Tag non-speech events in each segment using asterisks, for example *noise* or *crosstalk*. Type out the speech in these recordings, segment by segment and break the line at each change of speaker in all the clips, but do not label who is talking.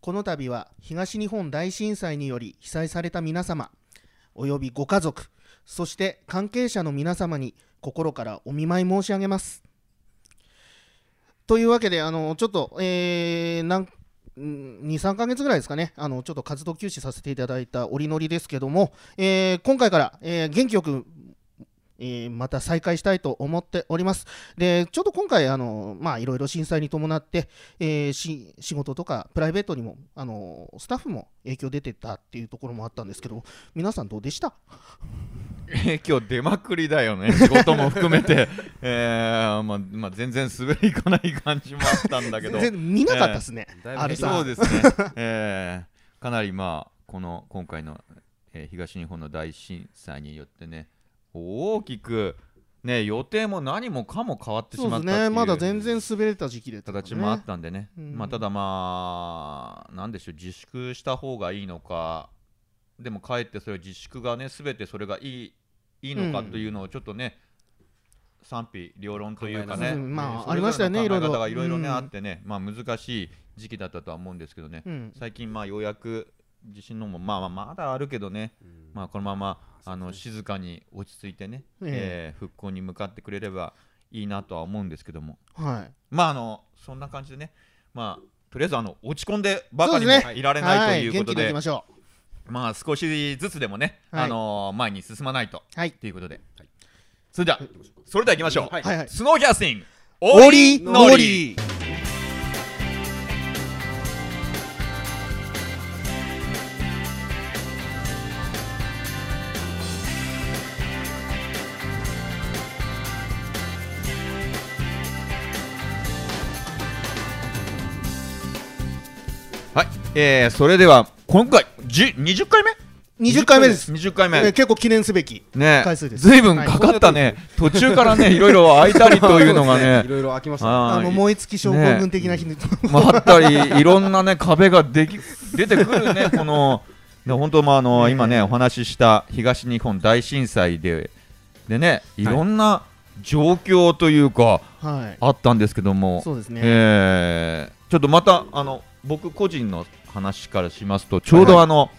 この度は東日本大震災により被災された皆様およびご家族そして関係者の皆様に心からお見舞い申し上げますというわけであのちょっと、えーなん23ヶ月ぐらいですかねあのちょっと活動休止させていただいた折りのりですけども、えー今回から、えー元気よく、えーまた再開したいと思っておりますでちょっと今回あの、まあ、いろいろ震災に伴って、えーし仕事とかプライベートにもあのスタッフも影響出てたっていうところもあったんですけど皆さんどうでした
えー今日出まくりだよね仕事も含めて、 *laughs* えーまあまあ、全然滑りいかない感じもあったんだけど
全然見なかったですね、
だいぶ
あれさ
そうですね、えーかなりまあこの今回の、えー東日本の大震災によってね大きく、ね、予定も何もかも変わってし
そう
ま
です
ったってい
ね
う
まだ全然滑れた時期で
形もあったんでね、
うん
まあ、ただまあなんでしょう自粛した方がいいのかでもかえってそれは自粛がね全てそれがいいいいのか
うん
というのをちょっとね、賛否両論というか
考
ね
えながらね
まあ
それぞれの
ありましたよねいろいろ
考え方がいろいろね
うん
あってね、まあ、難しい時期だったとは思うんですけどね、
うん
最近まあようやく地震のもまあまあまだあるけどね、まあ、このままあの静かに落ち着いてね、
ええ
えー復興に向かってくれればいいなとは思うんですけども
はい
まああのそんな感じでね、まあとりあえずあの落ち込んでばかりも
そうです
いられないというこ
元
と
気でい
で、
きましょう
まあ少しずつでもね、
はい
あの前に進まないと
はい
ということで、
はい
それではそれでは行きましょう。
はい
はいはい
スノーキャスティング、
オ
オ
リ
リ
ノ
ノ
リ
リ。はい、えー、それでは今回じ20回目
20回目です、
20回
え
目
ー結構記念すべき
ね
回数です
ずいぶんかかったね、途中からねいろいろ空いたりというのが
*laughs*
い
ね
ろいろ開きましたね。
あ
あ
ー
の燃え尽き症候群的な日に、
まああったり、いろんなね、壁ができ出てくるね、この、で本当、まああの
ねえ
今ね、お話しした東日本大震災で、でね、いろんな状況というか、
はい
あったんですけども、
そうですね、
えーちょっとまたあの、僕個人の話からしますと、ちょうどあの、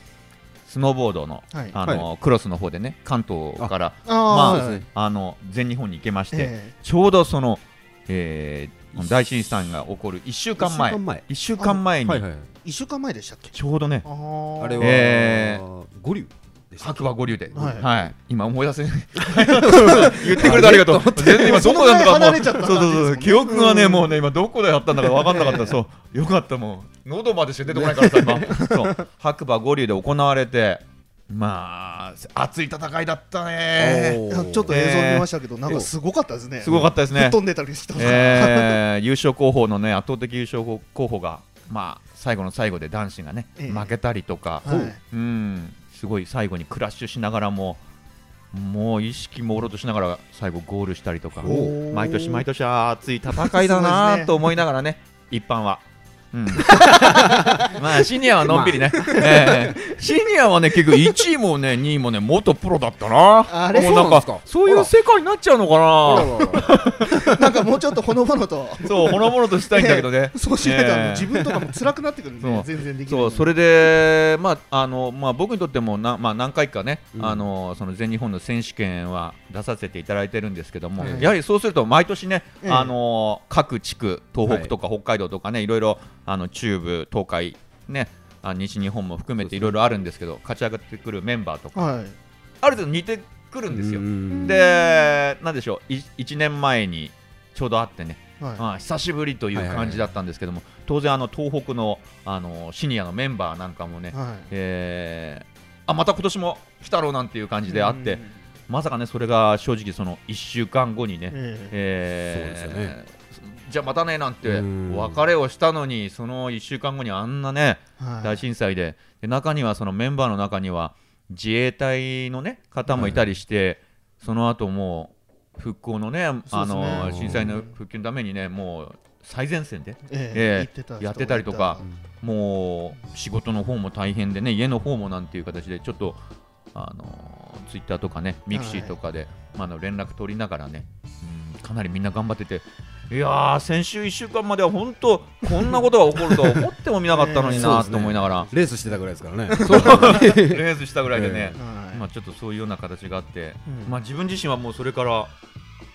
スノーボードの
はい
あの、クロスの方でね、関東から
ああ
まあ
はい
そうですね
あの全日本に行けまして、
え
ちょうどその、えー大震災が起こる1週間前
一、前。
1週間前に
はいはい。
ー、1週間前でしたっけ
ちょうどね
あー
あれは、
え
五流でしたっけ
白馬五流で、
は
はいい今思い出せない *laughs* 言ってくれてありがとう *laughs* 全然今どこだったかも
離れちゃった
そうそうそう記憶がね
うん
もうね今どこでやったんだか分かん *laughs* なかったそうよかったもう喉までしか出てこないからさ今そう白馬五流で行われてまあ熱い戦いだったね
お
い
ー
やちょっと映像見ましたけど、なんかすごかったですね
すごかったですね
吹っ飛んでたりしてました、
えー優勝候補のね圧倒的優勝候補がまあ最後の最後で男子がね、
ええ
負けたりとか、
はい
うんすごい最後にクラッシュしながらももう意識朦朧としながら最後ゴールしたりとか
おー
毎年毎年熱い戦いだな
そうですね
ぁと思いながらね一般は。うん
*laughs*
まあシニアはのんびりね、ええシニアはね結局1位もね2位もね元プロだったな
あれ
もうなん
そ
か
うなんですか
そういう世界になっちゃうのか
あ
な
ららら
なんかもうちょっとほのぼのと、。
そう、ほのぼのとしたいんだけどね
そうしないとあの
ええ
自分とかも辛くなってくるんで、
そう
全然できない
*laughs* そうそれで、まああのまあ、僕にとってもな、まあ、何回かね、
うん
あのその全日本の選手権は出させていただいてるんですけども、
ええ
やはりそうすると毎年ね、
ええ
あの各地区東北とか北海道とかね、い、ろいろあの中部東海ねあ西日本も含めていろいろあるんですけど勝ち上がってくるメンバーとか
はい
ある程度似てくるんですよ。
うん
でなんでしょうい1年前にちょうど会ってね
はい
ああ久しぶりとい
はいは
う
いはい
感じだったんですけども、当然あの東北のあのシニアのメンバーなんかもね、
は
えーあまた今年も来たろうなんていう感
い
じであって、
うん
まさかねそれが正直その1週間後にね、
ええ
えー
そうですよ
じゃあまたねなんて
うん
別れをしたのにその1週間後にあんなね
はい
大震災でで中にはそのメンバーの中には自衛隊の、ね、方もいたりして、その後もう復興のねあ
そう
の
ですね
震災の復旧のためにねもう最前線で
え
え
行た
え
人がい
やってたりとか
うん
もう仕事の方も大変でね家の方もなんていう形でちょっとあのツイッターとかねミクシーとかで、まあ、あの連絡取りながらねうんかなりみんな頑張ってていやー先週1週間までは本当こんなことが起こるとは思ってもみなかったのに
そう
な
ですね
と思いながら、
レースしてたぐらいですからね。 *laughs*
レースしたぐらいでね、
はい
まあ、ちょっとそういうような形があって、
うん
まあ、自分自身はもうそれから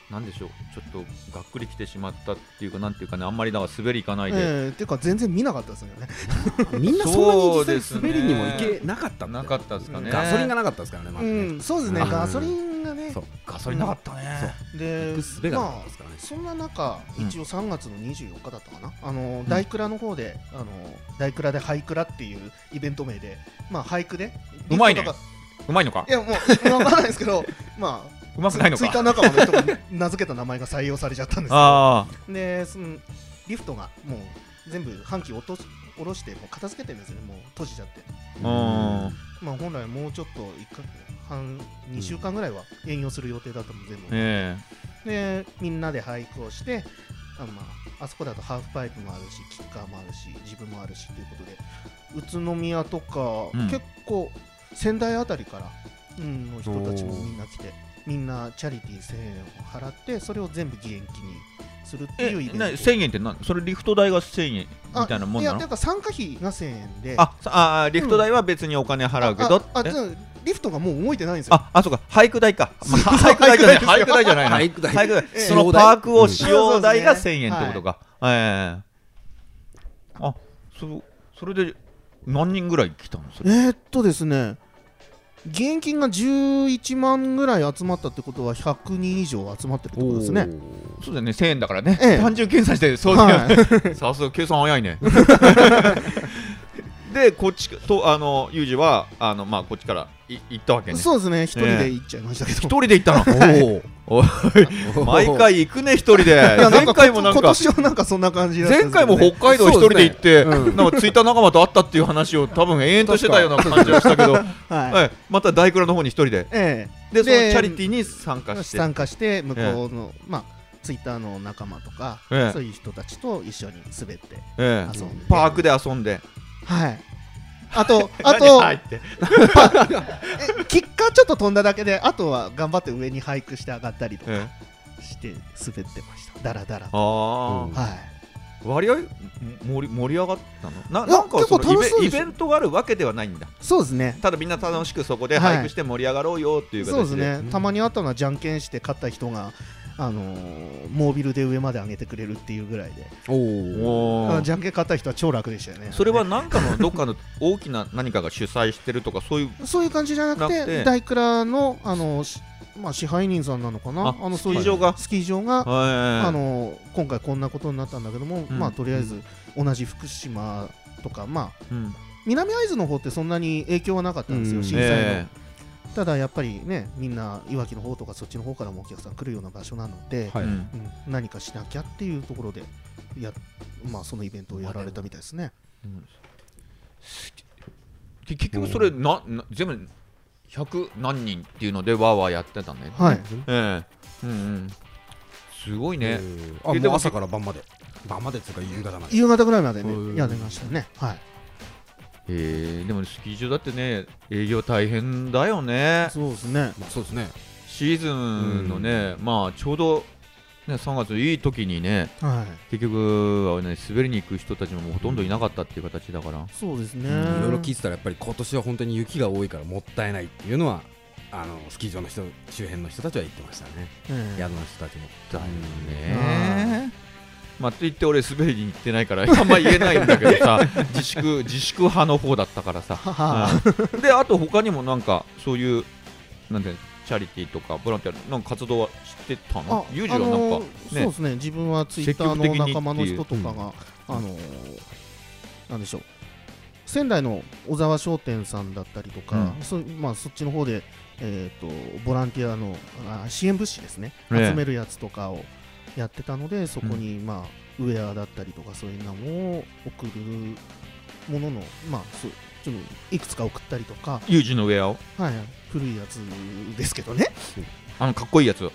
なんでしょうちょっとがっくりきてしまったっていうかなんていうかねあんまりだから滑りいかないで、
ええっていうか全然見なかったですよね。
みんなそんな
そう
に
で
実
すね
際滑りにも行けなかったんで
なかったですかね、
ガソリンがなかったですからね。ま
う
ずね
ん、そうですね。
うん
ガソリンがね
そう、
ガソリンなかったね
で
行く術がなかった
ま
ですからね
あそんな中、
うん
一応3月の24日だったかな、あの大倉の方で、あの大倉で俳倉っていうイベント名で、まあ俳句で、
うまいね
リフトとか
うまいのか
いやもうわからないですけ
*laughs*
ど、まあ
うまくないの
ツイッター仲
か
間の人が名付けた名前が採用されちゃったんですけど
あ
でそのリフトがもう全部半旗落とし下ろしてもう片付けてるんですよねもう閉じちゃって
あうん
まあ本来もうちょっと1か半2週間ぐらいは営業する予定だったの全部、
え
でみんなで俳句をしてあのまああそこだとハーフパイプもあるしキッカーもあるし自分もあるしということで宇都宮とか、
うん
結構仙台あたりから、うん、の人たちもみんな来てみんなチャリティー1000円を払ってそれを全部義援金にするって
え
いうイベント
な1000円って何それリフト代が1000円みたいなもんない
や、
の
だから参加費が1000円で、
あさあリフト代は別にお金払うけど
ああ
え
じゃあリフトがもう動いてないんですよ。
あ、あ、そうか、俳句代 *laughs* か。まあ俳句代じゃない、 *laughs* 俳句代じゃないな。
俳句代
俳句代
ええ
そのパークを
使
使用代が
うんそう
1000円ってことか。ええ。あ、そう、それで何人ぐらい来たのそ
え
れ。
ーっとですね、現金が11万ぐらい集まったってことは、100人以上集まってるってことですね。
そうだよね、1000円だからね。
ええ
単純計算して、そうだよね。
はい、
*laughs* さすが計算早いね。 *laughs* で、こっちと、あの、ユージは、あの、まあ、こっちからい行ったわけね。
そうですね、一人で行っちゃいましたけ
一
ど。
人で行ったの。おお、毎回行くね、一人で。
いやなん
前
か
回もなん
今
か。
年はなんかそんな *laughs* 感じだったん
前
ですけ
回
ど
も
ね、
北海道一人で行って、
そうですねうん
なんかツイッター仲間と会ったっていう話を多分延々としてたような感じはしたけど、
*laughs* はい
はい、また大倉の方に一人で
え
でそのチ
で
ャリティーに参
え
加して
参加して、向こうの、まあ、ツイッターの仲間とか、
ええ
そういう人たちと一緒に滑って
ええ
遊んで、
パークで遊んで *laughs*
はい。あと、あ
何
と、
入って
えキッカーちょっと飛んだだけであとは頑張って上に俳句して上がったりと
ええ
かして滑ってましただらだらと
あ
うん
あ、
はい
割合盛り盛り上がったのない
や
なんか
結
そ
構
のイ
楽しそう
ベイ
でしょ
ベントがあるわけではないんだ
そうですね
ただみんな楽しくそこで
はい
俳句して盛り上がろうよっていう形で
そうですね、
うん
たまにあったのはじゃんけんして勝った人があのーモービルで上まで上げてくれるっていうぐらいで
おお。
お
あ
ー
のじゃんけん勝った人は超楽でしたよね
それは何かのどっかの大きな何かが主催してるとかそういう
そういう感じじゃなくて
なくて
大倉のあのしまあ支配人さんなのかな
あ
の
スキ
そ
ー
ういう
場が
スキー場があ
あ
の今回こんなことになったんだけども、
うん
まあとりあえず同じ福島とかまあ
うん、
南会津の方ってそんなに影響はなかったんですよ、
うん
震災の、
え
ただやっぱりねみんないわきの方とかそっちの方からもお客さん来るような場所なので、
え
はい
うん
うん何かしなきゃっていうところでや、まあ、そのイベントをやられたみたいですね
け結局それなな全部100何人っていうのでわーわーやってたね、
はい
ええうんうん、すごいね、
うんあ
えで
も
も
う朝から晩まで。晩までっていうか夕方まで。
夕方ぐらいまで
へー
ねやりましたねはい
ええでもスキー場だってね営業大変だよね
そうですね
まあそうですね。
シーズンのね、まあちょうど、ね、3月いい時にね
は
結局あれ、ね、滑りに行く人たちももうほとんどいなかったっていう形だから
いそうですね
いろいろ聞いてたらやっぱり今年は本当に雪が多いからもったいないっていうのはあのスキー場の人周辺の人たちは言ってましたね。
ええ
宿の人たちも。
だよ
は
ね。まあ、と言って俺滑りに行ってないからあんま言えないんだけどさ自粛自粛派の方だったからさ、
はは
うんであと他にもなんかそういうなんていうのチャリティーとかボランティアのなんか活動はしてたのユージはなんか、
のーそう
ね
ですね自分はツイッター
積極的に
の
っていう
仲間の人とかが、
うん
あのーなんでしょう仙台の小沢商店さんだったりとか、そまあ、そっちの方で、えー、とボランティアのあ支援物資ですね
ええ
集めるやつとかをやってたのでそこに、まあ、ウェアだったりとかそういうのを送るものの、まあ、そうちょっといくつか送ったりとか、
ユージのウェアを
はい、古いやつですけどね
あのかっこいいやつを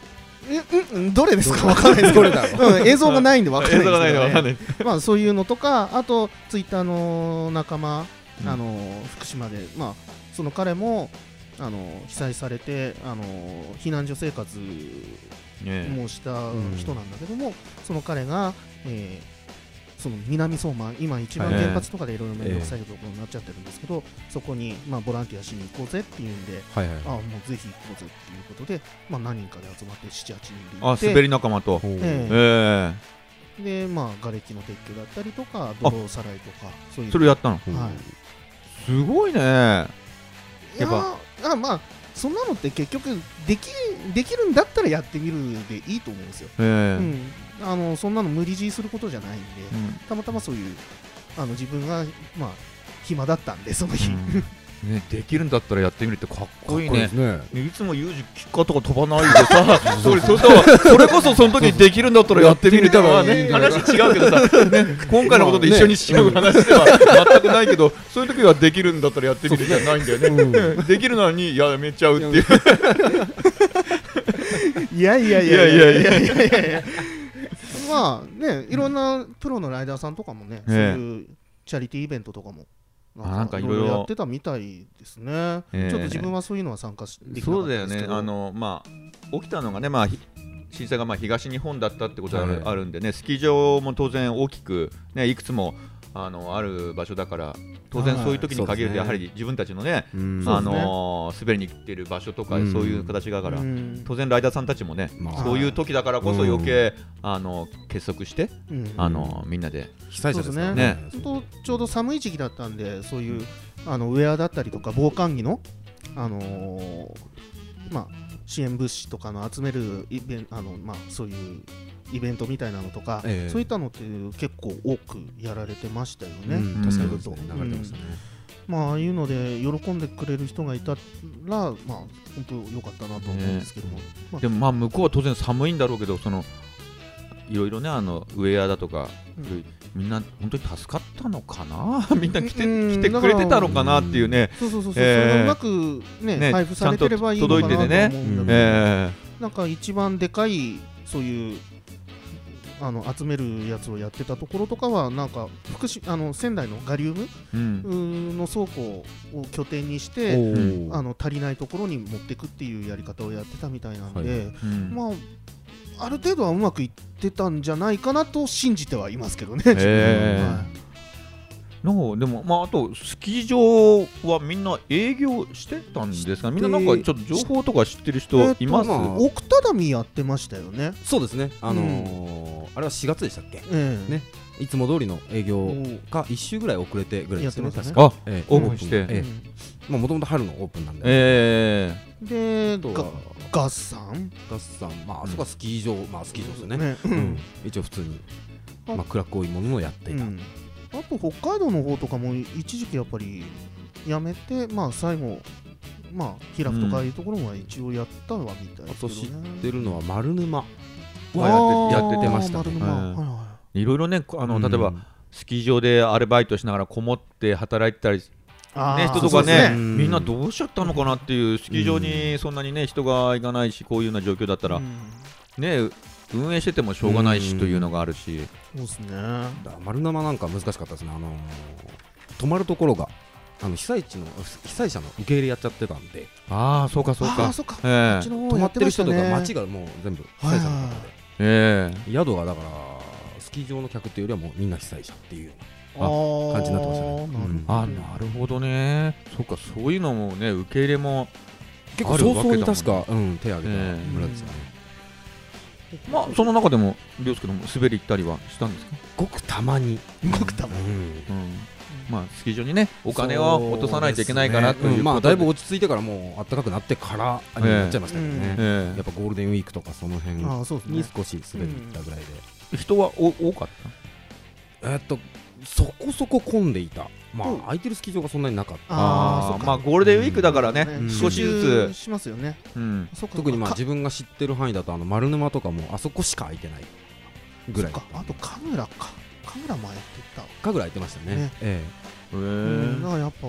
えんんどれですかわかんないです
どれだろう
うん映像がないんでわかんない
映
です
像がないのわ
け
か
ど
ん
ね、
ない
まあそういうのとかあとツイッターの仲間、
うん
あの福島でまあその彼もあの被災されてあの避難所生活
ね
もうした人なんだけども、その彼が、えーその南相馬、今、一番
はい
原発とかでいろいろ面倒くさいところになっちゃってるんですけど、そこに、まあ、ボランティアしに行こうぜっていうんで、
はいはい
あもうぜひ行こうぜっていうことで、まあ、何人かで集まって、7、8人で行
あ
って
滑り仲間と
ほう
え
え
で、まあ、瓦礫の撤去だったりとか、泥さらいとか、そうい
え
う
それやったの
ほう
はい
すごいね
いや
やっ
ーあまあそんなのって結局できできるんだったらやってみるでいいと思うんですよ、う
ええ
んあのそんなの無理強いすることじゃないんで、
うん
たまたまそういうあの自分が、まあ、暇だったんでその日、
うんねできるんだったらやってみるってかっこいい
かっこいい
ね
ですね
いつもユージキッカーとか飛ばないでさ *laughs* それそれとはそれこそその時にできるんだったらやってみるとか
そうそう
ね話違うけどさ、ね、今回のことで一緒にしちゃう
ま
話で *laughs* は全くないけどそういう時はできるんだったらやってみるじゃないんだよね、
う
できるのにやめちゃうっていう
*laughs* いやいやい
やいやい
やいやいやいや *laughs* まあねいろんなプロのライダーさんとかもね、そう
ええ
いうチャリティーイベントとかも
あなんかいろいろ
やってたみたいですね、
ええ
ちょっと自分はそういうのは参加しできなか
そ
った
うだ
ん
よ
ですけ
ね
ど
あのまあ起きたのがねまあひ震災がまあ東日本だったってことはあ
はい
る,、あるんでねスキー場も当然大きくねいくつもあのある場所だから当然そういう時に限る
はい
とやはり自分たちのね、
うん
そう
あ
ですね
のー滑りに来てる場所とか、
うん
そういう形だから、
うん
当然ライダーさんたちもね、
まあ
そういう時だからこそ余計、あのー結束して、
うん
あのーみんなで、
被災者ですから
そう
本当ちょうど寒い時期だったんでそういうあのウェアだったりとか防寒着の、あのーまあ、支援物資とかの集めるイベンあの、まあ、そういうイベントみたいなのとか、
ええ
そういったのって結構多くやられてましたよね。
うん
うん
確かにそうですね流れてましたね
まあああいうので喜んでくれる人がいたら、まあ、本当良かったなと思うんですけども、まあ
でもまあ向こうは当然寒いんだろうけど、そのいろいろね、あのウェアだとか、
うん
みんな本当に助かったのかな、みんな来て,、
うん
来てくれてたのかなっていうね、
そうそうそうそう、
ええ
それがうまく、ね
ね
配布されてればいいのかなと思うん
ちゃ
だ
んと
けど、
いててねうん
え
なんか一番でかいそういうあの集めるやつをやってたところとかはなんか福島あの仙台のガリウム
えうん
うんの倉庫を拠点にして
お
あ
ー
の足りないところに持ってくっていうやり方をやってたみたいなんで、
はい
うん
まあある程度はうまくいってたんじゃないかなと信じてはいますけどね。
ええ
は
なんかでも、まあ、あとスキー場はみんな営業してたんですかみんななんかちょっと情報とか知ってる人
えーと
います、
まあ
い奥只見やってましたよね。
そうですねあのーあれは4月でしたっけ
ええ
ねいつも通りの営業
も
か1週ぐらい遅れてぐらいですよね
やってましたね
確か
あ
ええ
オープンして
え
うん
えまあもともと春のオープンなんで
え
で
あと
ガ
は
ガッサン
ガスさんまああそこはスキー場まあスキー場ですよね
うん
うん一応普通にまあクラック多いものもやっていた
うん、あと北海道の方とかも一時期やっぱりやめてまあ最後まあ開くとかいうところは一応やったわみたいですけど
私知
ね、
ってるのは丸沼
ー
はや
あ
っ
ー
てやっててました
丸
ね
沼
はい
はいはい
ろいろねこあの
うん
例えばスキー場でアルバイトしながらこもって働いてたり、ね、
あー
人と
そう
か
です
ね
ねうん
みんなどうしちゃったのかなっていうスキー場にそんなにね人が行かないしこういうような状況だったら、
うん
ね運営しててもしょうがないし
うん
というのがあるし、
そうですね
だから丸生なんか難しかったですね、あのー泊まるところがあの被災地の被災者の受け入れやっちゃってたんで
ああそうかそう
あ
か
あ。そっかこ
え
っち
え
の
泊
方
ま
や
っ
って
て
ま
る
した
人と
ね
か町がもう全部被災者の方で、
ええ
宿がだからスキー場の客というよりはもうみんな被災者っていう
あー
感じになってました
なる
ね
ほど
うん
あなるほどねそっかそういうのもね受け入れも
結構
ある
早
わけだも
々
ん
に確か、うん、手を挙げた
ええ
村ですよね、
まあその中でも涼介のも滑り行ったりはしたんですか、
ごくたまに、
僕多分
うん
うんまあスキー場にねお金を落とさないといけないから
そう
と
ですね
いううん
ま
こ
あだ
と
い
で
ぶ落ち着いてからもう暖かくなってからになっちゃいましたけどね
え、
ええ
やっぱゴールデンウィークとかその辺
ああそうです
に
ね
少し滑りに行ったぐらいで、
人はお多かっ
えーっとそこそこ混んでいたま
うん
あ空いてるスキー場がそんなになかった
た
あーそっか
まあゴールデンウィークだからね、
そう
うん
です
少しずつ
しますよね
うん、
そっか
特にまあ
か
自分が知ってる範囲だとあの丸沼とかもあそこしか空いてないぐらい
そっかあとカムラかカムラもやってたわ
かぐらい空いてましたね
ね
え
え
うんだからやっぱ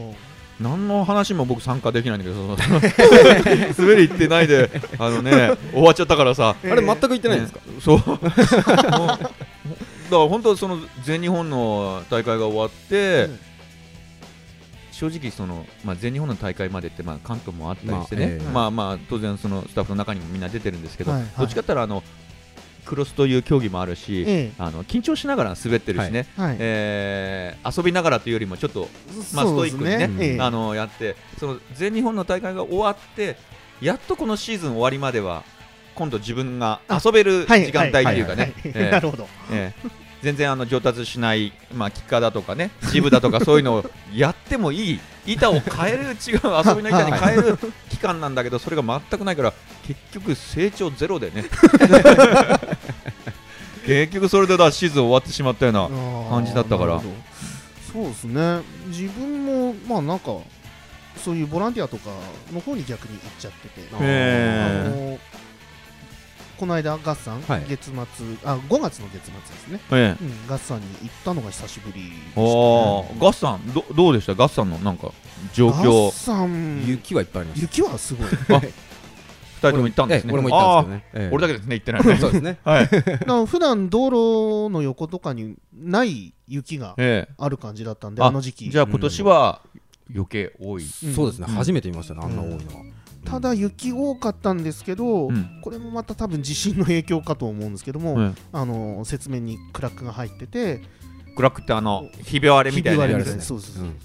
何の話も僕参加できないんだけど *laughs* 滑り行ってないであのね終わっちゃったからさ
えあれ全く行ってないんですか、
ねそう *laughs* もうだから本当はその全日本の大会が終わって、
うん
正直その、まあ、全日本の大会までってまあ関東もあったりしてね、
ま
ま
あ
あ
ええ
まあ、当然そのスタッフの中にもみんな出てるんですけど、
はいはい
どっちかって言ったらあのクロスという競技もあるし、
ええ
あの緊張しながら滑ってるしね、
はい
えー遊びながらというよりもちょっとまあ
そうです
ストイッ
クにね
ええ
あのやってその全日本の大会が終わってやっとこのシーズン終わりまでは今度自分が遊べる
はい
時間帯というか
は
ね
は *laughs*
え
な
ー
るほど
えー全然あの上達しない、まあ、キッカーだとかねジブだとかそういうのを *laughs* やってもいい板を変える違う遊びの板に変える期間なんだけどそれが全くないから結局成長ゼロ
*laughs*
でね結局それでだシーズン終わってしまったような感じだったから
あーなるほどそうですね自分もまあなんかそういうボランティアとかの方に逆に行っちゃってて
あ
あ
え
のこの間ガッサン、
はい
月末あ5月の月末ですね、
ええ
うん、ガッサンに行ったのが久しぶりでした
おーガッサンどどうでしたガッサンのなんか状
ガッ
況
サン
雪はいっぱいありました
雪はす
*laughs*
ごい
二人とも行ったんですね
俺も行ったんですけどね
あー俺だ
け
けですね行ってないのね
そうですね
はい
な普段道路の横とかにない雪が
*laughs* え
ある感じだったんで
あ
あの時期
じゃあ今年は余計多い
*laughs* うん
そうですね
うん
初めて見ましたねあんな多いのは
ただ雪多かったんですけど、
うん
これもまた多分地震の影響かと思うんですけども、
うん
あの説明にクラックが入ってて
暗くてあのひび割れみたいな
ひび
や
割れみたい
つ
な
ね
そうそうそう
うん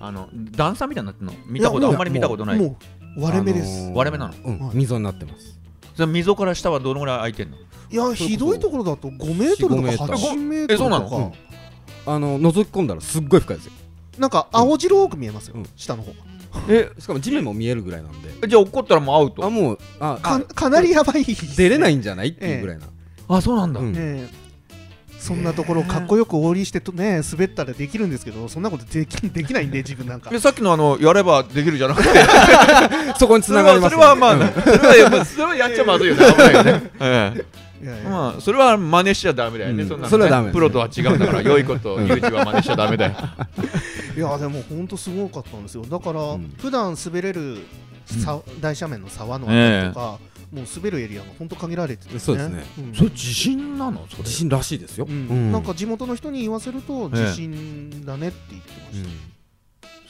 あの段差みたいになってんの見たことあ
いやもうん
まり見たことない
もう割れ目です、
あのー
割れ目なの
うん
はい
溝になってます
それ溝から下はどのぐらい空いてんの
いやひどいところだと5メートルとか8メート
え
ル
そうな
とか
の
あの覗き込んだらすっごい深いですよ
なんか青白く見えますよ、
うん
下の方
えしかも地面も見えるぐらいなんで
えじゃあ怒ったらもうアウ
あ
ト
もうあ
かかなりやばい、
出れないいんじゃないっていうぐらいな
あそうなんだ
うん
ねえそんなところをかっこよくお降りしてとね滑ったらできるんですけどそんなことでき *laughs* できないんで自分なんか
えさっきのあのやればできるじゃなくて
そこに
そ
繋
れ
が
は
り
そ
ます
れ
よね
はまあそれはやっぱそれはやっちゃまずいよね危ないよねええ
いやいや
まあそれは真似しちゃダメだよね、
うん
そんなのね
それはダメ
プロとは違うんだから良いことをユーチは真似しちゃダメだよ
いやでも本当すごかったんですよだから、
うん
普段滑れるさ、大斜面の沢のあたりとか、もう滑るエリアが本当限られてて、
そうですね
ん
それ地震なのそれ
地震らしいですよ
う
うんん
なんか地元の人に言わせると
ええ
地震だねって言ってま
う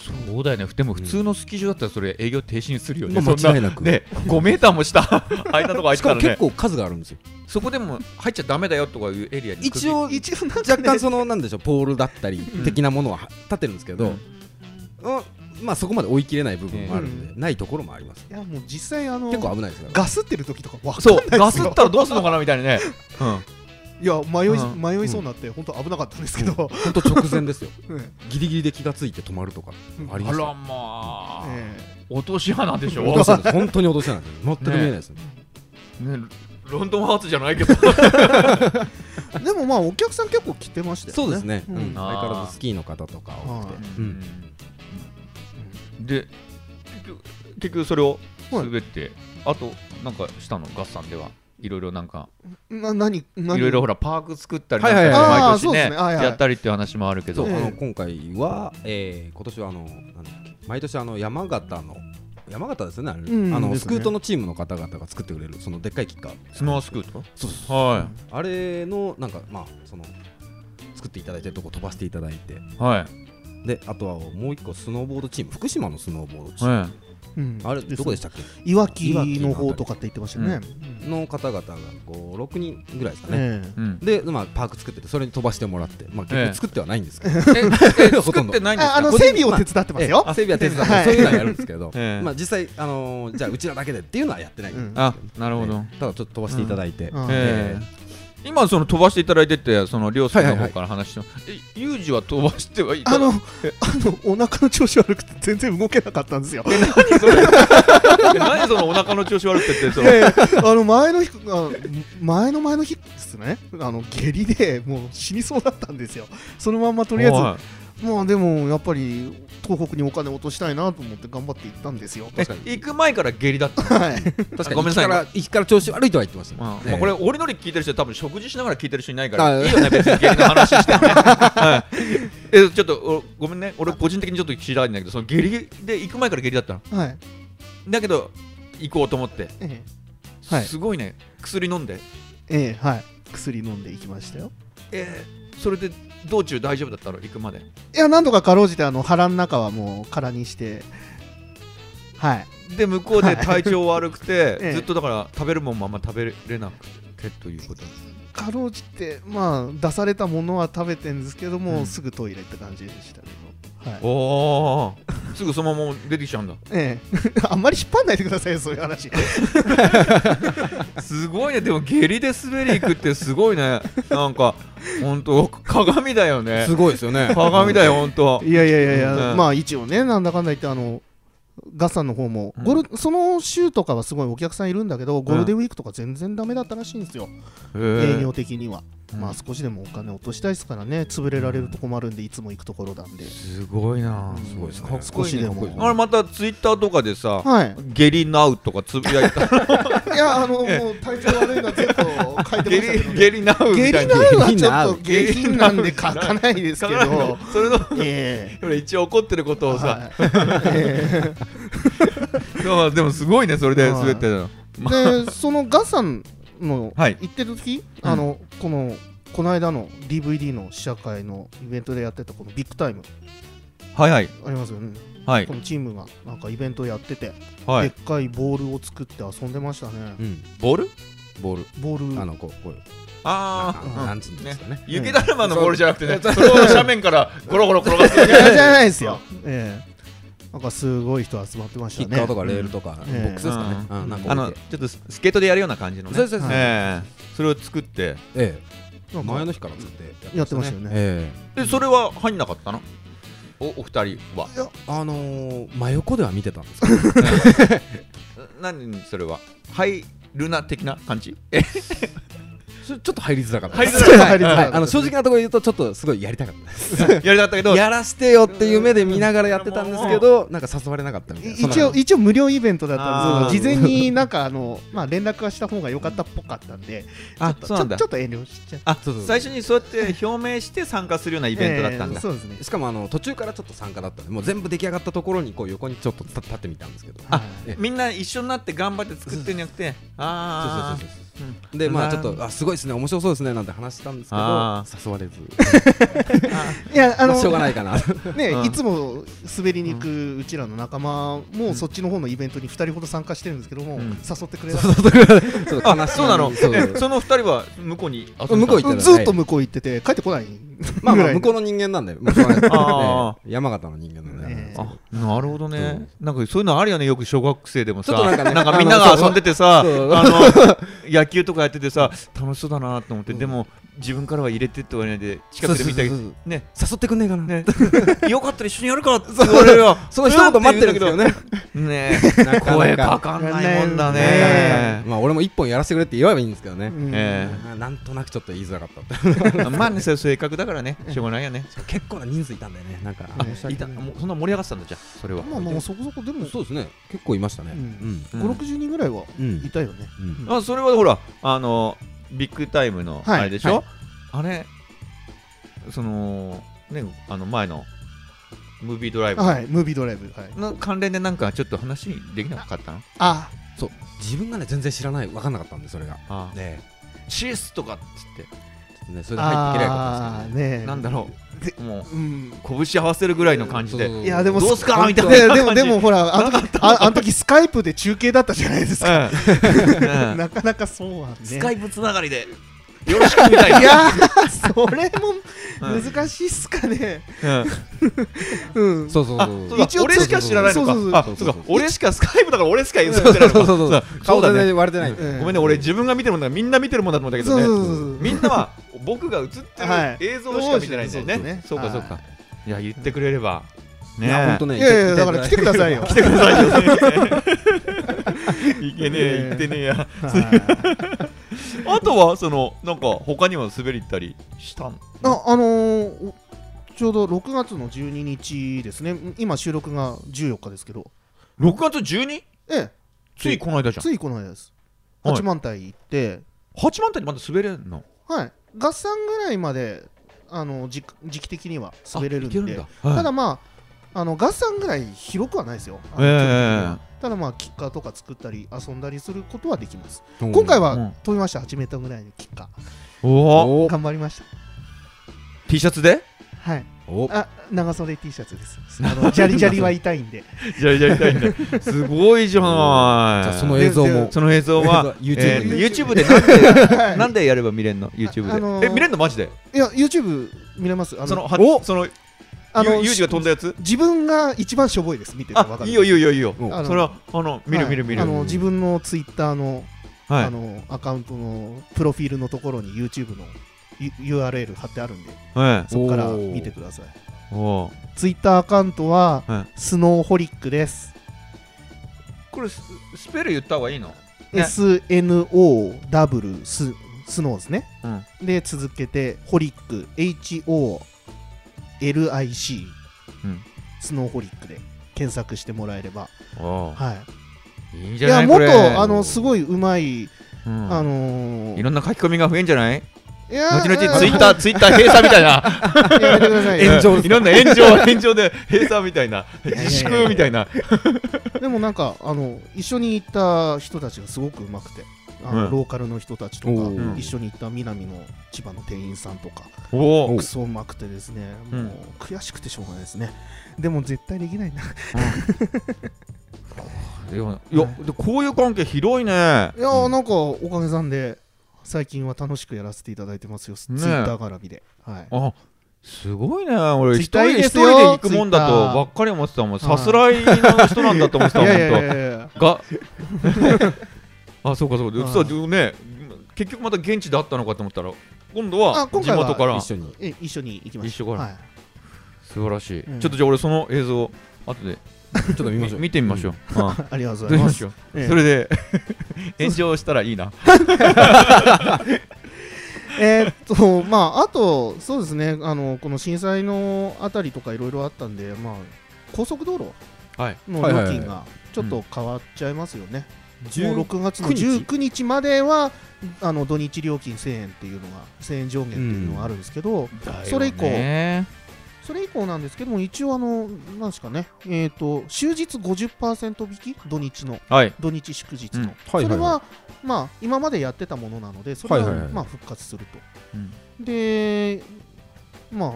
し
ん
そうだよねでも普通のスキー場だったらそれ営業停止にするよね、
まあ
そん
間違いなく
ね5メーターも下空いたとこ空い
したからも
ね
結構数があるんですよ
そこでも入っちゃダメだよとかいうエリアに
一応
た、一応なんか
若
ね
干そのなんでしょうポールだったり的なものはは立ってるんですけど、
うん
うんまあそこまで追い切れない部分もあるんで、
う
ないところもあります
いやもう実際あの
結構危ないですから
ガスってる時とかわかん
*laughs*
そう
ない
ガ
で
ス
す
っ
よ
たらどうするのかなみたいなね、うん、
いや迷い、
うん
迷いそうになって本当危なかったんですけど、
本当直前ですよ
*laughs* ね
ギリギリで気がついて止まるとかあり
あ
ま
ら
す
ま
よ
あ、
え
落とし穴でしょ、
落とせない本当に落とせないです全く見えないですね
ね、ロンドンハーツじゃないけど
えでもまあお客さん結構来てましたよね
そうですね、うん
ん
相変わらずスキーの方とか多くて
は
うん
で結局結局それを
はい
滑って、あとなんかしたのガッサンではいろいろなんか
な何何
いろいろほらパーク作ったりなん
は
か
いはいは
あ
い
ー
毎年
そうで
ね
すねはいはい
やったりっていう話もあるけ
そ
ど
う、
ええ
あの今回は、えー今年はあのなんだっけ毎年あの山形の山形ですよねあれ
うん
あの
です
ス
ね
クートのチームの方々が作ってくれるそのでっかいキッカー
スノースクート
そう
は
あれのなんかまあその作っていただいてるとこ飛ばしていただいて
いはい
であとはもう一個スノーボードチーム福島のスノーボードチーム、
は
うん
あれどこでしたっ
いわきの方とかって言ってましたよね、
うん
けの方々が56人ぐらいですかね、
ええ
いうん
で、まあ、パーク作っててそれに飛ばしてもらって、まあ、結
え
局
*laughs* え
作ってはないんですけど、
*laughs*
え
ほと
作
ん
っ
ど
てないんです
ああ
か
の整備を手伝ってますよ、
あセビア手伝って
はい
そういうのはやるんですけど、
ええ
まあ、実際、あのーじゃあうちらだけでっていうのはやってない、
うん
あなるほど
ええただちょっと飛ばしていただいて、
うん
ええ今その飛ばしていただいてってその両さんの
はいはいは
方
い
から話してもえユージは飛ばしてはいた
あの、あの、お腹の調子悪くて全然動けなかったんですよ。
それ *laughs* 何そのお腹の調子悪くてってその
であの、前の日、あ前の前の日ですね、あの、下痢でもう死にそうだったんですよ。そのまんまとりあ
はい
えず、まあでも、やっぱり、東北にお金落としたいなと思って頑張って行ったんですよ。
え
確かに
行く前から下痢だった
はい。
確かに
ごめんなさい
行きから行きから調子悪いとは言ってました
ま
ね、
あ、まあこれ俺のり聞いてる人は多分食事しながら聞いてる人いないか
あ
らいいよね別に下痢の話してね、はい、えちょっとおごめんね俺個人的にちょっと知りたいんだけどその下痢で行く前から下痢だったの
はい。
だけど行こうと思って、
ええはい。
すごいね薬飲んで
ええはい。薬飲んでいきましたよ。
えーそれで道中大丈夫だったろ行くまで
いや、なんとかかろうじて、あの、腹の中はもう空にして、はい。
で向こうで体調悪くて、
ええ
ずっとだから食べるもんもあんま食べれなくてということ
かろうじて、まあ、出されたものは食べてんですけども、
うん
すぐトイレって感じでしたけど。はい。
おーすぐそのまま出てきちゃうんだ
え *laughs* え。あんまり引っ張んないでくださいよ、 *laughs* そういう話。
すごいねでも下痢で滑り行くってすごいねなんか本当鏡だよね
すごいですよね
鏡だよ本当
いやいやいやいや、
うん
まあ一応ね、なんだかんだ言って、あの、ガスさんの方も、
うん
ゴールその週とかはすごいお客さんいるんだけど、ゴールデンウィークとか全然ダメだったらしいんですよ、
へ
営
ー
業的には。まあ少しでもお金落としたいですからね、潰れられると困るんで、いつも行くところなんで。
すごいな
うん
すごいですね
かっ
少
こい
し
い
で
ね
も。
あれまたツイッターとかでさ
はい。
下痢ナウとかつぶやいた
*laughs* いや、あの、もう体調悪いのは全部書いて
下
ましたけど、
痢下痢ナウみ
下
たい
痢
な
な
ウ
のはちょっと
下痢
下
な
品なんで書かないですけ
書かない
ど
の、それの
え
ほら一応怒ってること
え。
をさ、
はい *laughs* え
でもでもすごいねそれで滑ってたの
えで、そのガスさんの
はい
行ってる時、
うん
あのこのこの間の DVD の試写会のイベントでやってたこのビッグタイム
はいはい
ありますよね、
はい
このチームがなんかイベントやってて、
は
でっかいボールを作って遊んでましたね
う、ん
ボール
ボール
ボール
あのこうこういう
あ
なんかなんつうんですかね
雪だるまのボールじゃなくてね、それを斜面からゴロゴロ転がす
いやじ *laughs* ゃないですよ、ええなんかすごい人集まってまし
キ
た
ッカー
ね
とかレールとかボ
ええ
ックスですかね
うん
うんなん
あ
か
の
置い
ち
て
ょっとススケートでやるような感じのね
そうですそうです
ええそれを作って
え
な
え
んか
前の日から作って
やってましたよね、
ええ
でそれは入んなかったのおお二人はい
や
あのー真横では見てたんで
*laughs*
すけど
何それは入るな的な感じえ
それちょっと入りづらかった
入りづ
らかった
はいはい
入りづらかった
あの正直なところ言うとちょっとすごいやりたかったです
やりたかったけど
やらしてよっていう目で見ながらやってたんですけどなんか誘われなかったみたいなそんな
一応
感じ
一応無料イベントだったんですけど
あー
事前になんかあの、まあ、連絡はした方が良かったっぽかったんで
あ
ちょ
そうなんだ
ちょっと遠慮しちゃっ
あ
そうそうそう
最初にそうやって表明して参加するようなイ
イ
ベントだったんだ
そうですね
しかもあの途中からちょっと参加だったんでもう全部出来上がったところにこう横にちょっと立立ってみたんですけど
あ
ええ
みんな一緒になって頑張って作ってんじゃなくてああ
そうそうそうそう
うん
でまあ
な
ちょっとあすごいですね面白そうですねなんて話したんですけど
あ
誘われず
あ
いやあ
ま
の
あ *laughs* しょうがないかな
ね、
うん
いつも滑りに行くうちらの仲間もそっちの方のイベントに2人ほど参加してるんですけども、
うん
誘ってくれなかっ
ちょっと悲しい
あそうなの
そうそう
えその二人は向こうに遊んでた
向こう
た、
行ってる
ずっと向こう行ってて帰ってこない
まあ
ぐ
ま
ら
あ
い
向こうの人間なんでもうしょうがないです
あ
ええ山形の人間なんで、
ええ
あなるほどね、なんかそういうのあるよねよく小学生でもさ
ちょっ
な
となんんかね
かみんな
あ
が
のそう
遊んでてさあ
そう
の野球とかやっててさ楽しそうだなと思って、でも自分からは入れてって言われないで近くで見たり
そうそうそう
ね
そう誘ってくんねえかな、
ね *laughs* よかったら一緒にやるからって言われるよ
その一言待ってるんですけどね
ね
なか
声
な
かか
か
んないもんだね
ねえ
まあ俺も一本やらせてくれって言えばいいんですけどね、
うん
え
ななんとなくちょっと言いづらかった
まあねそういう性格だからねしょうがないよね
*laughs* 結構な人数いたんだよねなんか
あ
申し
い
訳
た
ない
もうそんな盛り上がってたんだじゃあそれは、
まあまあそこそこでも
そうですね結構いましたね
う
うんん、
うん
5 6 0人ぐらいは
うん
いたよね、
うん
あそれはほらあのビッグタイムの
はい
あれでしょ、あれそのねあの前のムービードライブ
はいムービードライブ、はい、
の関連でなんかちょっと話できなかったの
あ
そう自分がね全然知らない分かんなかったんでそれが
ああ
ね
チースとかっつっ
ちょっとねそれで入ってきればよかったん
あー
ですけどね
ね
てなんだろうも
う、うん、
う拳合わせるぐらいの感じで、
そうそうそう
いやでも
どうすかみたい
ねで
な
も
感
で
じ
もほらあの時ああの時スカイプで中継だったじ *laughs* ゃないですか、
うん
なかなかそうはね
スカイプつながりでよろしくみたい
い
な
やー *laughs* それも
うん
難しいっすかね
うん
うん
そうそうそう
そうだ
一応
俺しか知らないのか
そうそうそう
あ
そう
そ
そうう
か俺しかスカイプだから俺しか言ってないのか
そうそうそうそう
そ
顔
うだ
全
ね
然割れてないんで
ええ
ごめんね、俺自分が見てるもんだからみんな見てるもんだと思ったけどね
そうそうそうそう
みんなは僕が映ってる
はい
映像しか見てないんだよね。
そうですね
そうかそうか。、
はい
や言ってくれれば。ね
いや本当
ね。
い
ね
やいやだから来てください
*laughs*
よ。来てください。
いけねえ
ね
言ってねえや。あとはそのなんか他には滑り行ったりしたん。
ああのー、ちょうど6月の12日ですね。今収録が14日ですけど、
六月十二？
ええ、
ついこの間じゃん。
ついこの間です。
はい
八幡平行って、
八万点まだ滑れるの。
はい、合算ぐらいまであの時時期的には滑れるん
あい
で、
けるんだ。
た
だ
だまああの合算ぐらい広くはないですよ。あの
え
ただまあキッカーとか作ったり遊んだりすることはできます。
うん
今回
うん
は飛びました8メーターぐらいのキッカー。
え。おお。
お
頑張りました。
T シャツで
はい
お
あ長袖 T シャツ
*laughs*
ですあのジャリジャリは痛いんで
じゃやりたいんだすごいじゃない
じゃあその映像も
その映像は
YouTube
えー
に
YouTube でなんで
はい
なんでやれば見れんの YouTube で、
あのー
え見れんのマジで
いや YouTube 見れますあ
そのは
お
その
あの
ゆゆうじが飛んだやつ
自分が一番しょぼいです見てて分
あ
かる
いいよいいよいいよいいよ
うん
あの
それはあの見る
はい
見る見る
あの自分のツイッターの,、
はい
あのアカウントのプロフィールのところに YouTube の U- URL 貼ってあるんで
はい
そこから
おー
見てください
おー
ツイッターアカウントは、
は
スノーホリックです
これススペル言った方がいいの
SNOW ススノーですね、
う
で続けてホリック HOLIC、
うん
スノーホリックで検索してもらえれば、
おー
はい
いいん
い
じゃな
や
い
もっ
これ
とあのすごいうまい、
うん
あのー
いろんな書き込みが増えんじゃない
いや
後々
あ
ツイッターツイッター閉鎖みたいな
やめてください
炎上
いろんな炎上炎上で閉鎖みたいな
やいや
自粛みたいな
*laughs* でもなんかあの一緒に行った人たちがすごくうまくてあの、
うん
ローカルの人たちと
お
か
ー
一緒に行った南の千葉の店員さんとか
おお
クソうまくてですね
うん
もう悔しくてしょうがないですねでも絶対できないな
いやいやでこういう関係広いね
いやーなんかおかげさんで最近は楽しくやらせていただいてますよツイ
ね
ッター絡みではい
あすごいね俺
ツイ
一
ッターいいで
人です一人
よ
で行くもんだとばっかり思ってたもん
ツイッター
さすらいの人なんだと思ってた
い
もん
やいやい
本
やいや
当が *laughs* あそうかそうかで
うん
そうでね結局また現地で会ったのかと思ったら今度
あ
は
今
地
回は
元から
一緒に
え一緒に行きました
一緒かな
はい
素晴らしいち
う
ょ
ん
っとじゃあ俺その映像後で
ちょっと見ましょう
見てみましょううん
*laughs* ありがとうござ
どう
い
し
ま
ますしょう
ええ
それ *laughs* で炎上したらいいな
えーっと、まあ、あと、そうですね、あのこの震災のあたりとかいろいろあったんで、まあ、高速道路
はい
の
はいはい
料
はい
金がちょっと変わっちゃいますよね。
10
もう6月の
19
19日までは、あの土日料金1000円っていうのが、1000円上限っていうのがあるんですけど、 *laughs* それ以降、それ以降なんですけども、一応、あの、なんですかね、えーっと、終日50%引き、土日の、
はい
土日祝日の。
うん
はい
そ
は
れ
いは
は、まあ、今までやってたものなので、それ
はいはい
は
はい
まあ復活すると。
うん
でまあ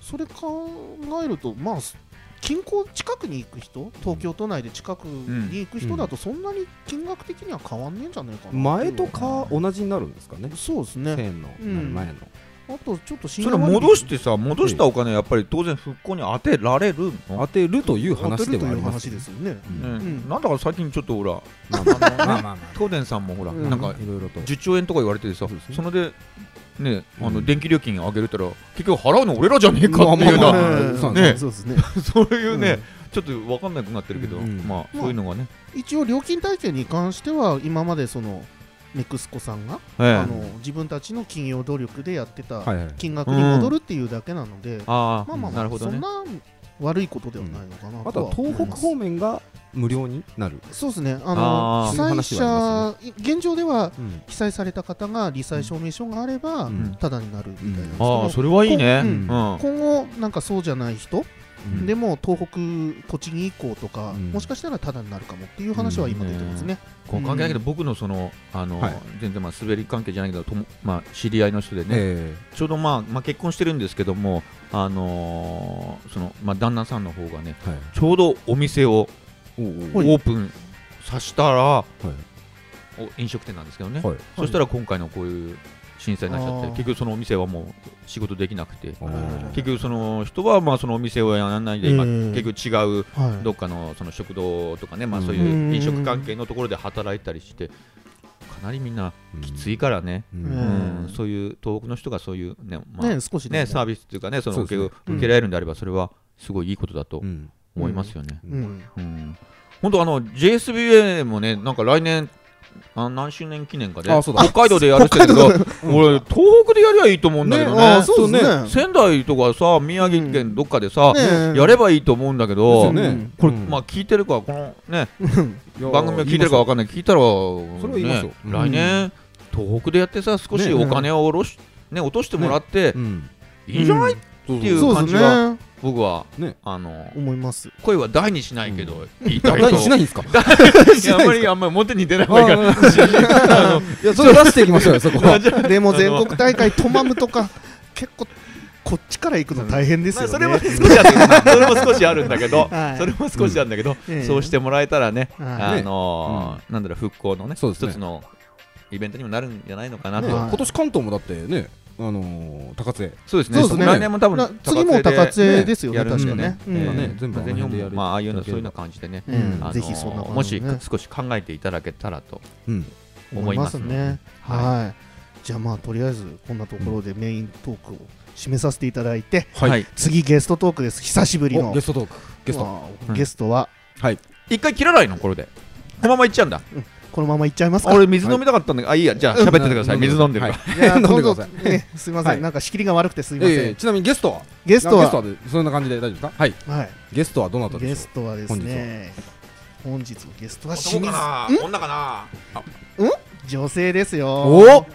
それ考えるとまあす近郊近くに行く人東京都内で近くに行く人だとそんなに金額的には変わんねえんじゃないかなってい
前
う
とか同じになるんですかね
そうです
1000
ね
円の
うん
前の
あとちょっと信
そ
用
れ
割引
戻してさ戻したお金やっぱり当然復興に当てられるの
当てるという
当
話
て
で
ると
はあ
い
り
う
ま
話
す
ですよね
うん
う
うん
んなんだか最近ちょっとほら
まあまあまあまあま
東電さんもほら
うん
なんか
あいろいろと
10兆円とか言われててさ
そうですね
それでねあ
う
の
ん
電気料金上げるったら結局払うの俺らじゃねえかっていう
ま
よう
あまあまあ
な
ね
そう
ね
そうですね
*laughs* そういう
う
ね
ん
ちょっと分かんなくなってるけど
うん
まあそういうのがね
一応料金体系に関しては今までそのネクスコさんが
え
あ
え
の自分たちの企業努力でやってた
はいはい
金額に戻るっていうだけなので
あ
まあまあま
あな
あ
るほど
そん
ね
な悪いことではないのかな
あ
と
と
は
は東
思い
北
ます
方面が無料になる
そうですね、あ
あ
の
ー
被
そういう
災
話
者、
は
現状では
うん
被災された方が罹災証明書があれば、
うん
ただになるみたいな、
うん
ああ
そ
それはいいね
う
うんん
の今後、なんかそうじゃない人、
うん
でも東北、栃木以降とか、
うん
もしかしたらただになるかもっていう話は今出てますね。
こう関係ないけど、僕のそのあの、
はい
全然まあ滑り関係じゃないけどとも、まあ、知り合いの人でね、
え
ちょうど、まあまあ、結婚してるんですけども、あのーそのまあ、旦那さんの方がね
えはい
ちょうどお店を
おう
オ
おう
ープンさせたら、
はい
お飲食店なんですけどね、
はい
そしたら今回のこういう震災になっちゃって
あー
結局そのお店はもう仕事できなくて
あー
結局その人はまあそのお店をやらないで今、
うん
結局違う
はい
どっかのその食堂とかね、まあ、
うん
そういう飲食関係のところで働いたりして、かなりみんなきついからね、
う
うん
ん
んそういう東北の人がそういうね,、まあ、ね
ね、少しでも
サービスというかね、その受け,、
そうで
ね
受けられるんであれば、それはすごいいいことだと
うん
思いますよね。
うん
うん本当あの JSBA もね、なんか来年、あ何周年記念かで、
あそうだ
北海道でやるって言うけど、 *laughs* 俺、東北でやりゃいいと思うんだけど
あ
ね
ー、そうですね
仙台とかさ、宮城県どっかでさ、
ね
やればいいと思うんだけ
ですよ
ど、
ね
これ、まあ聞いてるか、このね、
あ
番組を聞いてるかわ
か
かんない、聞いたら、
それは言いますよ
ね来年、東北でやってさ、少し
ね
お金を下ろし、ね、落としてもらって、
うん
いいじゃない、
そう
っていう
そう
感
で
じ
すね
は、僕は、
ね
あの、
思います。
声は大にしないけど、言いたいと。
大事しないんですか
いやあんまり、あんまり表に出ない方がいいから。
いやそれ出していきましょうよそこは
*laughs* でも全国大会、トマムとか、結構こっちから行くの大変です
ま
よ
あ、
ね、
それも少しあるけどそれも少しあるんだけど、
はい
それも少しあるんだけど、
ええ
そうしてもらえたらね、
はい
あのーなんだろう復興のね
そうですね
一つのイベントにもなるんじゃないのかなと、
ね
はい
今年関東もだってね、あのー高津
そうですね
そうですね
来年も多分
な次も高津
ね
ですよね
やるん
確
で
か
ね
ね,、
え
う
え
まあね
ん
全部
全日本も、まあ、ああいうのそういうの
か
感じでね、
うん
うん
あのー
ぜひそんな感じでね
もし少し考えていただけたらと
うん
思います
思ねはい、じゃあまあとりあえずこんなところでメイントークを締めさせていただいて、
はい、
次ゲストトークです久しぶり
お
の
ゲストトークゲスト
まあ
うん
ゲストは
はい
一回切らないのこれでこのままいっちゃうんだ
このままいっちゃいますか
俺水飲みたかったんだけど、あいいやじゃあ喋っててください、
うん
水飲んでるから、
はい
いや *laughs*
飲んで
今度
ください
ねすいません、
はい
なんか仕切りが悪くてすいません、
ええちなみにゲストは
ゲストは
あゲストはそんな感じで大丈夫ですかはい
はい
ゲストはどなたで
ゲ
し
ス
ょ
トはですね本日のゲストは清
男
水
かな女かな
女性ですよ
お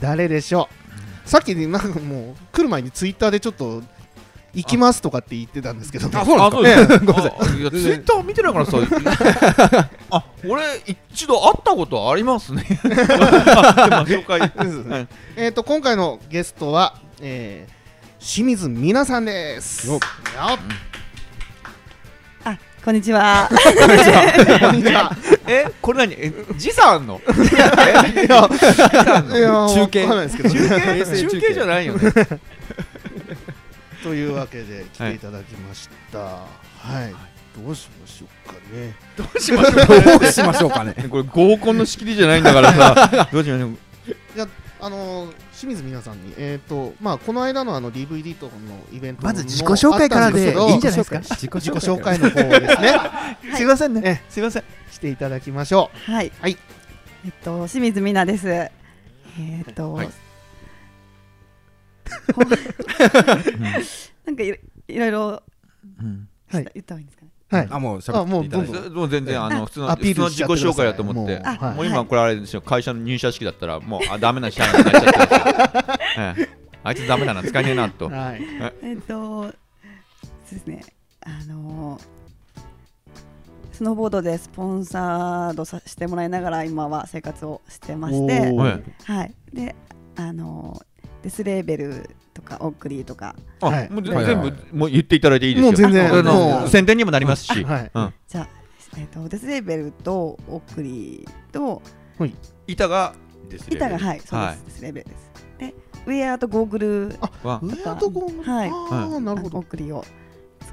誰でしょうさっきねなんかもう来る前にツイッターでちょっと行きますとかって言ってたんですけどね
あそうなんですか
あそう
ごめんなさ
あいやツイッター見てないからさあ俺一度会ったことありますねあでも紹介うん
えっと今回のゲストは、えー清水美奈さんです
よっ
っ
あ、こんに
*laughs*
ちは。
こんにちは
えこれ何え時差あんの
いや
時差あんの
いやわ
中継
かんないですけどね
衛星中継
中継じゃないよね
というわけで来ていただきましたはい、どうしましょうかね
どうしましょう
うどうしましょうかね
これ合コンの仕切りじゃないんだからさどうしましょう
あのー清水美奈さんに、えーとまあ、この間のあの DVD とかのイベント
まず自己紹介からでいいんじゃないです
もあった
か
んですけど自己紹介の方をですね
*laughs* すいませんね。
え
すいません
していただきましょ
はい。
はい。
えっと、清水美奈です。えーっと。
はい
こう *laughs* なんかいろいろいろした
はい
言った方がいいんですかね。
うはい
あもう喋っていただい
あもうどん
て
どん
もう全然あの普通の
ア
普
ピー
通の
ルしち
自
ゃ
己
ってください
紹介だと思って
もう
はい
もう今これあれですよ会社の入社式だったらもうあダメな社員になっちゃってるんですよええあいつダメだな使えねえなと
はい
えっと、そうですね。あのースノーボードでスポンサードさしてもらいながら今は生活をしてまして
お、ー
はい。で、あのーデスレーベルとかオックリーとか、
あ
はい
もうぜ
はいはい
全部もう言っていただいていいですよ
もう全
然
あこれの
もう
宣伝にもなりますし
はい
うん
じゃあ、えっとデスレーベルとオックリーと
板がですね
板がはいそうです、
はい
デスレーベルですでウェアとゴーグル
は
ウェアとゴーグル
はい
ああな
あ
る
の
ほど
オクリを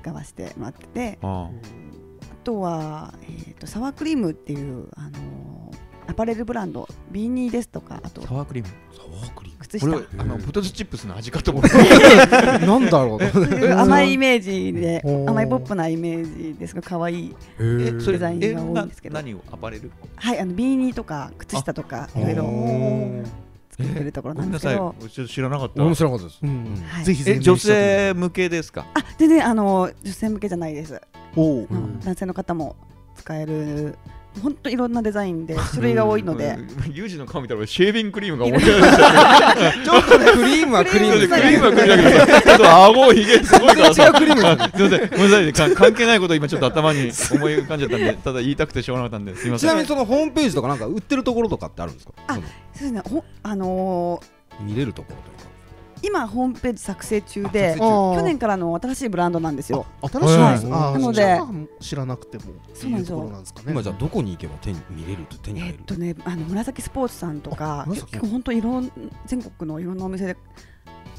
使わせてもらってて
あ
あとは、えー、とサワークリームっていう、あのーアパレルブランドビーニーですとかあと
あサワークリーム
靴
こ
下
れあの
うん
ポテトチップスの味かと思っ
*laughs*
た
なんだろう
そういう甘いイメージで
おー
甘いポップなイメージですごい可愛い
え
へー
それ
デザイン
え
が多いんですけど
な何をアパレル
はいあのビーニーとか靴下とか
あ
いろいろ
おー
作ってるところ
ご
な
め
ん
ん
で
な
す
さい
け
ち
ど
ょっと知らなかった
俺も知らなかったです
うん
はい
ぜひぜ
え
ひ
女性向けですか
あ全然あの女性向けじゃないです
おー
うん
男性の方も使える本当いろんなデザインで種類が多いので
うんユージの顔見たら俺シェービングクリームが思い出してきた
ちょっとねクリームはクリーム
クリーム
ですね
はクリームだけどさちょっと顎ひげすごいからさ違うクリームすいませんごめんなさいねか関係ないこと今ちょっと頭に思い浮かんじゃったんでただ言いたくてしょうがなかったんですいま
ち
せん
なみにそのホームページとかなんか売ってるところとかってあるんですか
あ
その
そうですねほあの
見れるところというか
ー今ホームページ作成中で
あ
あ
ー
去年からの新しいブランドなんですよ
新しいです
はい
あー
なので
じゃあ知らなくても
そうなんで
ってい
すよ
ところなんですかね
今じゃあどこに行けば手に見れると手に
え
入
っ
る
とねあの紫スポーツさんとか
あ紫
結構本当いろん全国のいろんなお店で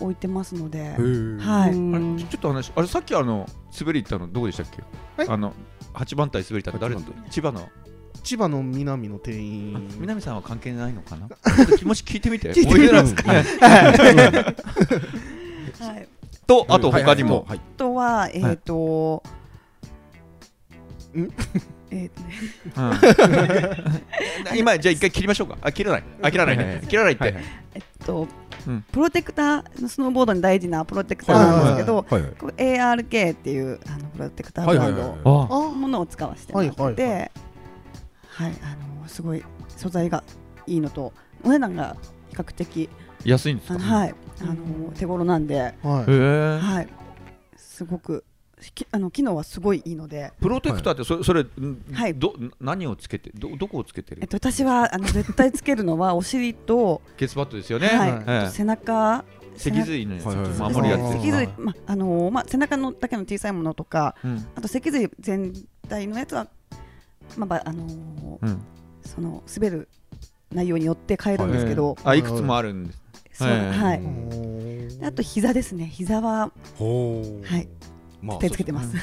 置いてますので
へー
は
あ
い
れちょっと話あれさっきあの滑り行ったのどこでしたっけ
え
あの八番隊滑り行ったの誰千
八番
葉の
千葉の南の店員
南さんは関係ないのかなもし聞いてみて
聞いてみます
おいでなんですか
はい、
とあと他にも
はい
あとはえっ、と、
ん
えっとね
うん今じゃあ一回切りましょうかあ切らないあ切らないね切らないっ
は
て
いはい
えっと、
うん
プロテクタースノーボードに大事なプロテクター
はい
なんですけど、
はいはい
こう ARK っていうあのプロテクター
は
ブ
いは
ラ
い
ン
は
ド
い
の
あ
あー
ものを使わせてもらってて、
は
はいい
はいは
あのすごい素材がいいのとお値段が比較的
安いんです
あ
か
の、はいあの手頃なんで、
はい
へえ
はい、すごくきあの機能はすごいいいので、
プロテクターってそれそれん
はい
ど何をつけてどどこをつけて
えっ
る
と、私はあの絶対つけるのはお尻と、
ケースバットですよね
はい
はい
あと背中
脊髄のやつ
はいはいはい
守るやつ
脊髄、まああのーまあ、背中のだけの小さいものとか
うん
あと脊髄全体のやつは、まあばあのー
うん
その滑る内容によって変えるんですけど、
あいくつもあるんです
そう
はい
はい
うん
であと膝ですね膝は
ほう
はい
まあ
手つけてます、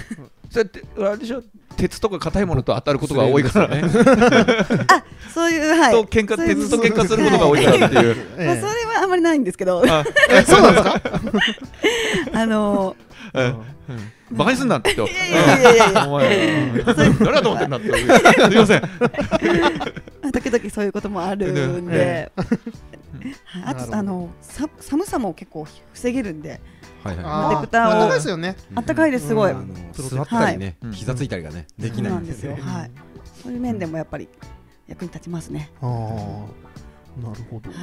それってあれでしょ鉄とか硬いものと当たることが多いからね
*laughs* そういうはい
と喧嘩
そういう
鉄と喧嘩することが多いからっていう
え
まあ、それはあまりないんです
*laughs*
け
*laughs*
ど
あ
えそうなんですか
あの
うんうんバカにすんなってと
ーいやいやいやいや
お前うん誰だと思ってんだ *laughs* っていうすいません
まあ時々そういうこともあるんで、はい
な
あ
るほ
と
ど
あのさ寒さも結構防げるんで、
はいはい
あー
ディクターを
あったかいですよね
あったかいですすごい、
あの座ったりね、
はい
膝ついたりがね、で
そ
き
う
ない
なんですよ、はい、そういう面でもやっぱり役に立ちますね、
ああなるほど
は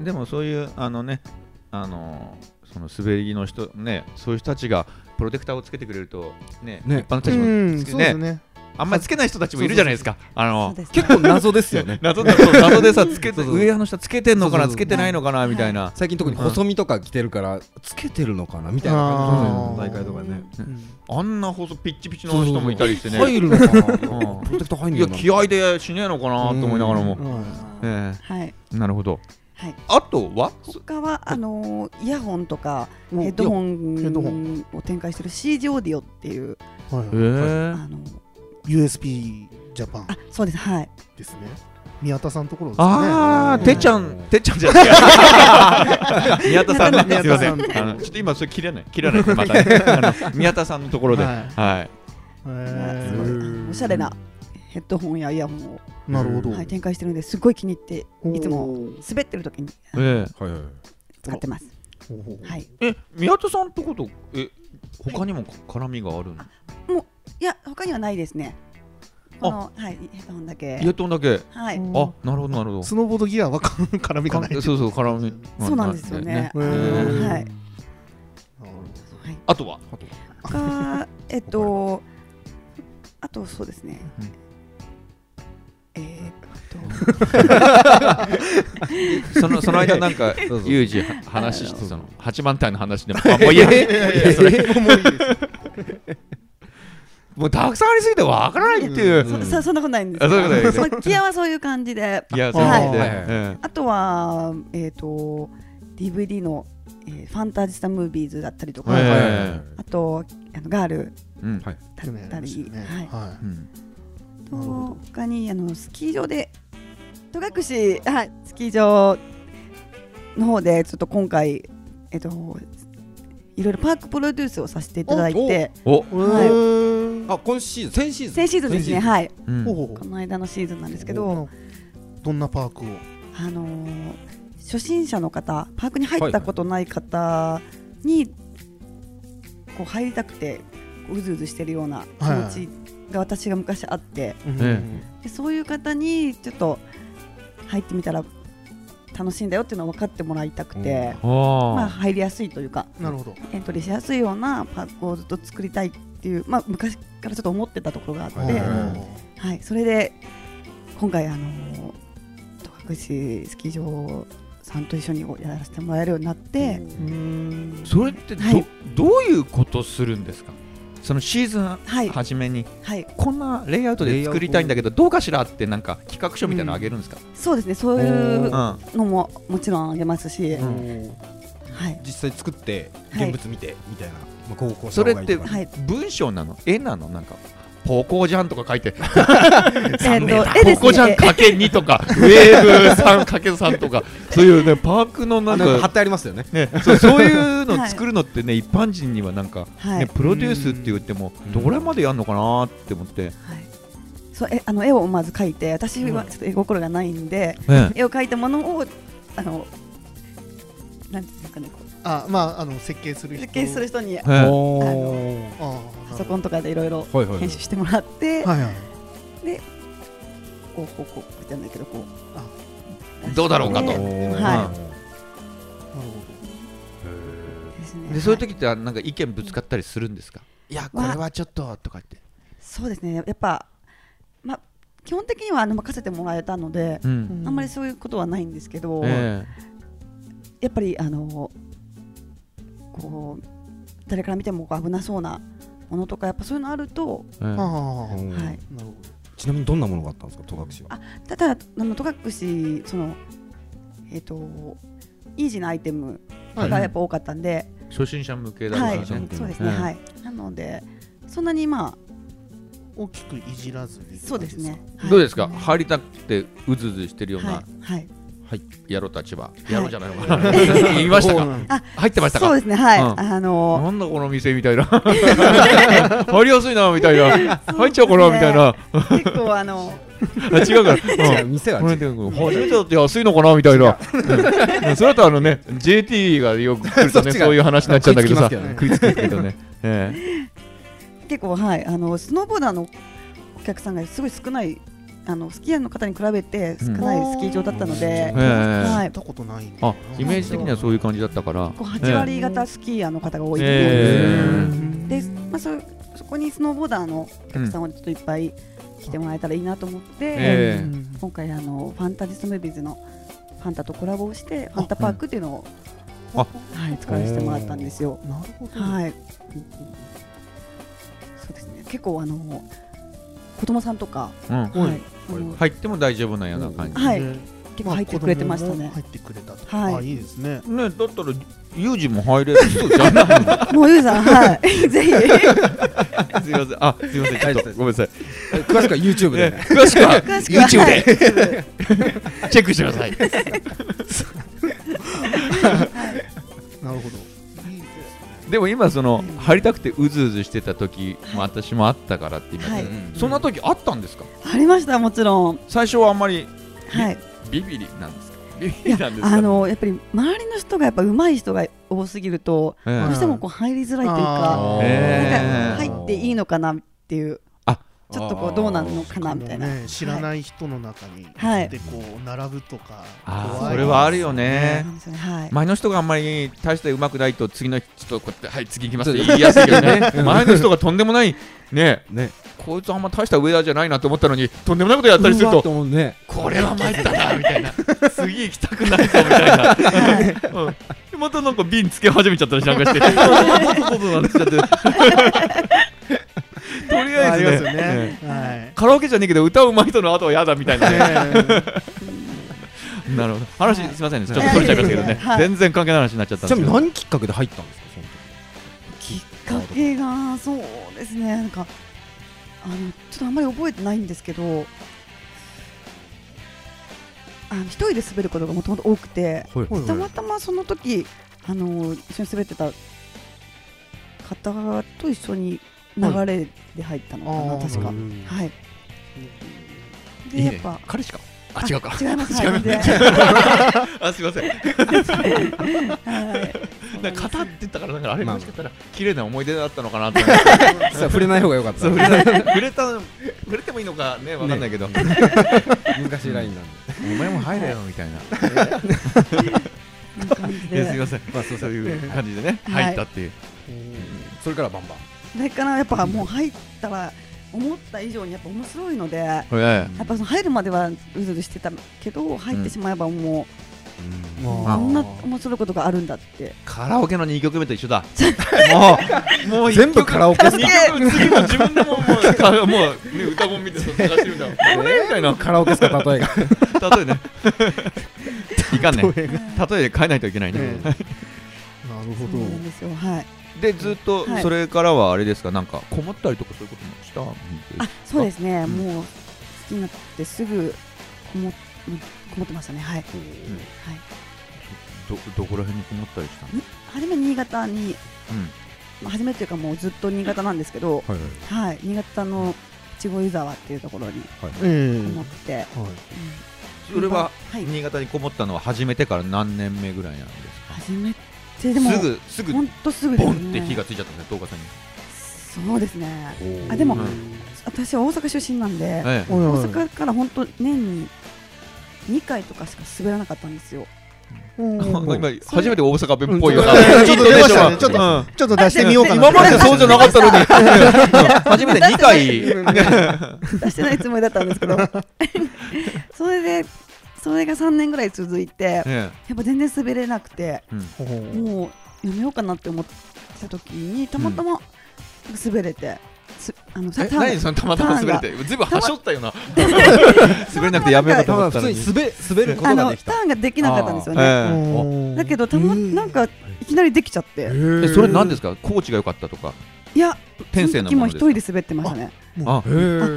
い、
でもそういうあのねあのその滑りの人ねそういう人たちがプロテクターをつけてくれるとね
ね
一般の人た
う
ちも
ん
つけ
そ
て
うです
ね
ね
あんまりつけない人たちもいるじゃないですかあの
そうですね
結構謎ですよね
謎だと謎でさつけて
そうそう
ウエアの人つけてんのかな
そうそう
つけてないのかなみたいな
最近特に細身とか着てるからつけてるのかなみたいな
あ
感
ー
じの大会とかね
あんな細ピッチピチの人もいたりしてね
入るのかなプ
うん
ロテクター入ん
い
の
や
かな
気合でしねえのかなと思いながらも
うん
はい
え
はい、
えなるほど
はい
あとは
他はあのーイヤホンとか
お
ヘッドホ
ヘッドホ
ンを展開してる CG オーディオっていう、
はい
え
あのー
USP ジャパン
あそうですはい
ですね宮田さんのところですね
ああ、
うん
てっちゃん、てっちゃんじゃない。宮田さんね、
宮
すみま
田
せ
さん
ん。あのちょっと今それ切れない、切らないでまたね。あの宮田さんのところで、
はい
は
へ
す
ー
ごいあのおしゃれなヘッドホンやイヤホンを、
なるほど
はい、展開してるんですごい気に入って
おー
いつも滑ってる時に
い。え
はいはいはい
使ってます、
ほうほうほう
はい、
え、宮田さんとことえ他にも絡みがあるの？
いや他にはないですねこのはいヘッドホンだけ
イヤトンだけ。
は
あ、な
い
るほどなるほど。
スノーボードギアは *laughs* 絡みがない
かんそうそう絡み。
そうなんですよね。
へー
はい
なるほど
はい
あとは、
あと
他えっとあとそうですね、
うん
え
その *laughs* その間なんか
うぞ
ユージ話してその八番隊の話でも、あもういいや、もういいやそれ
もういいです
もうたくさんありすぎてわからないっていう
ー。
うん
そ *laughs* そそんなことないんです
あそういうことない
*laughs* そのギアはそういう感じで
いや、
あ
そうなんで
はい
はいはい
うん
あとはえっ、と DVD の、えーファンタジスタムービーズだったりとか、
はいはい
あとあのガール
うん
はい
だったり、
ね
はい、
は
うん
と
なるほど
他にあのスキー場で戸隠、はい、スキー場の方でちょっと今回えっ、といろいろパークプロデュースをさせていただいて
い
お、
はい
へー
あ今シーズン先シーズン
先シーズンですねはい
うん
ほうほうほう
この間のシーズンなんですけど
どんなパークを
あのー初心者の方パークに入ったことない方に、こう入りたくてうずうずしてるような気持ちが私が昔あって、
え
でそういう方にちょっと入ってみたら楽しいんだよっていうのを分かってもらいたくて、まあ、
あ
入りやすいというか
なるほど
エントリーしやすいようなパークをずっと作りたいっていう、まあ、昔からちょっと思ってたところがあって、
は
はいい
はいはい
それで今回あの戸隠スキー場さんと一緒にやらせてもらえるようになって、
あ、それってど、
はい
どういうことするんですか。そのシーズン
はい、
初めに、
はい、
こんなレイアウトで作りたいんだけど、どうかしらって、なんか企画書みたいなのあげるんですか。
そうですねそういう
うん、あ
のももちろんあげますし、
うん
はい、
実際作って
はい
現物見てみたいな、まあ、こうこう
それって
した方がいいとか
はい、
文章なの、絵なの、なんか。ポコじゃんとか書いて、
えっと
ポコじゃんかけ2と
*laughs*
か、ウェーブ3かけ3とか、 *laughs* そういうね、パークのな
なんんか貼
か、
ってありますよね
ね、そうそういうの
はい
作るのってね、一般人にはなんか、
はい
ね、プロデュースって言っても
うん
どこらまでやるのかなって思って、
はい、そうえあの絵をまず描いて私はちょっと絵心がないんで、絵を描いたものをあのなんていうんですかねこう
あまああの設計する人
設計する人に
ええ
おー
あー
パソコンとかでいろいろ
はいはいはい
編集してもらって、
はいはい
こうこうこうじゃないけどこ
あ
う
どうだろうかと
出しては
なるほ
いですね
でそういう
はい
時ってあなんか意見ぶつかったりするんですか、いやこれはちょっととかって、
そうですねやっぱまあ基本的にはあの任せてもらえたので、
うん
ど
あんまりそういうことはないんですけど、
え
やっぱりあのこう誰から見てもこう危なそうなものとかやっぱそういうのあると、
ええ
ああ
うん
はい、
なるほ
ちなみにどんなものがあったんですか、戸隠は。
ただあの戸隠そのえっ、とイージーなアイテム
どはい
がやっぱ多かったんで、
初心者向けだか
は
ら
い、
ね、
そう
ね
です
うん
ね、はいなのでそんなにまあ
大きくいじらずにって
そ
感
うで
じ
すね
どうですか、
はい
入りたくてうずうずしてるような
は、
い
はい、
野郎たちは、
い
野郎じゃないのかな *laughs* 言いましたか入ってました
そう
か
ですねはい、
うん
あの
なんだこの店みたいな *laughs* 入りやすいなみたいな入っちゃうかなみたいな
結構あの
あ違うから
違う店は
こ
違
れ
う。
で初めてだって安いのかなみたいな、うんそれだとあのね JT がよく来るとね
そっち
そ
が
ういう話になっちゃうんだけどさ
食いつきま
食いつく
す
けどね、ええ
結構はいあのスノーボーダーのお客さんがすごい少ないあのスキーの方に比べて少ないスキー場だったので、
うん
ええ
は
行っ
い
たことないんだよ
あ
な
イメージ的にはそういう感じだったから
こう8割型スキーヤーの方が多い
え
で,、
うん
でまあ、そそこにスノーボーダーのお客さんをちょっといっぱい来てもらえたらいいなと思って、
え
う
え
ん
今回あのファンタジストムービーズのファンタとコラボをしてファンタパークっていうのを、
あ
はい、使わせてもらったんですよ。
なるほど
はい、そうですね結構あの子供さんとか、
うん
はい
はいあの
入っても大丈夫なような感じ、
はい
で
結構入ってくれてました
あ
ね
子供も。入ってくれたと
はい
あいいですね
ねだったらユージも入れるそうじゃない
*laughs* もうゆうさん、はい、ぜ
*laughs*
ひ。
すいませんあすいませんちょっとごめんなさい
詳しくは YouTube でね。
詳しくは
詳しく
YouTube
は
でチェックしてください
なるほどいい
でも今その入りたくてうずうずしてた時も私もあったからって今、
はい
そんな時あったんですか
ありました、もちろん。
最初はあんまり
はい。
ビビリなんですかビビ
い
リ
や
なんですか
あのやっぱり周りの人がやっぱ上手い人が多すぎると、
ええ
どうしてもこう入りづらいというか、
あー
なんか
ええ
入っていいのかなっていう。
あ
ちょっとこうどうなるのかなみたいな。
ね知らない人の中に、
はい
でこう並ぶとか
あー
怖い
それはあるよ
そう
ね
なんですよねはい。
前の人があんまり大してうまくないと次の人ちょっとこうやってはい次行きますって言いやすいけど *laughs* ね前の人がとんでもないね
ね
こいつあんま大した上だじゃないなと思ったのにとんでもないことやったりする
うわ
と
と思うね。
これは参ったなみた *laughs* いな次行きたくないぞみ *laughs* たいな、うんでまたなんか瓶つけ始めちゃったりなんかしてまたことなっちゃって *laughs* とりあ
あ
え
り
ず
ますよ
ね
ね、はい
カラオケじゃねえけど歌うまい人の後は嫌だみたいなね
ね
なるほど話すいませんねちょっと
はい
取れちゃいましたけどね、
はい
全然関係ない話になっちゃったんです
ちなみ
け
に
ど
何きっかけで入ったんですか、その
きっかけがそうですね。なんかあのちょっとあんまり覚えてないんですけど。あの一人で滑ることがもともと多くて、
時。
はい
たまたまその時あの一緒に滑ってた方と一緒に流れで入ったのかな、
はい
*laughs* 確か。
うん
はい。で
いい
やっ
ね
ぱ
彼氏かあ違うか
違います。
*laughs* 違う
はいで
あすいません
*laughs* はい
なんか語ってたからなんかあれ
まあ
もしかしたら綺麗な思い出だったのかなと思って
さあ触れない方が良かった。
触れた触れた触れてもいいのかねわかんないけど、
難しいラインなんで。
お前も入れよみたいな
そんな感
*laughs*
じ
いやすみ
で
ません、まあ、そうそういう感じでね、
はい
入ったっていう、
それからバンバン。
それからやっぱもう入ったら思った以上にやっぱ面白いので、や
これね
っぱその入るまではうずうずしてたけど入ってしまえばも
うん
う
も
こんな面白いことがあるんだって。
カラオケの2曲目と一緒だ、もう、もう
全部カラオケっす
2曲目、次も自分でもも *laughs* う、かもう、ね、歌本見て探してるんだ、これみたいな、
*laughs* カラオケっすか、例えが。
例えね、 *laughs* いかんね、 *laughs* 例
え
えで変えないといけないね、
えなる
そ
ほ
うなんですよ。はい。
で、ずっと
は、い
それからはあれですか、なんか、困ったりとか、そういうこともしたん
あ
で、
そうですね。
うん
もう好きになってすぐこもうんこもってましたね。はい。はい。
どどこら辺に困ったりしたの、
に初め新潟に、まあ、初めというかもうずっと新潟なんですけど、
はい。
はい、新潟の越後湯沢っていうところに
どええ
思って、
はい
うん
それは、
はい、
新潟にこもったのは初めてから何年目ぐらいなんですか
初めてでも
すぐすぐ
ほんとすぐです
ボ
ね
ンって火がついちゃったんですね東華さんに、
そうですねあでも
うん
私は大阪出身なんで、
ええ
おい
大
おい
阪から本当年に2回とかしか滑らなかったんですよ
おいおい
今初めて大阪弁っぽいよな、
うんちょっと出まし
ち
たねちょっと
ょっ
ちょっと出してみようかな
今までそうじゃなかったのに *laughs* 初めて2回
*laughs* 出してないつもりだった
*laughs*
んですけどそれでそれが3年ぐらい続いてや
ええ
っぱ全然滑れなくて
うん
ほう
もうやめようかなって思った時にたまたま滑れて、すあのさ
え
ターン
何そのたまたま滑れてずいぶんはしょったような滑れなくてやめようかと思ったのに
普通に滑滑るこ
あ
とが
のタ
できた
ーンができなかったんですよね。
ええ
だけどたまなんかいきなりできちゃって、
えそれ何ですすかコーチが良かったとか
いや
天性
その
の
時
も
も
の
一
ですか
人で滑ってましたね。
あ
あ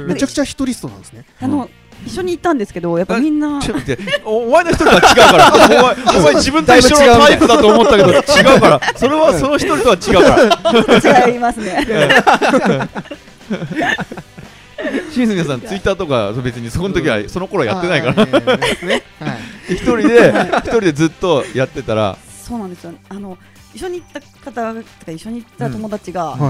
めちゃくちゃヒットリストなんですね。
あの一緒に行ったんですけどやっぱみんな
ちょっと待っておお前の人とは違う *laughs* からお前お前自分と一緒のタイプだと思ったけど違うから *laughs* それはその一人とは違うから
違いますね。
*laughs* 清水さんツイッターとか別にその時はその頃やってないか
ら。
ら
ええです
*laughs*
ねはい
一人 *laughs* で一人でずっとやってたら
そうなんですよ。あの一緒に行った方とか一緒に行った友達が、あ
はい。
の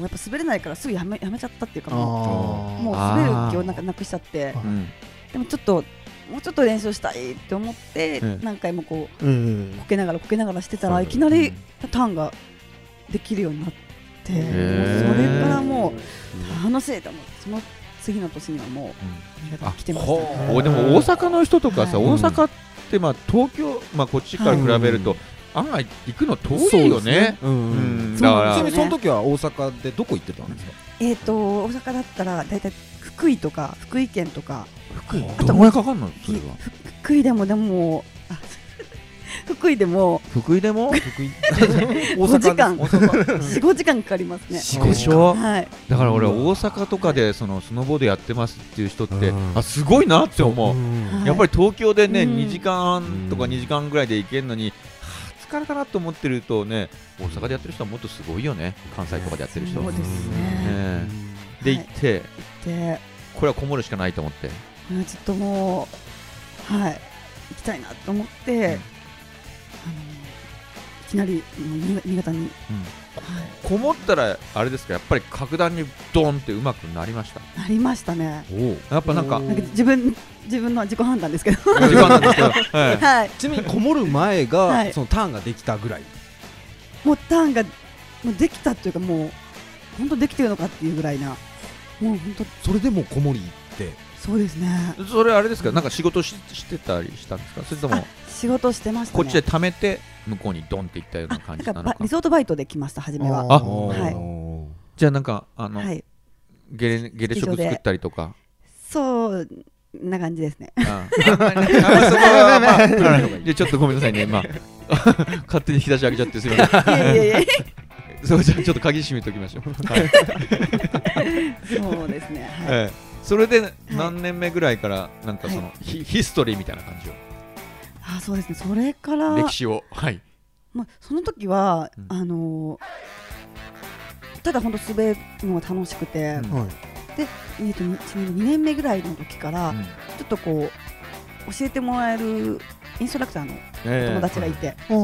やっぱ滑れないからすぐやめやめちゃったっていうかもうもう
あ
滑る気をなんかなくしちゃって
あ
うん
でもちょっともうちょっと練習したいって思って、
ええ
何回もこう
あ。うん
こ。けながらこけながらしてた
そ
ら
う
いきなり
うん
ターンができるようになって、もう
へ
そ
え
れからもう楽しいと思ってその次の年にはもう
あ
来てましたね。
ほうでも大阪の人とかさ、
はい
大阪ってまあ東京、まあ、こっちから比べると、案外行くの遠いよね。
うん
う
うん
ん
ち
だか
なみ
ら
にその時は大阪でどこ行ってたんですか
えっ、と大阪だったら大体福井とか福井県とか
福井
あと
どのぐらいかかるのそれは
福井でもでもあ *laughs* 福井
*laughs*
でも
福井 *laughs* でも
福井
五時間
*laughs*
大阪
四五時間かかりますね。
四
五
で
時
し
間
ょ
はい。
だから俺大阪とかでそのスノーボードやってますっていう人って
うん
あすごいなって思う、
ん
はい
やっぱり東京でね、
うん
2時間とか
うん
2時間ぐらいで行けるのに、はあ疲れたなと思ってるとね大阪でやってる人はもっとすごいよね関西とかでやってる人
そう
は
で
ね
すね。
え
は
で
い
行って
で、
これはこもるしかないと思って
うんちょっともうはい行きたいなと思って、あのいきなりもう新新潟に、は
こもったらあれですかやっぱり格段にドンってうまくなりました
い、なりましたね。
やっぱなんか
おー
なんか自分自分の自己判断ですけど、
時間なんですけど、はい
*laughs* はい。
ちなみにこもる前
はい
がそのターンができたぐらい
もうターンがもうできたというかもう本当できてるのかっていうぐらいなもう本当
それでもうこもり行って
そうですね
それあれですかなんか仕事ししてたりしたんですかそれと
あ
も
仕事してましたね
こっちで貯めて向こうにドンっていったよう
あ
な感
な
じ
んか
なの
ば
か
リゾートバイトで来ました初めは
あ
はい
お
じゃあなんかあの、
はい
ゲレゲレ食作ったりとか
そうな感じで
*laughs*
すね
ああんまりねあんまりそこはまあ取らない方がいいでちょっとごめんなさいね今 *laughs* 勝手に引き出し開けちゃってすみません
いやいやいや
そうじゃあちょっと鍵閉めておきましょう、はい
そうですねはい
ええそれで何年目ぐらいからなんかその、ヒヒストリーみたいな感じを
あそうですねそれから
歴史を、はい、
まあその時は
うん
あのーただ本当滑るのが楽しくて、
うん
はい。
えっと2年目ぐらいの時から、
うん
ちょっとこう教えてもらえるインストラクターの友達がいて、
お
で教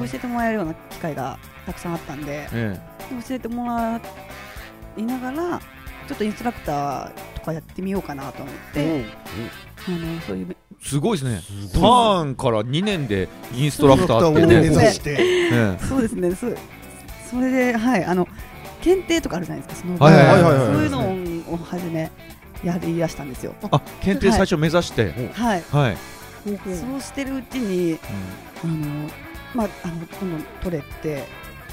ー
えてもらえるような機会がたくさんあったんで
え
で教えてもらいながらちょっとインストラクターとかやってみようかなと思って、あのそういう
えすごいですね
す
タ
ごい
ーンから2年でインストラクターって
ド
ね
クターを目指して。
ええ
そうですねそうそれではいあの検定とかあるじゃないですかその、
はいはいはい
はい
そういうのをはじめやりだしたんですよ
あ検定最初目指して、
はい
はい、
そうしてるうちにあのまああのどんどん取れて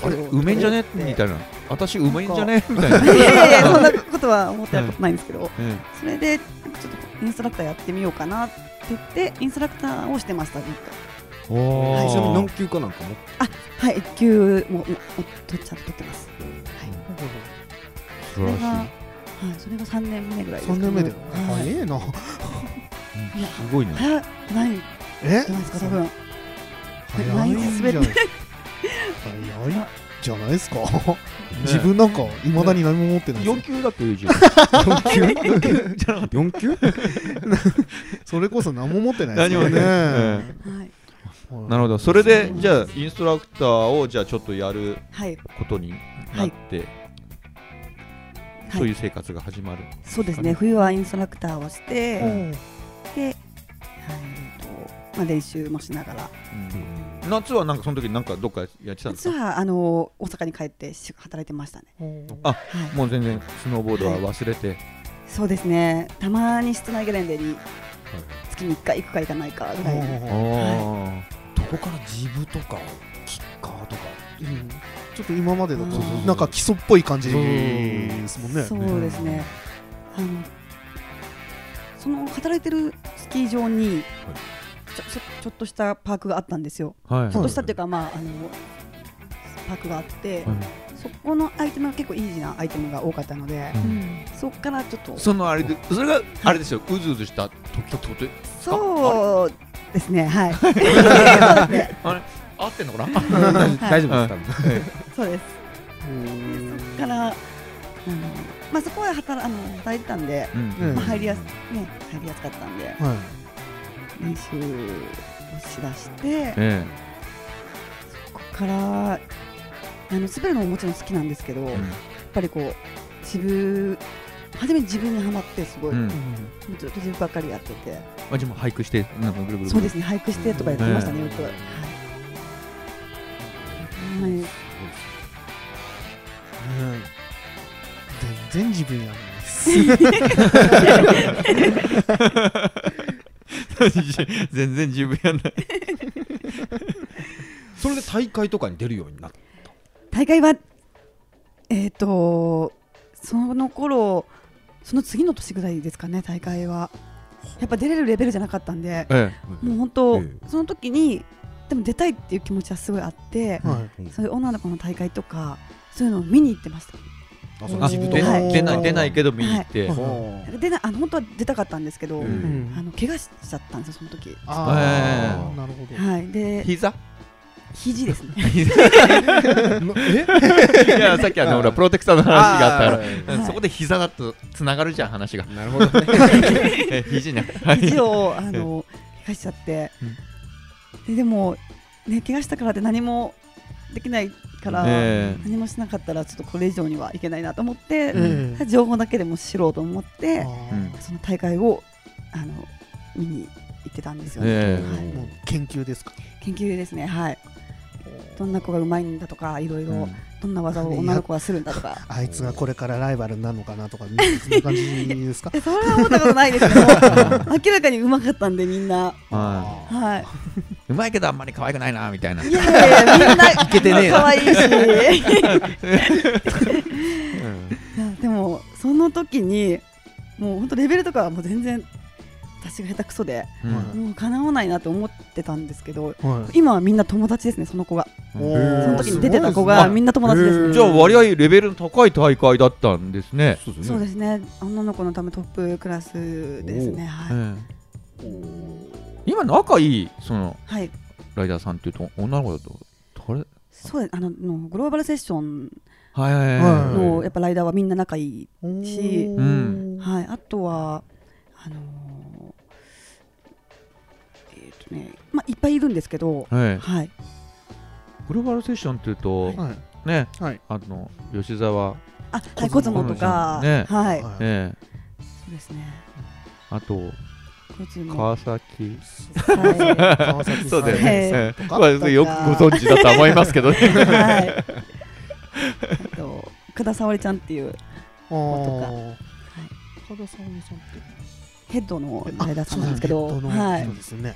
あれうめえんじゃねみた
い
いな私うめえんじゃねみたいな、
ないやいやいやそんなことは思ってたことないんですけど、
え
それでなんかちょっとインストラクターやってみようかなって言ってインストラクターをしてましたずっと
えお
ちなみ
ー
に何級かなんかも
はい一級もも取っちゃ取ってますはいそ
素晴
れが、
ら
は
し
い、それが3年目ぐらいですか
3
ね
年目で。
はい
早えな。
いすごいね
*laughs* 早くないん
え
じゃないですか多分
早いんじゃない
毎日滑っ
早いじゃないですか。自分なんかいまだに何も持ってないですよ
4級だっけ、ユージ級じゃなかっ
4級
*laughs* それこそ何も持ってない
た。
です
何
よね
も
*laughs*
ね。。え
はい、
えなるほど、それで、じゃあ、インストラクターを、じゃあ、ちょっとやる
はい、
ことになって、そういう生活が始まる。
そうですね冬はインストラクターをして、
おー
で、はいえっとまあ、練習もしながら
うん夏は、なんか、その時、なんか、どっかやってたんです
実
か。
はあの大阪に帰ってし働いてましたね、はい、
もう全然、スノーボードは忘れて。
そうですねたまに室内ゲレンデに月に1回行くか行かないかぐらいの
あ
おー
ー
どこからジブとかをきっかとか
うんちょっと今までだと
そうそうそう
なんか基礎っぽい感じ
そう
ですもんね。
そうですね。あのその働いてるスキー場にちょちょちょっとしたパークがあったんですよ。
はい
ちょっとしたっていうかまああのパークがあって、そこのアイテムが結構イージーなアイテムが多かったので、そこからちょっと
そのあれでそれがあれですようずうずした時ってこと
そうですねはい
合ってんのかな
大丈夫です
そうです。からあのまあそこは働あの働いてたんで、
うん
まあ、入りやすね入りやすかったんで
はい。
練習をしだして。
え
ここからあの滑るのももちろん好きなんですけど、
え
やっぱりこう自分初めに自分にはまってすごい、
うん
も
ま
うずっと自分ばっかりやってて、
あじゃあもう俳句してなんかぐるぐる
そうですね俳句してとかやってましたね、
うん
よく、はいはい
うん全然自分やんないです。
*laughs* 全然自分やんない
それで大会とかに出るようになって
大会はえっ、とその頃その次の年ぐらいですかね大会はやっぱ出れるレベルじゃなかったんで
え
もう本当、
え
その時にでも出たいっていう気持ちはすごいあって、
はい。
そういう女の子の大会とかそういうのを見に行ってました
あ
そ
そうう
あ
自
出
分
自
と
分
は
ない出ない出ないけど見に行って、
はい
でなあの本当は出たかったんですけど、
う
うんん
あの怪我しちゃったんですよその時
あ
え
あ、なるほど。
はいで
膝
肘ですね
え
いやさっきあのほらプロテクターの話があったから
っ
うんそこで膝だとつながるじゃん話が
なるほどね
え肘ねはい
肘をあの怪我しちゃって、ででもね怪我したからって何もできないから、
え
何もしなかったらちょっとこれ以上にはいけないなと思って、
ええ
情報だけでも知ろうと思って
あ
うん
その大会をあの見に行ってたんですよね、
え
はい
ーもう研究ですか。
研究ですねはいどんな子がうまいんだとかいろいろ、どんな技を女の子がするんだ
*laughs*
とか。
あいつがこれからライバルなのかなとか、そんな感じですか
えそれは思ったことないですけど明らかにうまかったんでみんな
は
はい
いうまいけどあんまり可愛くないなみたいない
やいやいやみんない
けてねえな
可愛いし *laughs* いやでもその時にもう本当レベルとかはもう全然私が下手くそで
うん
はい
もうかなわないなと思ってたんですけど
はい。
今はみんな友達ですねその子が
お
そ
ー
の時に出てた子
すごい
が
ですね
みんな友達です
へ
ね
ー
じゃあ割合レベルの高い大会だったんですね。
そうで
そうですね女の子のためトップクラスですねは
え
い
え今仲いいその
はい
ライダーさんっていうと女の子だと誰
そうですあののグローバルセッション
はいはい
は
のやっぱライダーはみんな仲いいし
おー
うん
はい、あとはあのーえっ、とね、まあいっぱいいるんですけど、
いはい
はい、
グローバルセッションっていうと
はい。
ね
はい
あの吉沢
あ、はい、コズモとか、
ね
はい、
はい
ええ
そうですね、
あと
コズモ、
川崎
は
川崎さん
そうだよ
ね
ええ
とか
まあよくご存知だと思いますけど
*laughs*
い、
ね
はい、あと福田沙織ちゃんっていう
あー岡田沙織さんって
ヘッドの
あ
ライダーさんなんですけど、
そうだ
は
ね
い
そう、ですよね。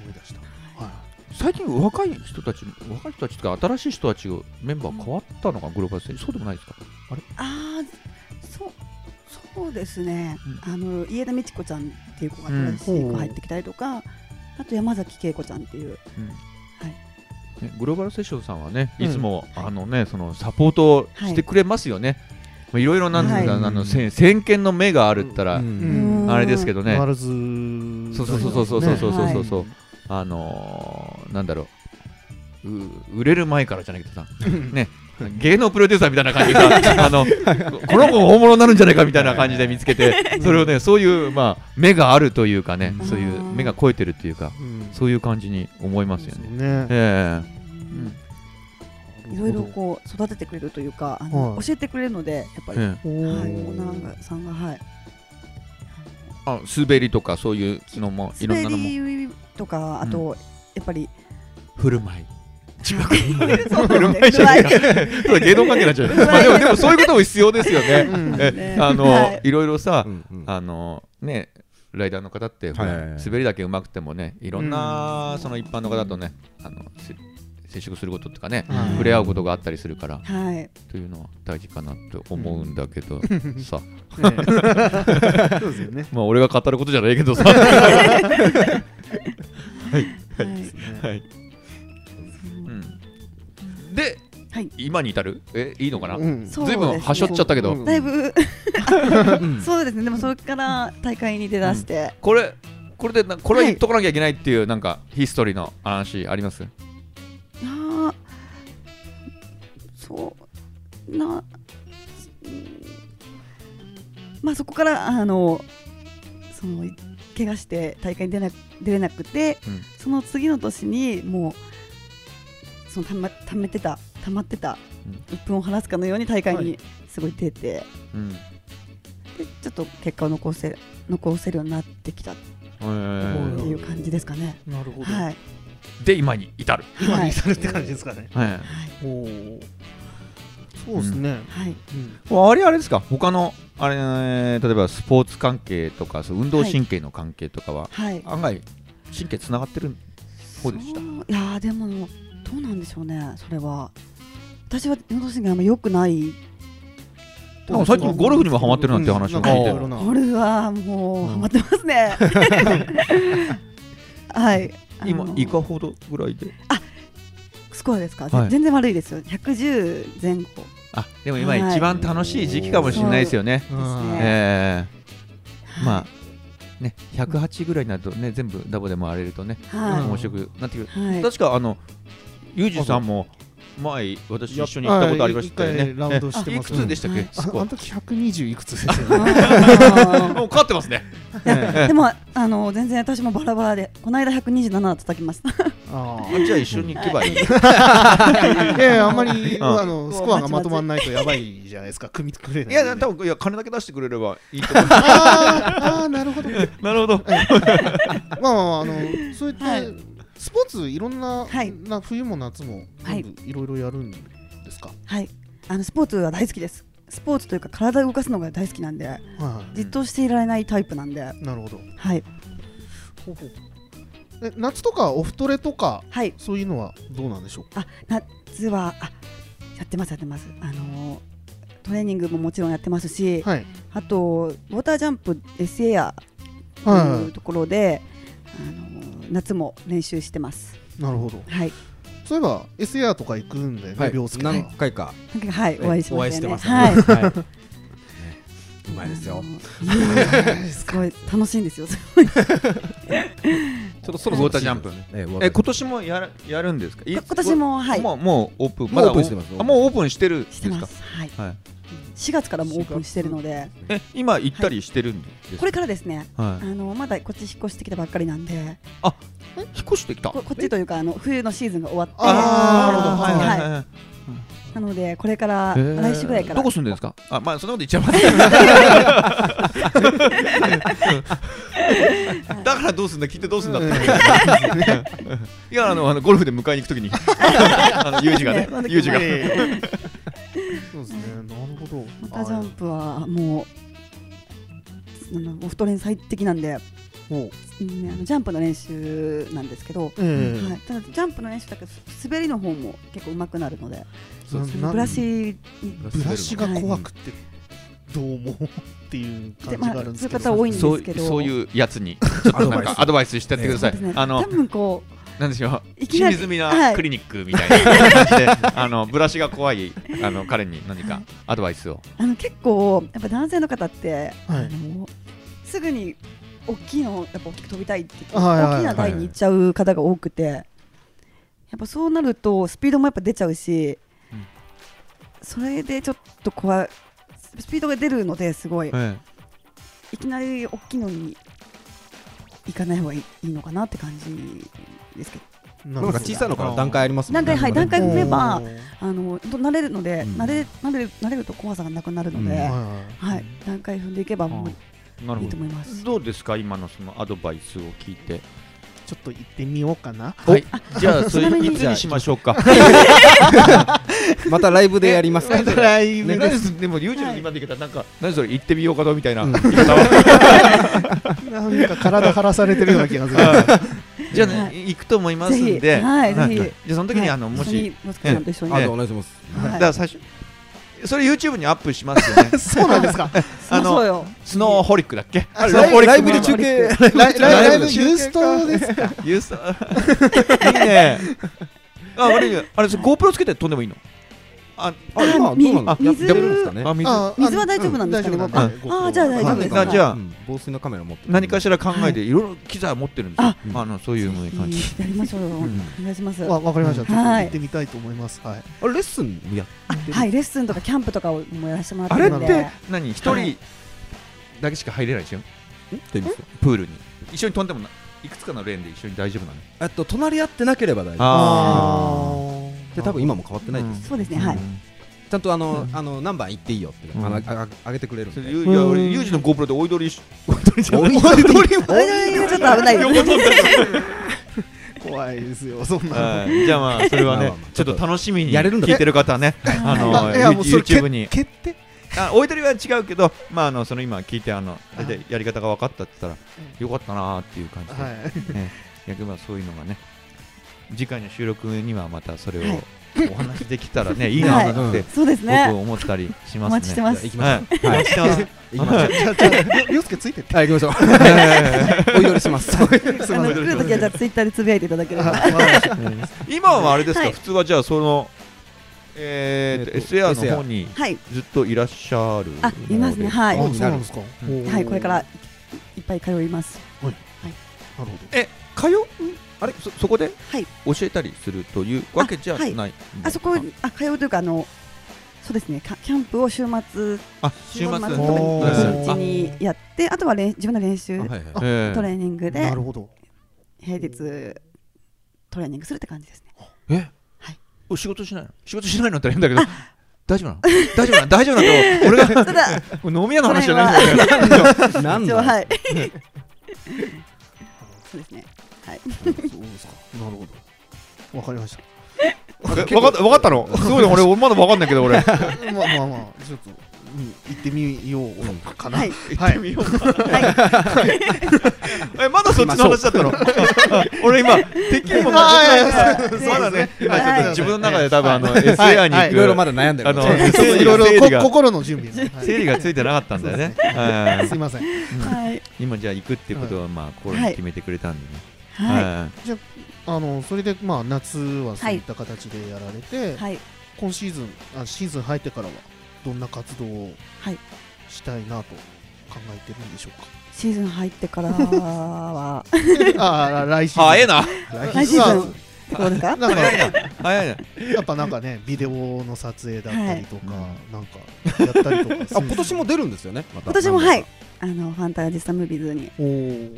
思い出した。はい。
最近若い人たち若い人たちとか新しい人たちがメンバー変わったのかグローバルセッションそうでもないですか
ああ、そう。そうですね、あの家田美智子ちゃんっていう子が
うん
新しい子入ってきたりとか、あと山崎恵子ちゃんっていう
ねグローバルセッションさんはね、
うん
いつも、あのね、そのサポートをしてくれますよね。まあいろいろなんていうか、
はい
あのせ先見の目があるったら、
うん
あれですけどね。
ガールズ。
そうそうそうそうそうそうそうそうそう、
はい
あのー、なんだろうう売れる前からじゃなくてさ、ね、芸能プロデューサーみたいな感じでさあのこの子が本物になるんじゃないかみたいな感じで見つけて、それをね、そういうまあ目があるというかね、
うん
そういう目が超えてるっていうか、
うん
そういう感じに思いますよね。
ね。
ええ
うんいろいろこう育ててくれるというか、あの
はい
教えてくれるので、やっぱり、
え
は
え
い、
お
オ
ー
ーナーさんが、はい。
あ滑りとかそういうのもいろんな
滑
のも
りとか、あと、や
*laughs*
っぱり。
振る舞い
違う。 *laughs* そう
振る舞いじゃねえか芸能関係に *laughs* なっちゃう
振る舞い
まあでもでもそういうことも必要ですよ
う
ね
ん
え
ね
あの、
はい
い、ろいろさ
うんうん
あのねライダーの方って、
はいはいはい
滑りだけ上手くてもねいろんな、
うん
その一般の方とねあのせ接触することとかね、
はい
触れ合うことがあったりするから
はい、
というのは大事かなと思うんだけど、さ
ええ *laughs* そうですよね。
まあ俺が語ることじゃないけどさは
はい、
い、うん、で、今に至るえいいのかな、
うん
そう
ずいぶんはしょっちゃったけど、
うん
だいぶそうですねでもそれから大会に出だして、
これこれでなこれは
はい
言っとかなきゃいけないっていうなんかヒストリーの話あります、
いやーそうなうんまあそこからあのその怪我して大会に出な出れなくて、
うん
その次の年にもうそのたまためてたたまってた
う
鬱憤を晴らすかのように大会
は
にすごい出て、
うん
でちょっと結果を残せ残せるようになってきたって
えー
いう感じですかね。
なるほど。
はい、
で今に至る、
今
は
に
い
至るって感じですかね。
はい
おお。そうですね。
はい
うん
あれあれですか他のあれ、えー例えばスポーツ関係とかそう運動神経の関係とかは、
はい
案外神経つながってる方でした
そういやーでもどうなんでしょうねそれは私は運動神経あんま良くない
なんか最近ゴルフにもハマってるなんて話を聞いて
うんなんかろいろな
ゴルフはもうハマってま
*laughs*
すね、はいあ
今
の
いかほどぐらいで
スコアですか、
はい
全然悪いですよ110前後
あでも
今はい一番
楽
しい時期かもしれないです
よね、
うん
ですね
えーまあね108ぐらいになるとね全部ダボで回れるとね
はい、
面白くなってくる、
はい
確かあのユージさんも前私一緒に行ったことありましたよ
はい
ね
一回ラウンドして
い
ます
くつでしたっけ、
はい
あ
ス
あ
コア
の時120いくつですよ
*laughs*
ね。
あ
もう勝ってますね
ーいやでもあの全然私もバラバラでこの間127叩きました
あ
あじゃあ一緒に行けば *laughs* いい
あ。いやいやあんまり
うん
あのスコアがまとまんないとやばいじゃないですか。組みくれないい。
や、
あ
多分いや金だけ出してくれればいいと思う。
あああなるほど。ま
*laughs* なるほど。
あ *laughs* まああのそういっ
は
た
い
スポーツいろんな
はい
な冬も夏も全部いろいろやるんですか。
はいあのスポーツは大好きですスポーツというか体を動かすのが大好きなんで
は
じっとしていられないタイプなんで、
い。なるほど。
はい
ほうほうえ夏とかオフトレとか
はい
そういうのはどうなんでしょう
あ夏はあやってますやってますあのートレーニングももちろんやってますし、
はい
あとウォータージャンプ S エアと
はい
いうところで、あのー夏も練習してます
なるほど
はい
そういえば SR とか行くんだよね秒付け
何回か
なんかはいお会いしましたよね
お会いしてますね
はい
はいねうまいですよ
あのーいやすごい楽しいんですよすごい今
ちょっとそろそろウォータージャンプ。
えウォーター
え今年もやるやるんですか。
*laughs*
い
年もはい
もうもうオープン。
もう
だ
オープンしてます
あもうオープンしてるんで
し
す
てま
か。
すはい
はい。
4月からもうオープンしてるので
え今行ったりしてるんです
こ
か。
れからですね
は
あ
い。
のーまだこっち引っ越してきたばっかりなんで
引っ越してきた。
ここっちというかあの冬のシーズンが終わって
あー
はい
なるほど。い。
なのでこれから
へー
来週ぐらいから
どこ住んでるんですか。あまあそんなこと言っちゃいます *laughs* だからどうすんだ聞いてどうすんだって。いやあのあのゴルフで迎えに行くと *laughs* きにあのユージがね
そうですね
ユージが。
*laughs* そうですねなるほど
またジャンプはもうなんだオフトレに最適なんで、
おう
うんねあのジャンプの練習なんですけど、
ええ
はい、ただジャンプの練習だけど滑りの方も結構上手くなるので
そうですね
な
ブラシに
ブラシが
はい
怖くてどうもっていう感じ
でまあ
があるんですけど
そういう方多いんです
そう
けど
そういうやつにちょっとなんかア
ア
ドバイスしてやってくださ
そう
い
です、ね
あの
多分こう
なんでしょう
いき
清
なり
水み
は
ないクリニックみたいな感じで、あのブラシが怖いあの彼に何かアドバイスを、
あの結構やっぱ男性の方って、
はい
あのすぐに大きいのやっぱ大きく飛びたいって言って、
はいはいはい
大きな台に行っちゃう方が多くて、やっぱそうなるとスピードもやっぱ出ちゃうし、
うん
それでちょっと怖いスピードが出るのですごい、
え
いきなり大きいのに行かない方がいいいいのかなって感じですけど
な
なんか小さいのから段階ありますもんね。
段階はい段階
を
踏めば
はい
あのほんと慣れるので、
うん
慣れ慣れる慣れると怖さがなくなるので、
うん
は
はい、段階踏んでいけばもう
えなる
い
ほ
いと
ど
思います。
どうですか今のそのアドバイスを聞いて
いちょっと行ってみようかな
はいじゃあそれ
ちなみ
い
に
つにしましょうか *laughs*
またライブでやりますから。
ライブ
ね
で
何
す
ででも友人の
はい
今で言ったらなんか何それ行ってみようかと *laughs* みたいな、
うん
言い方は
なんか体張らされてるような気がする
はいじゃあね、
はい
行くと思いますんで、
ぜひはいぜひ
じゃあその時に、
はい
あのも
一
し
緒に、息子さんと一緒に、
あ
ええ
とお願いします。
はい
だから最初それ YouTube にアップしますよね
そうなんですか
あ
あ
の
のそうよ
スノーホリックだっけ
あ
スノーホリックも
ライブで中
継
ライライ
ライ
ブ
ブの
ユーストですか
ユースいいねああれあれ GoPro つけて飛んでもいいのあ
あ、今どうなの
あ？
やってるんですかね。
あ水
あ
水は大丈夫なんですかね
う
僕
大丈夫なんで
あーじゃあ大丈夫です
はいじゃあ
うん防水のカメラ持ってる
何かしら考えていろいろ機材持ってるんですよ
あ
あのそういう感じ
やりましょうよ、
ん
お願いします
わ
は
わかりました。ちょっと
はい
行ってみたいと思います。はい。
あレッスンもやってる
いレッスンとかキャンプとかをもやらせてもらっ
あ
て
れ
る
っ
んで
て何一
は
人
い
だけしか入れないでしょ
んって言うんですよ
プールに一緒に飛んでもないくつかのレーンで一緒に大丈夫なの
えっと隣り合ってなければ大丈
あ
夫。で多分今も変わってないです。
そうですねはい、
ちゃんとあの
うん
あの何番行っていいよって
うん
あのあああげてくれるん
それ
で。
ゆいや俺ユージの GoPro でおいどりしおいどりじゃ
お
ない
いどり
あれちょっと危ないですね
怖いですよ。そんな
はいじゃあまあそれは
まあ
ね
まあまあ
ちょっと楽しみに
やれるんだ
聞いてる方はね *laughs* あ
の。
の
あいやもうそれ
YouTube に
決定。
あおいどりは違うけどまああのその今聞いてあの大体やり方が分かったって言ったらよかったなーっていう感じで
はい。
ね逆にそういうのがね次回の収録にはまたそれを
はい
お話できた *laughs* らねいいなーなんて
そうです
僕
ね
思ったりし
お
ますね
待ちしてま
じゃあ
す
*laughs* 行きましょう。はい
してます
行きましょう。
じゃあじゃありょうすけついてって。
はい行きましょう。 *laughs* お祈りし
*laughs*
ます。
あの来るときはじゃあツイッターでつぶやいていた *laughs* だければ
あわかりました
今はあれですか、
はい
普通はじゃあその、えーと
えーと
SAR の方に
はい
ずっといらっしゃる
あいますねはい
あそうなんですか。
うん
はいこれからいいっぱい通います
なるほ
え通うあれそそこで
はい
教えたりするというわけじゃない、
ああそこあ通うというかあのそうですねかキャンプを週末
あ週末
とかに
お
ー
土日にやってあとは練自分の練習
はいはい。
え
トレーニング
ど。
で
なるほど。
平日トレーニングするって感じです
*laughs*
ね
え
はい
お仕事しないの仕事しないのって変だけ
*laughs*
ど大丈夫なの大丈夫なの大丈夫なの俺が
ただ
飲み屋の話じゃないんだけど
なん
一
だ
応
よ。
はい
*laughs*
そうですね
そうですか。なるほど。わかりました。
えわかったわかった *laughs* のすごいね俺まだわかんないけど俺
*laughs* まあまあまあちょっとうん行ってみようかな。
は
はい *laughs* い。
行ってみようか
は
*laughs* えまだそっちの話だったの俺今てっきりも
あ
ーいやいや
ま
そうで
だね
すね
今ちょっ
はい
と自分の中で多分あの SAR に行
はい
く
いろいろまだ悩んでる。
あ
*laughs*
の
は
*laughs*
い
そういろいろこ心の準備。はい
整理がついてなかったんだよねは
すいません。
いはい
い今じゃあ行くってことはまあ心に決めてくれたんでね
はい
は
あのそれでまあ夏はそういった形でやられて、
はい
今シーズンあシーズン入ってからはどんな活動を
はい
したいなと考えてるんでしょう
シーズン入ってから
*laughs*
か。
は
ああ来シーズン。
早いな
来シーズンどうですか
ン。なんか
早いな
やっぱなんかねビデオの撮影だったりとか、
は
なんかやったりとかす
あ
る。
今年も出るんですよね。また
今年もはい。あのファンタジスタムービーズに
おー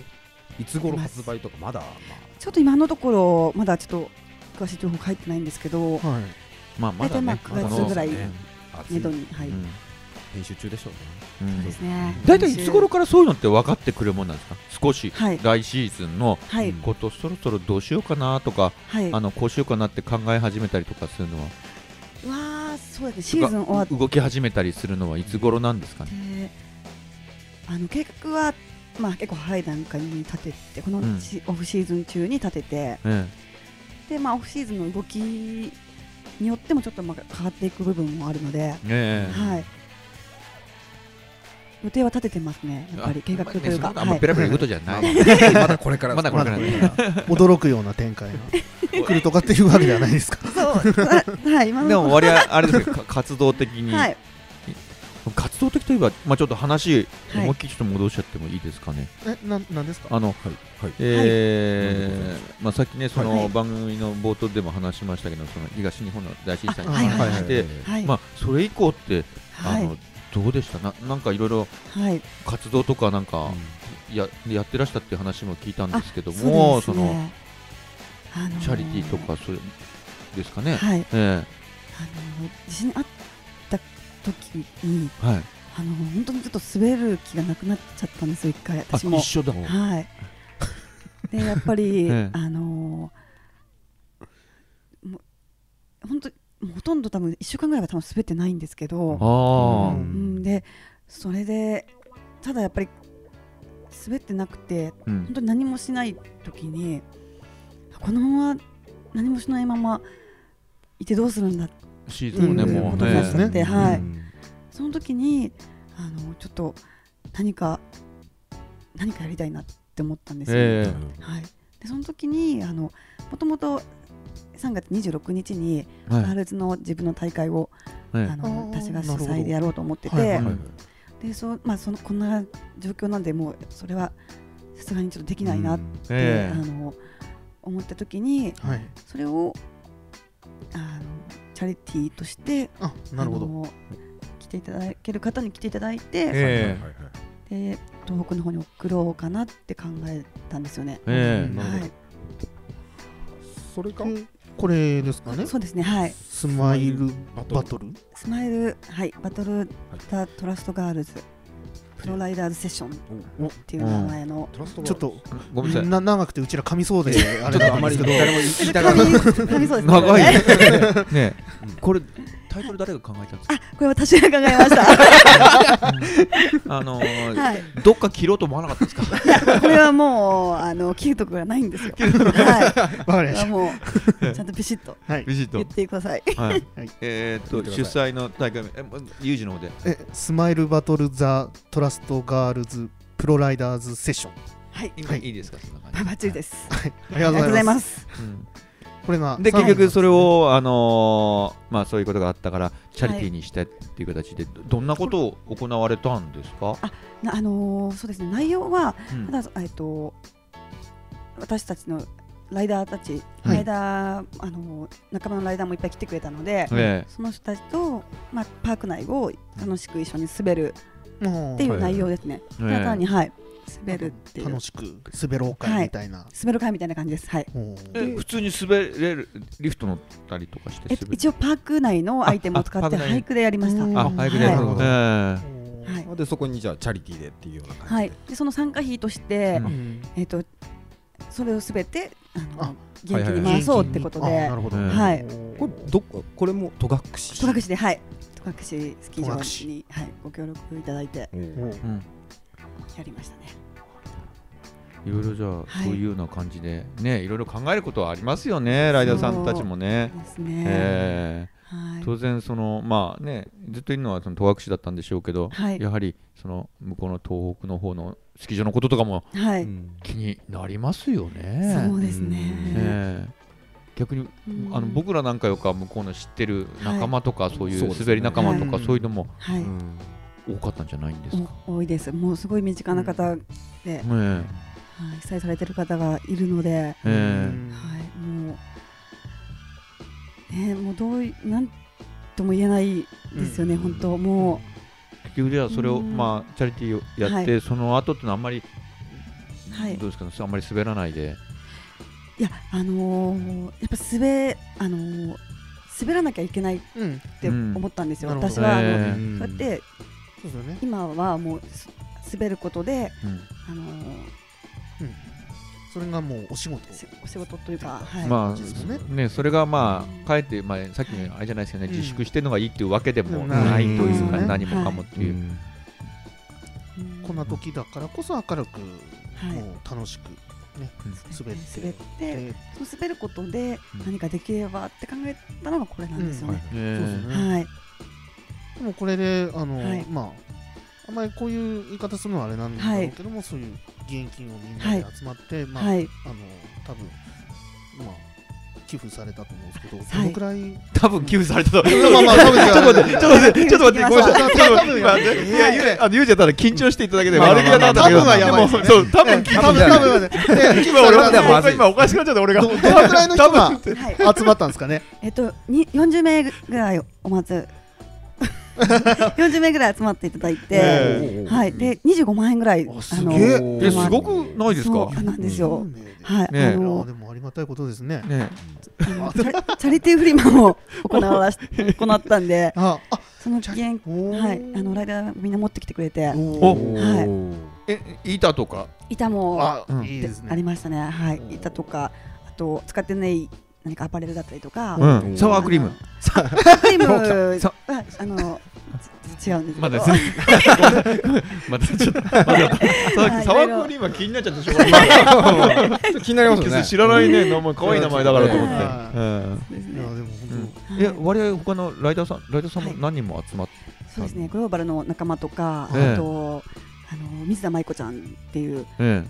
いつ頃発売とかまだ。まあ
ちょっと今のところまだちょっと詳しい情報入ってないんですけ
は
ど
い。
まあまだね
大体まあ9月ぐらい
この
暑
め
い
どにはい
うん
編集中でしょうね。
うん
そうですね
大体いつ頃からそういうのって分かってくるもんなんですか少し
はい
来シーズンの
はい
ことそろそろどうしようかなとか
はい
あ
わ
のこうしようかなって考え始めたりとかするのは
あそうですねシーズン終わっ
動き始めたりするのはいつ頃なんですかね
であの計画は、まあ、結構早い段階に立ててこの
うん
しオフシーズン中に立てて
え
で、まあ、オフシーズンの動きによってもちょっとまあ変わっていく部分もあるので、
えええ
はい、予定は立ててますねやっぱり計画というか、
あんま
はい
ペラペラ言うことじゃない。
*laughs*
まだこ *laughs* れから。
まだこれから。
驚くような展開が *laughs* 来るとかっていうわけではないですか。
そうはい今
で
の
も割合あれですけどか活動的に、
はい
活動的といえばまあちょっと話
はい
思いっきりちょっと戻しちゃってもいいですかね。
*laughs* え、なんなんですか。
あの、
はい。
えーまあさっきねそ
は
の
い
番組の冒頭でも話しましたけどその東日本の大震災
あはいはい
にて
はい、
まあそれ以降ってあ
はい
のどうでしたななんかいろいろ
はい
活動とかなんか
うん
ややってらしたっていう話も聞いたんですけど
そう
も
です
その
ねあの
チャリティーとかそういうですかね。
はい
え
あの地震あった時に
えはい。
あの本当にちょっと滑る気がなくなっちゃったんですよ、一回、私も。
緒だ。
はい、で、やっぱり、
ええ
あのーもう本当、もうほとんど多分1週間ぐらいは多分滑ってないんですけど、
あ
うん
うん、でそれで、ただやっぱり滑ってなくて、
あ、うん
本当に何もしない時に、このまま何もしないままいてどうするんだって
シー
い
ズンもね、
う
うん
も
こ
う
とに
で
な
す
ね
っちゃって、は
う
い、
ん
その時にあのちょっと何か何かやりたいなって思ったんですよ、
え
はい、でその時にあのもともと3月26日に
えはい
ハルツの自分の大会を、
はい
あの
あー
私が主
なるほど
催でやろうと思ってて、
はいはい
はい
でそうまあ、そのこんな状況なんでもうそれはさすがにちょっとできないなっ
う
て、
ん
え
あの思った時に
はい
それをあのチャリティーとして
あなるほ
あ
ど
の来ていただける方に来ていただい
え
て、
え
はいはいはい
で東北の方に送ろうかなって考えたんですよね。
ええ
うん
え
なるほど
はい、
それか
うんこれですかね
そうですね、はい、
スマイルバトル
スマイル、はい、バトル・ザ・トラスト・ガールズ、プロライダーズ・セッションっていう名前の、
トラスト
ちょっと
ごめんなさい
な長くてうちら噛みそうであ
ちょ
れな
っとあ
んで
ますり
けど
誰も言いたがら
髪
ない
髪そうですね。
長 *laughs* い
ね
ねねえ
うん
これタイトル誰が考えたんですか
あ、これ私が考えました。は
あのー
い。
どっか切ろうと思わなかったですか
いや、これはもう、あの、切るとこがないんですよ。は
わか
い。こ
り
れ
ま
は
し
もう、ちゃんとビシッと
たはい
*laughs* ビシッ
言っ
と
てください。
はい
はい
えーっと
言って
主
くだ
催の大会名えもうユージの方で
えスマイルバトル・ザ・トラスト・ガールズ・プロライダーズ・セッション
はい。
い
はい
いいですかそんな感
バ
じ
バッチリです。
はいあ
あ
りがとうございます
す。
うん
これが
で
3
結局それをあのーまあそういうことがあったからチャリティーにしてっていう形でどどんなことを行われたんですか
なあのー、そうですね。内容は、
うん
ただ、えっと、私たちのライダーたち、
はい
ライダー、あのー、仲間のライダーもいっぱい来てくれたので、
え
その人たちと、まあ、パーク内を楽しく一緒に滑る
も
っていう内容ですね。
え
ただ単に、はい、滑るっていう
楽。しく滑ろう会みたいな、
滑る会みたいな感じです。はい。
おー
え普通に滑れるリフト乗ったりとかして
え
滑
っと
る
一応パーク内のアイテムを使
ああ
っ
パ
て
ーク内に
俳句でやりました。
うん
は
あ早く
は
ねな
い
るほどええ
おー
い。
でそこにじゃあチャリティーでっていうような
は
感じ
い
で。
でその参加費として、
うん
うん
えっとそれをすべてあの
あ
元気
はいはい
に回そうってこと
あ
で
なる、ほど、
うん
はい
これどっかこれも戸隠市
戸隠ではい。戸隠スキー
戸隠
場に、はい、ご協力いただいて
おう
おー
うん
やりましたね。
いろいろじゃあ、
はい
そういうような感じでねいろいろ考えることはありますよねライダーさんたちもね。
ですね。
え
はい
え当然そのまあねずっといるのはその戸隠市だったんでしょうけど、
はい
やはりその向こうの東北の方のスキー場のこととかも
は
う
い。
ん
気になりますよね。
そうです
え
ね。
え逆に
うん
あの僕らなんかよりかは向こうの知ってる仲間とか、そうい
そう
う
ですね
滑り仲間とか、
はい
そういうのも
は
う
い。
ん
多かったんじゃないんですか。
お多いです。もうすごい身近な方で、はい、
ね
被災されてる方がいるので。
えええ
はい、もう、ね、もうどうい、なんとも言えないですよね、
うん
本当、も
結局じゃあそれを、
うん
まあ、チャリティーをやって、その後ってのはあんまり、
う、はい、
どうですかねあんまり滑らないで。
いや、あのー、やっぱ滑、あのー、滑らなきゃいけないっ
うん
て
うん
思ったんですよ、
なるほど
私は、あの
え
うん
そうやって、
そうですよね
今はもうす滑ることで、
うん
あのー、
それがもうお仕事
しお仕事というか、はい、
ま
そうです
あ
ね
ね、それがま
うん
あかえって、まあ、さっきのあれじゃないですよね、
うん
自粛してるのがいいっていうわけでも
うん
ないというか、
うん
何もかもっていう、
うん
こんな時だからこそ明るく、
はい
もう楽しく滑って
滑って、
で
その滑ることで
うん
何かできればって考えたのがこれなんですよね。
そうですね、
はい、
でもこれであの、
はい
まああんまりこういう言い方するのはあれなんだろうけども、そういう義援金をみんなで集まって、まあ、
はい、
あの多分まあ寄付されたと思うんですけど、
い
どのくらい
多分寄付されたと
まあまあまあ、多分
ちょっと待って、ちょっと待って、ちょっと待って、ごめんなさい。ちょっと
多分
待って、いや、ゆう、あの、ゆうちゃんたら緊張していただけで、
まあ
悪気はなかったけど、
多分はやばいですね
でもそう、多分、
多分、多分、ね、
今、俺は、
で
まずい
今、おかしくなっちゃった、俺が。
どどのくらいの人が
はい、
集まったんですかね。
えっと、に40名ぐらいおまず40名ぐらい集まっていただいて、
え
はい、で25万円ぐらい
あすげ
の
え
え、すごくないですか
そう。なんですよ、
い。
*laughs* は
ね
い、
え
あ
いや
の
でもありがたいことですね。
ね、
あのチャチャリティーフリマも行わし行ったんで
あ、あ、
その義援
おー
はい、あのライダーみんな持ってきてくれて
おー
お
はい
え、板とか。
板も
あ
うん、
いい
で
です
あり
ね。
ましたね、は
お
い、板とかあと使ってない何かアパレルだったりとか、
うん、サワークリーム。
サワークリーム
さ
はあの違うんですけど
まだ全まだちょっと、
*laughs*
まだ、
は
沢
い
沢君今気になっちゃってしょうがない。
気になりますよね
知らないね、名前可愛い名前だからと思って
はいいやでも本
うん。え、我々他のライダーさん、ライダーさんも
はい
何人も集まって、
そうですねグローバルの仲間とか、
ええ
あとあの水田舞子ちゃんっていう、
*laughs* え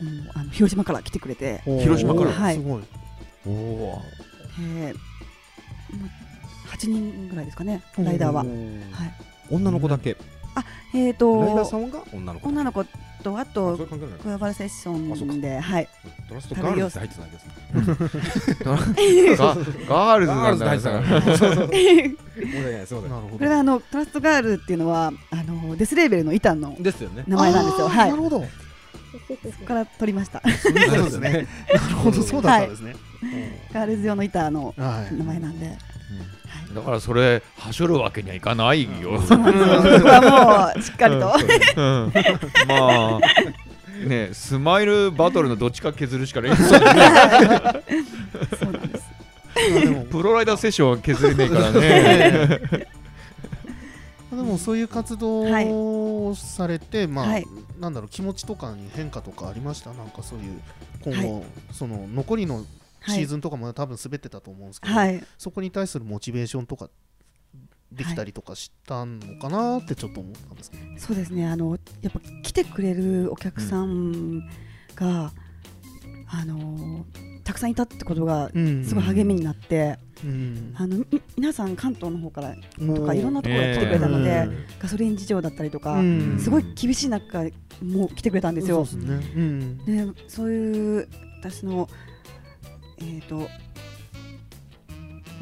うんあの広島から来てくれて
当
広島から
はい
すごい
えおお。
えーま8人ぐらいですかねライダーは
お。ー
はい
女の子だけ
えー、
ライダー
と
さんが女の子
女の子とあ
そうい
と
う関係ない
グローバルセッショ
あそうか
ンで、はい、
*laughs*
トラストガールズって入ってないですね
ガガールズなんだね。
ガールズって入ってたからそうそう
こ
申し訳ないすいま
なるほ
れ
ど
はあのトラストガールっていうのはあのデスレーベルのイタンの
*laughs*
せんですよね
名前なんですよ。
あー
はい
なる、ほど
そこから取りました。
そういうことですねなるほどそうだったんですね
ガールズ用のイターの
は
名前なんで、はい、
うんだからそれ、はしょるわけにはいかないよ。
そこはもうしっかりと、
うんまあ、ね、スマイルバトルのどっちか削るしかない。
そうなんです。
いやで
*laughs*
も
プロライダーセッションは削れねえからね。
でもそういう活
はい
動をされて、まあ、
はい
なんだろう気持ちとかに変化とかありましたなんかそういう今後、その残りのシーズンとかも多分滑ってたと思うんですけど、
はい、
そこに対するモチベーションとかできたりとかしたのかなってちょっと思ったんですけど、
そうですねあのやっぱ来てくれるお客さんが、あのたくさんいたってことが
うん
すごい励みになって、
うん
あのみ皆さん関東の方からとかいろんな
と
ところに来てくれたので、
え
ガソリン事情だったりとか、
うん
すごい厳しい中もう来てくれたんですよ。
そうですね、うん
でそういう私のえー、と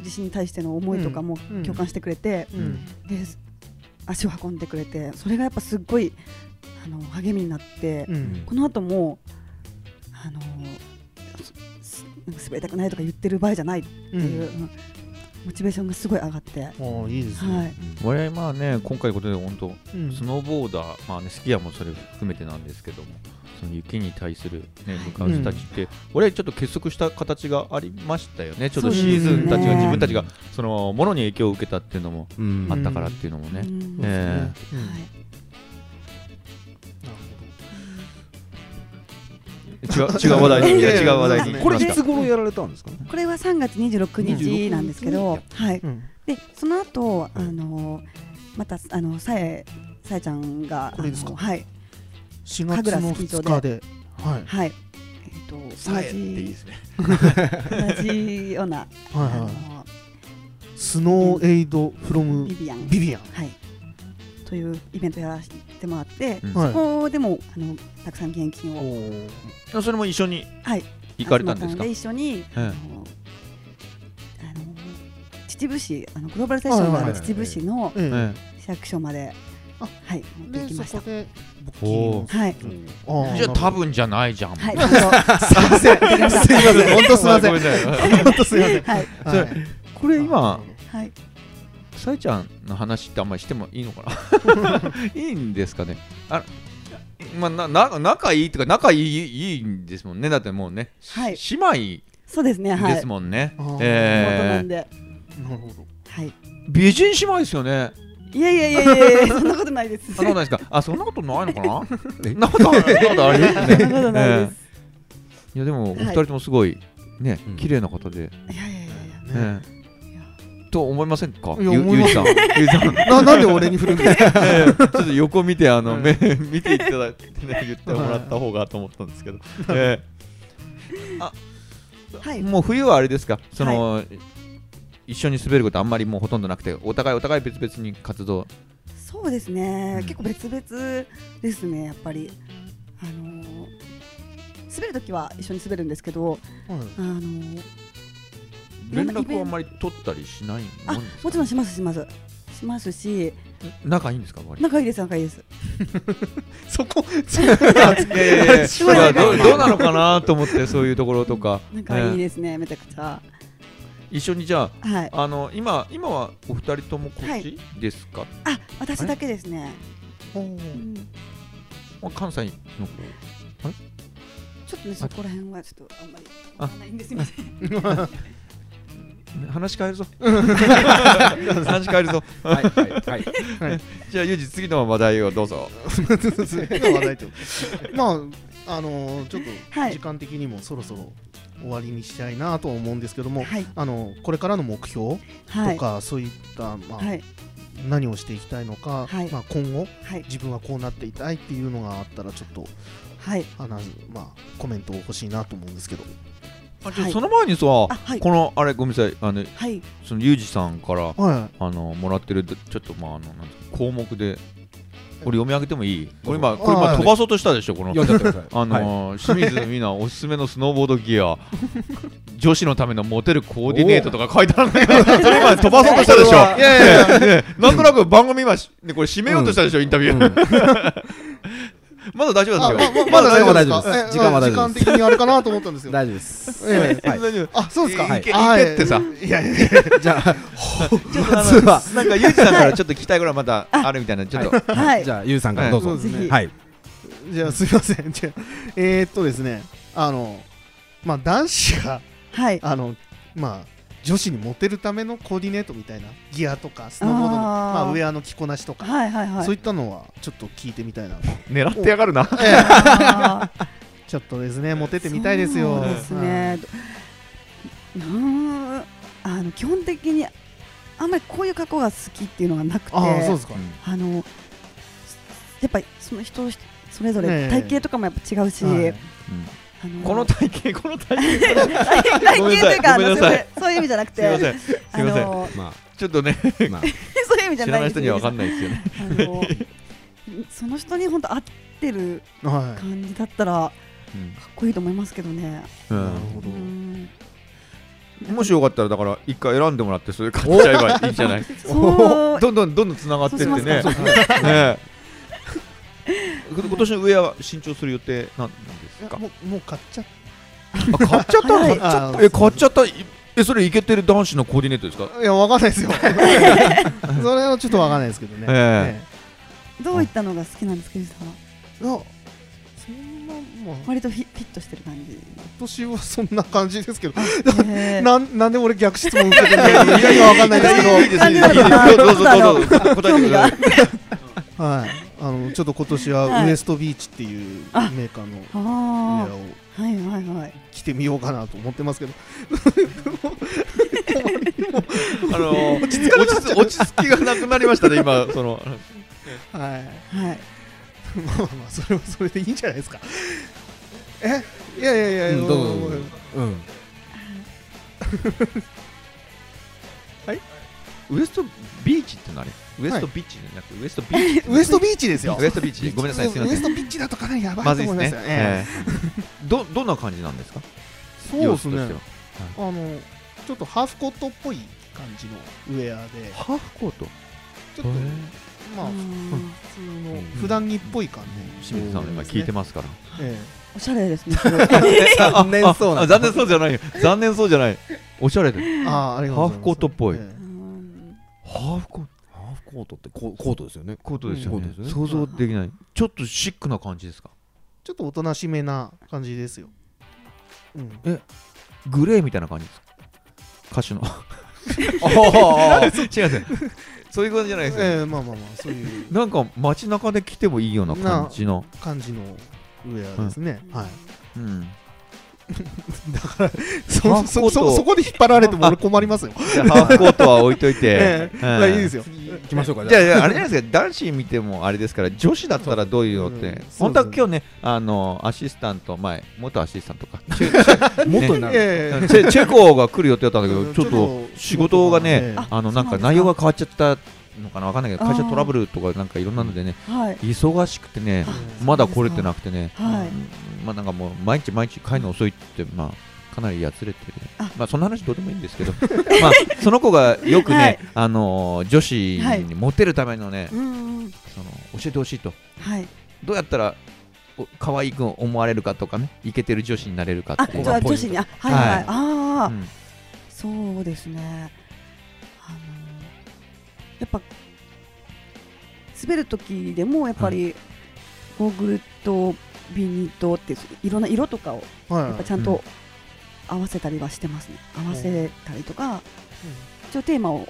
地震に対しての思いとかも
うんうん
共感してくれて、
うん
です足を運んでくれてそれがやっぱすっごいあの励みになって、
うん
この後もあのすすなんか滑りたくないとか言ってる場合じゃないっていう、うんモチベーションがすごい上がって、は
ああいいですね、
い、
我々まあね、今回のことで本当、
うん
スノーボーダー、まあね、スキヤもそれ含めてなんですけども、その雪に対する、ね、向かう人たちって、我々ちょっと結束した形がありましたよね、ちょっとシーズンたち
そうで
が、
すね
自分たちがそのものに影響を受けたっていうのも
うん
あったからっていうのもね
う。ん
ええ
うん
はい
なる
違う違う話題
い
に、い
やい
や
や
違う話題に
そうですね
行き
こ
ま
れい
し
つ
た。
頃やられたんですかね
これは3月26日なんですけど、はい
ほ、ど、うん
でその後あのまたあのさえさえちゃんが
これですか
あのはい
4月の2日ではい
はいえっ、と
すね。
同じ同じような
は
あ
い
の
はいスノーエイドフロム
ビビアン
ビビアン
はいというイベントやらせてもらって、
うん
はい
ここでもあのたくさん現金を
あそれも一緒に
はい
行かれたんです
集ま
か
っので一緒に、
ええ
あのあの秩父市あのグローバルセッションがあ
はいは
る
い
はい
秩父市の
ええ
え
市役所まで、
あ
はい持って
で
きまし
そ
た
こ。で募
お
金
ー
はい
あ
え
あ
じゃあ多分じゃないじゃん。
はい、ちゃんと
すいませんすいません本当すいません
ごめんなさい
本当すいません
はい、
それ
はい
*laughs* これ今、
はい、
さえちゃんの話ってあんまりしてもいいのかな *laughs* いいんですかねあまあ、なな仲いいっていうか仲いいいいんですもんねだってもうね、
はい
し姉
そうですね、
妹
はい。
ですもんね、
あー
地元な
え
んで、
なるほど
はい。
ー美人姉妹ですよね
いやいやいやい
*laughs*
やいや、そんなことないです。
あそんなことないですかあそんなことないのかなえなんかなんかあり *laughs* ます
そ
ね
んなことないです。
いやでもお
はい
二人ともすごいね
うん
綺麗な方で、
いやいやいやいや。
えー
いや
と思いませんか
いや
ゆ
思いま
ゆう
す
じさんゆうじさ *laughs* ん
ななんで俺に振るんですか
ええちょっと横見てあの、
うん
目 *laughs* 見ていただいて、ね、言ってもらった方がと思ったんですけど、え
はい
え、もう冬はあれですかその、一緒に滑ることあんまりもうほとんどなくてお互いお互い別々に活動
そうです
う
ね
ん、
結構別々ですね、やっぱり。あのー、滑るときは一緒に滑るんですけど、あのー、
連絡をあんまり取ったりしないも
あ
んですか
もちろんしますします。しますし、
仲いいんですか
*laughs*
割と
仲いいです、仲いいです。
そこ
いやいや
*laughs*
いや
すごい
ま
な
あ
んか
どうどうなのかなと思ってそういうところとか、
仲いい
ええ
ですね、めちゃくちゃ。
一緒にじゃ
はい。
ああの今今はお二人ともこっちですか、
あ、私だけですね。うん
あ関西の方
ちょっとね、そこら辺はちょっとあんまり
あ
わかんないんですみません。
話変えるぞ話変えるぞ
はいはいはい
*laughs* じゃあユージ次の話題をどうぞ
次の話題とまああのーちょっ
は
と
い
時間的にもそろそろ終わりにしたいなとは思うんですけども、
はい
あのこれからの目標
は
と
い
か、そういった、まあ
はい
何をしていきたいのか、
はい
まあ、今後
はい
自分はこうなっていたいっていうのがあったらちょっと
はい
話、まあ、コメントを欲しいなと思うんですけど
あじゃあ
はい
その前にさ、
はい
このあれごめんなさいあの
はい
そのユージさんから
は
あのもらってるちょっとまああのなんていうの項目でこれ読み上げてもいいこれ今これ
は
今
い
飛ばそうとしたでしょこの
読んじゃってくださ
*laughs*
い
あ
はい
のー清水美奈おすすめのスノーボードギ *laughs* ア女子のためのモテるコーディネートとか書いてあるんだけどそれまで飛ばそうとしたでし
それは
ょいやいやいやねなんとなく番組今しねこれ締めようとしたでしょインタビュ
うん
ーまだ大丈夫なんですよ
い
まだ大丈夫です
かえ
時間は大丈夫
時間的にあれかなと思ったんですよ
大丈夫です
え
は
大
い
丈夫
あそうですか
いけい
はい
けってさ
いやいやい
*laughs*
じゃあ
ちょっとあ
まずは
*laughs* のなんかユージさんからちょっと聞きたいぐらいまたあるみたいなちょっと
はい
じゃあゆうさんからどう
は
ぞ
いそうです
ね
はい
やじゃあすいませんじゃあえー、っとですねあのまあ男子が
はい
あのまあ女子にモテるためのコーディネートみたいなギアとかスノーボードの
あー
まあ、ウェアの着こなしとか、
はいはいは
そう
い
いったのはちょっと聞いてみたいな
狙ってやがるな
あー
ちょっとですねモテてみたいですよ
そうですねどなんあの基本的にあんまりこういう格好が好きっていうのがなくて
ああそうですか、
あのやっぱりその人それぞ
ねえ
れ体型とかもやっぱ違うし、
はい
あの
この体型この体型
体型というかあ
ごめんな
のそ
さい
ういうそういう意味じゃなく
すいませ
て
んすい
あ
ません
の
ま
ちょっとね
あまあ
そういう意味じゃ
知ら
ない
ない人には分かん
な
ないですよね
いあのその人に本当合ってる
はい
感じだったらかっこいいと思いますけどね。
うん
なるほ
う
ど、
ん
もしよかったらだから一回選んでもらってそれ買っちゃえばいいじゃない
そう
どんどんどんどんつながってって
そう
ね
します
ね
か
え今年のウェアは新調する予定なんですか
もうもう買っちゃっ
あ買っちゃったの
は
買
い
っちゃ
た
ったえ買っちゃったいえそれイケてる男子のコーディネートですか
いやわかんないですよそれはちょっとわかんないですけどね、
ええ
どういったのが好きなんですか、ゆうさんは。
えいやそんなもう今
割とフィフィットしてる感 *laughs* じ。
年はそんな感じですけど
へー
なんなんで俺逆質問受けてるのか意味がわかんないですけど
いいですいいです
ありがとう
どうぞどうぞどうぞ答えてください
はい、あのちょっと今年は
はい
ウエストビーチっていう
あ
メーカーのウ
あ
ェアを
あ、はいはいはい。
着てみようかなと思ってますけど、
あの落ち着落ち着きがなくなりましたね今その
はい、
はい。
まあまあそれはそれでいいんじゃないですか。え、いやいやいや、
うんどうぞ
も
どうぞうん
ウエストビーチって何ウエストビーチじゃなくてウエストビーチって何
ウエストビーチですよ。
ウエストビーチごめんなさいすいま
ウエ
せ
ス
ん
トビーチだとかなりやば
ま
い
ず
と
いで
思
す
います
ね
よ。え
ええどどんな感じなんですか
えそうです
様子
ね
とし。
あのちょっとハーフコットっぽい感じのウェアで
て、はハーフコート
ちょっとまあ
あー
普通の
うん
普段着っぽい感じ。
清水さん今聞いて
ま
ますから
すね。え
おしゃれですね。すごい *laughs* は
*laughs* 残念そうな
ああ残念そうじゃないよ残念そうじゃないおしゃれで
*laughs*
えあー、ありがとうございます。
ハーフコートっぽい
ええ
ハーフコート
ハーフコートってココートですよね
コートですよ
うんコ
ね
ートです
想像できないちょっとシックな感じですか
ちょっとおとなしめな感じですよ。うん、
グレーみたいな感じですか歌手の *laughs* 違うんですよそういうことじゃないですよ、
ええまあまあまあ、そういう
なんか街中で着てもいいような感じの、
感じのウェアですね。
*laughs*
はい。
うん、
そそそそこで引っ張られても俺困りますよ。
じゃあハーフコートは置いといて
え、えまあいいです
よ
よ。
行きましょうか
じ
じ
ゃあ
ゃ
いやあれじゃないですか男子見てもあれですから女子だったらどういうのっ
うん
て、
そう
本当は今日ねあのアシスタント前元アシスタントか
あ元になる
え
*laughs*
え
チェチェコが来る予定だったんだけ
う
ど
ん
ちょっと仕事がね
ええ
あのなんか
そうなん
内
ですか
容が変わっちゃったのかなわかんないけど会社
あー
トラブルとかなんかいろんなのでね
い。
忙しくてね
あ
まだ来れてなくてね
はい。
うんまあなんかもう毎日毎日帰るの遅いってまあかなりやつれてる
あ
まあそんな話どうでもいいんですけど *laughs* まあその子がよくね、
はい
あのー女子にモテるためのね、
うんうん。
その教えてほしいと
はい。
どうやったらお可愛く思われるかとかねイケてる女子になれるか
あ、
っていう
じゃあ女子に、あ、はいはい。
はい
ああ、
うん
そうですね。あのやっぱ滑る時でもやっぱり、ゴーグルとビニとっていろんな色とかを
はい
やっぱちゃんと合わせたりはしてますね合わせたりとか一応テーマを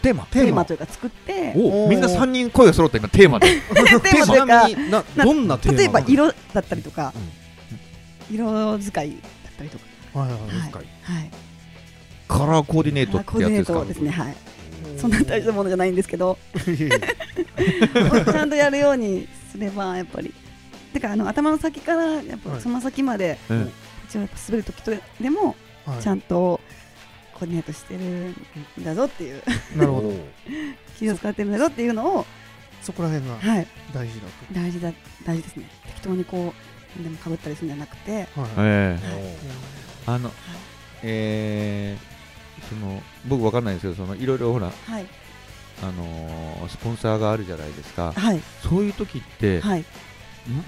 テーマ
テーマ
テ
というか作って
お
お
ー
みんな3人声が揃った今テーマ
*laughs*
で
テーマというか
ちなみになどんなテーマ
例えば
なの
色だったりとか、色使いだったりとか、
はいはいはい
はい
色使い
はい、
カラーコーディネート
あ
っ
コ
て
ーデ
や
ィ
つです
ネー
か
トですねはい
うん
そんな大したものじゃないんですけど *laughs* ちゃんとやるようにすればやっぱりてかあの頭の先からやっ
は
ぱ
い
つま先まで、
うん
一応やっぱ滑る時とでも
はい
ちゃんとコーディネートしてるんだぞっ
*laughs*
ていう
なるほど
ど
気を使ってるんだぞっていうのを
そこら辺が
はい
大事だ
大事だ大事ですね適当にこう何でもかぶったりするんじゃなくて
とはい
ええあのえーその僕わかんないですけどそのいろいろほら
はい
あのースポンサーがあるじゃないですか
はい
そういう時って
はい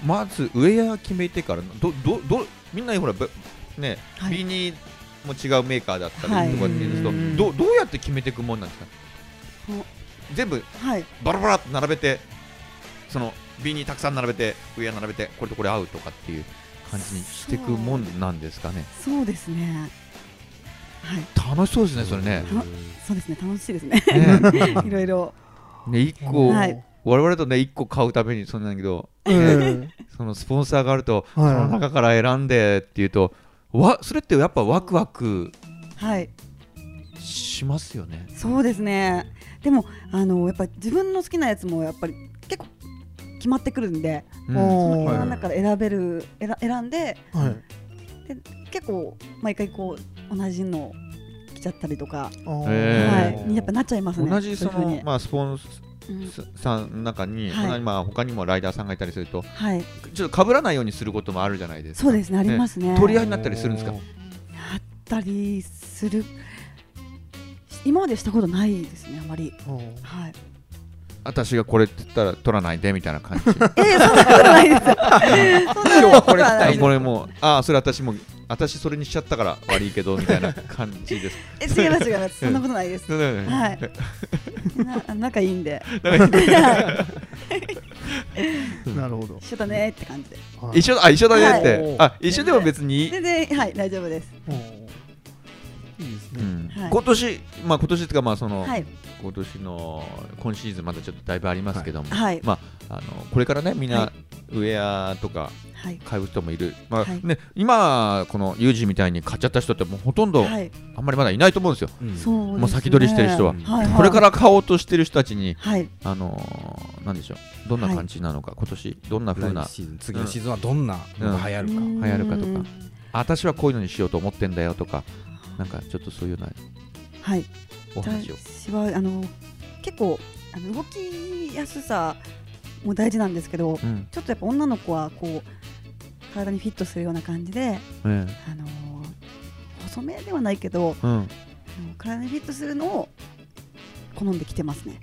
まずウェア決めてからどどどみんなほらぶね
はい
ビニも違うメーカーだった
はい
りとかっていうんですけど、
うん
どうどうやって決めていくもんなんですか
もう
全部
はい
バラバラっと並べてそのビニたくさん並べてウェア並べてこれとこれ合うとかっていう感じにしていくもんなんですかね
そうですね。はい、
楽しそうですねそれね
うんそうですね、楽しいですね。
ね
*laughs* いろいろ。
ね一個、
はい
我々とね一個買うためにそんなんだけど、
うん
そのスポンサーがあると、
はい
その中から選んでっていうとわそれってやっぱワクワク
はい、
しますよね
そうですね。でも、あの、やっぱり自分の好きなやつも、やっぱり結構決まってくるんで。
うん
おー
その中から選べる、えら、選んで、
はい
結構毎回こう、同じの。来ちゃったりとか、
あー
え
はい、やっぱなっちゃいますね。
同じそ
そういうふう
の
に
まあスポンサ
うん
ーさんの中に、
はい
同じまあ他にもライダーさんがいたりすると
はい、
ちょっと被らないようにすることもあるじゃないですか
そうですね、ありますすね。
取り合いになったりするんですか
あったりする。今までしたことないですね、あまり。
おー
*laughs*
はい。
私がこれって言ったら取らないでみたいな
*laughs*
感じ
ええそんなことない
*laughs*
ですよ。そんな
今日はこれ
はない
あこれもうああそれ私も私それにしちゃったから悪いけどみたいな感じです
え違います違います。そんなことないです。
そうだよね
*laughs* はい。な *laughs* 仲いいんで。 *laughs*
なるほど
一緒だねって感じで。
はい
一緒だあ一緒だねって、
はい
あ一緒でも別にいい、
全然はい大丈夫です。
おーいいです
う
ね
ん
はい
今年まあ今年っていうかまあその、
はい
今年の今シーズンまだちょっとだいぶありますけども、
はい
まああのこれからねみんな、
は
ウェアとか
はい
買う人もいる、まあ
はい
ね、今、このユージみたいに買っちゃった人ってもうほとんど
はい。
あんまりまだいないと思うんですよ、
うん
そうですね。
もう先取りしてる人は
はいはい。
これから買おうとしてる人たちに、
はい
あのーなんでしょう、どんな感じなのか、今年どんな風な、
来シーズン次のシーズンはどんなのが流行るか、
流
流行るかとかあ私はこういうのにしようと思ってんだよとか、なんかちょっとそういうような
はい。
お話を。
私はあの結構あの動きやすさも大事なんですけど、
うん
ちょっとやっぱ女の子はこう体にフィットするような感じで。
え
あのー細めではないけど
えうん
あの体にフィットするのを好んできてますね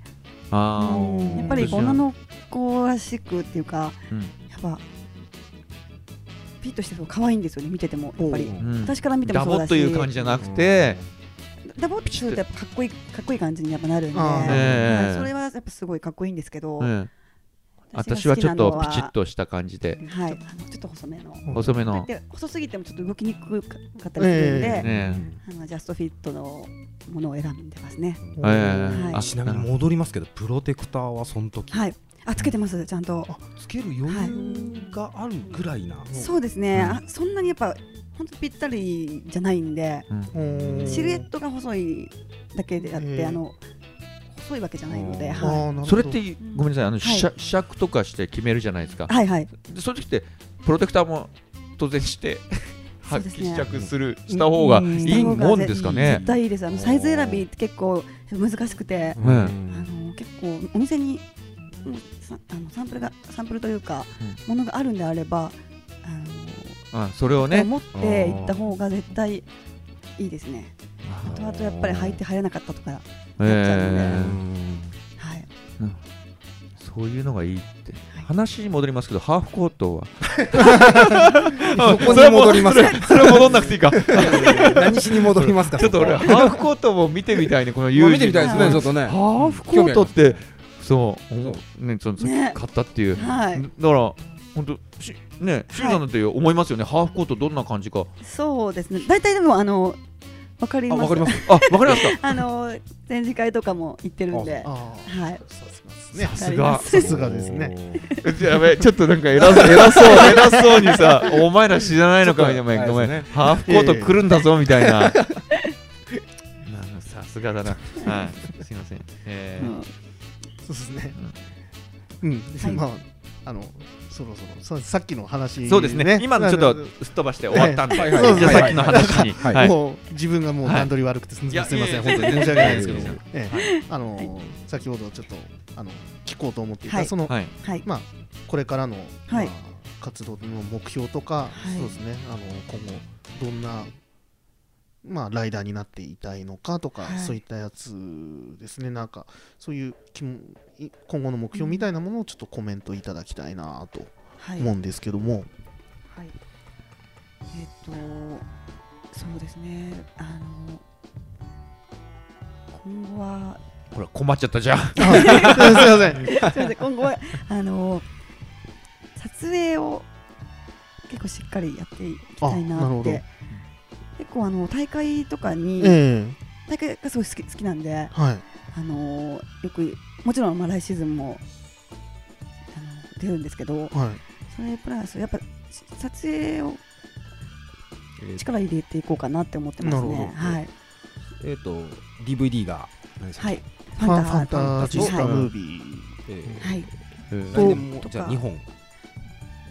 あー
うん
やっぱり女の子らしくっていうか
うん
やっぱフィットしてると可愛いんですよね見ててもやっぱり
おう
うん
私から見ても
ダ
そ
ボ
うだ
っ
し
という感じじゃなくて、
ダボっとするとやっぱかっこいいかっこいい感じにやっぱなるんで、
あーね
え
はいそれはやっぱすごいかっこいいんですけど、
ええ私はちょっとピチッ
と
とした感じで
はいあのちょっと細めの
細めの、
で細すぎてもちょっと動きにくかったりするんで、
え
ええ
あのジャストフィットのものを選んでますね
おー
ええ
はい
あ
ちなみに戻りますけどプロテクターはその時、
はいあつけてますちゃんと
あつける余裕があるぐらいな、
そうですね、
うん
あそんなにやっぱ本当ぴったりじゃないんで、
おー
シルエットが細いだけであって、
へー
あの細いわけじゃないの
う
で、
ん
は
あ
い
ーなるほど
それってごめんなさいあの、
い
試写試着とかして決めるじゃないですか
はいはい
でそういう時ってプロテクターも当然して
そう
*laughs* 発
です
揮
ね
試着するした方が
うん
いいもんですかね
絶。対いいですあのサイズ選びって結構難しくて、
うん
あの結構お店にもうさあのサンプルがサンプルというか、ものがあるんであればあ
あそれを
の、
ね
持って行った方が絶対いいですね後々やっぱり履いて入らなかったとか、
え
はい、
えうんそういうのがいいって話に戻りますけどハーフコートは
*laughs* そこに戻りますか
*laughs* それは戻んなくていいかち
何しに戻りますか
ょっと俺
*laughs* そこ
ハーフコートも見てみたいねこの
まあ
友
見てみたいですね
友人
ちょっとね
ハーフコートってそう、ね、そのね、
そ
その
ね
買ったっていう、
はい
だから本当しね、シュウさんだって思いますよね、ハーフコートどんな感じか。
そうですね大体でもあのわかり
あ
ま
わかり
す
ます
あ、わかりますか。
あの展示会とかも行ってるんで
ああ
はい
さすがですね
さすが
わかります
さすがですね
ね
*laughs* やべえちょっとなんか偉そう偉そう偉そうにさお前ら知らないのかみたい
ちょ
な
っと
ごめん、
あれです
ハーフコート来るんだぞみたいななんかさすがだなはいすいません、え
うん
そうですねうん、
はい
まああのそろそろささっきの話、
ーそうですね今のちょっ
あ
とすっ飛ばして終わったんで、
はいはい
じゃあさっきの話に、
はい
は
はい
い
もう自分がもう段取り悪くてすみ
いや
ません、
いえいえ
本当に申し訳ないですけど
いえいえ、
ええあの先ほどちょっとあの聞こうと思っていた、
はい
その、
はい
はい
まあこれからの、
はい
まあ活動の目標とか、
はい
そうですねあの今後どんなまあライダーになっていたいのかとか、
はい
そういったやつですねなんかそういうきもい今後の目標みたいなものをちょっとコメントいただきたいなと
はい
思うんですけども、
はい、えっとそうですねあの今後は *laughs*
ほら困っちゃったじゃん
はいすいません
すみません今後はあの撮影を結構しっかりやっていきた
あ
い
なる
な
ほど
って結構あの大会とかに、
え
大会がすごい好き好きなんで
えはい
あのよくもちろんまあ来シーズンもあの出るんですけど
はい
それプラスやっぱ撮影を力入れていこうかなって思ってます
なるほ
ね
ど。
はい
えっと DVD が何でしたっ
は
け
い
ファンファンタジスタム
は
ービー
えー
いはい
えー
来年も
とか
じゃあ2本で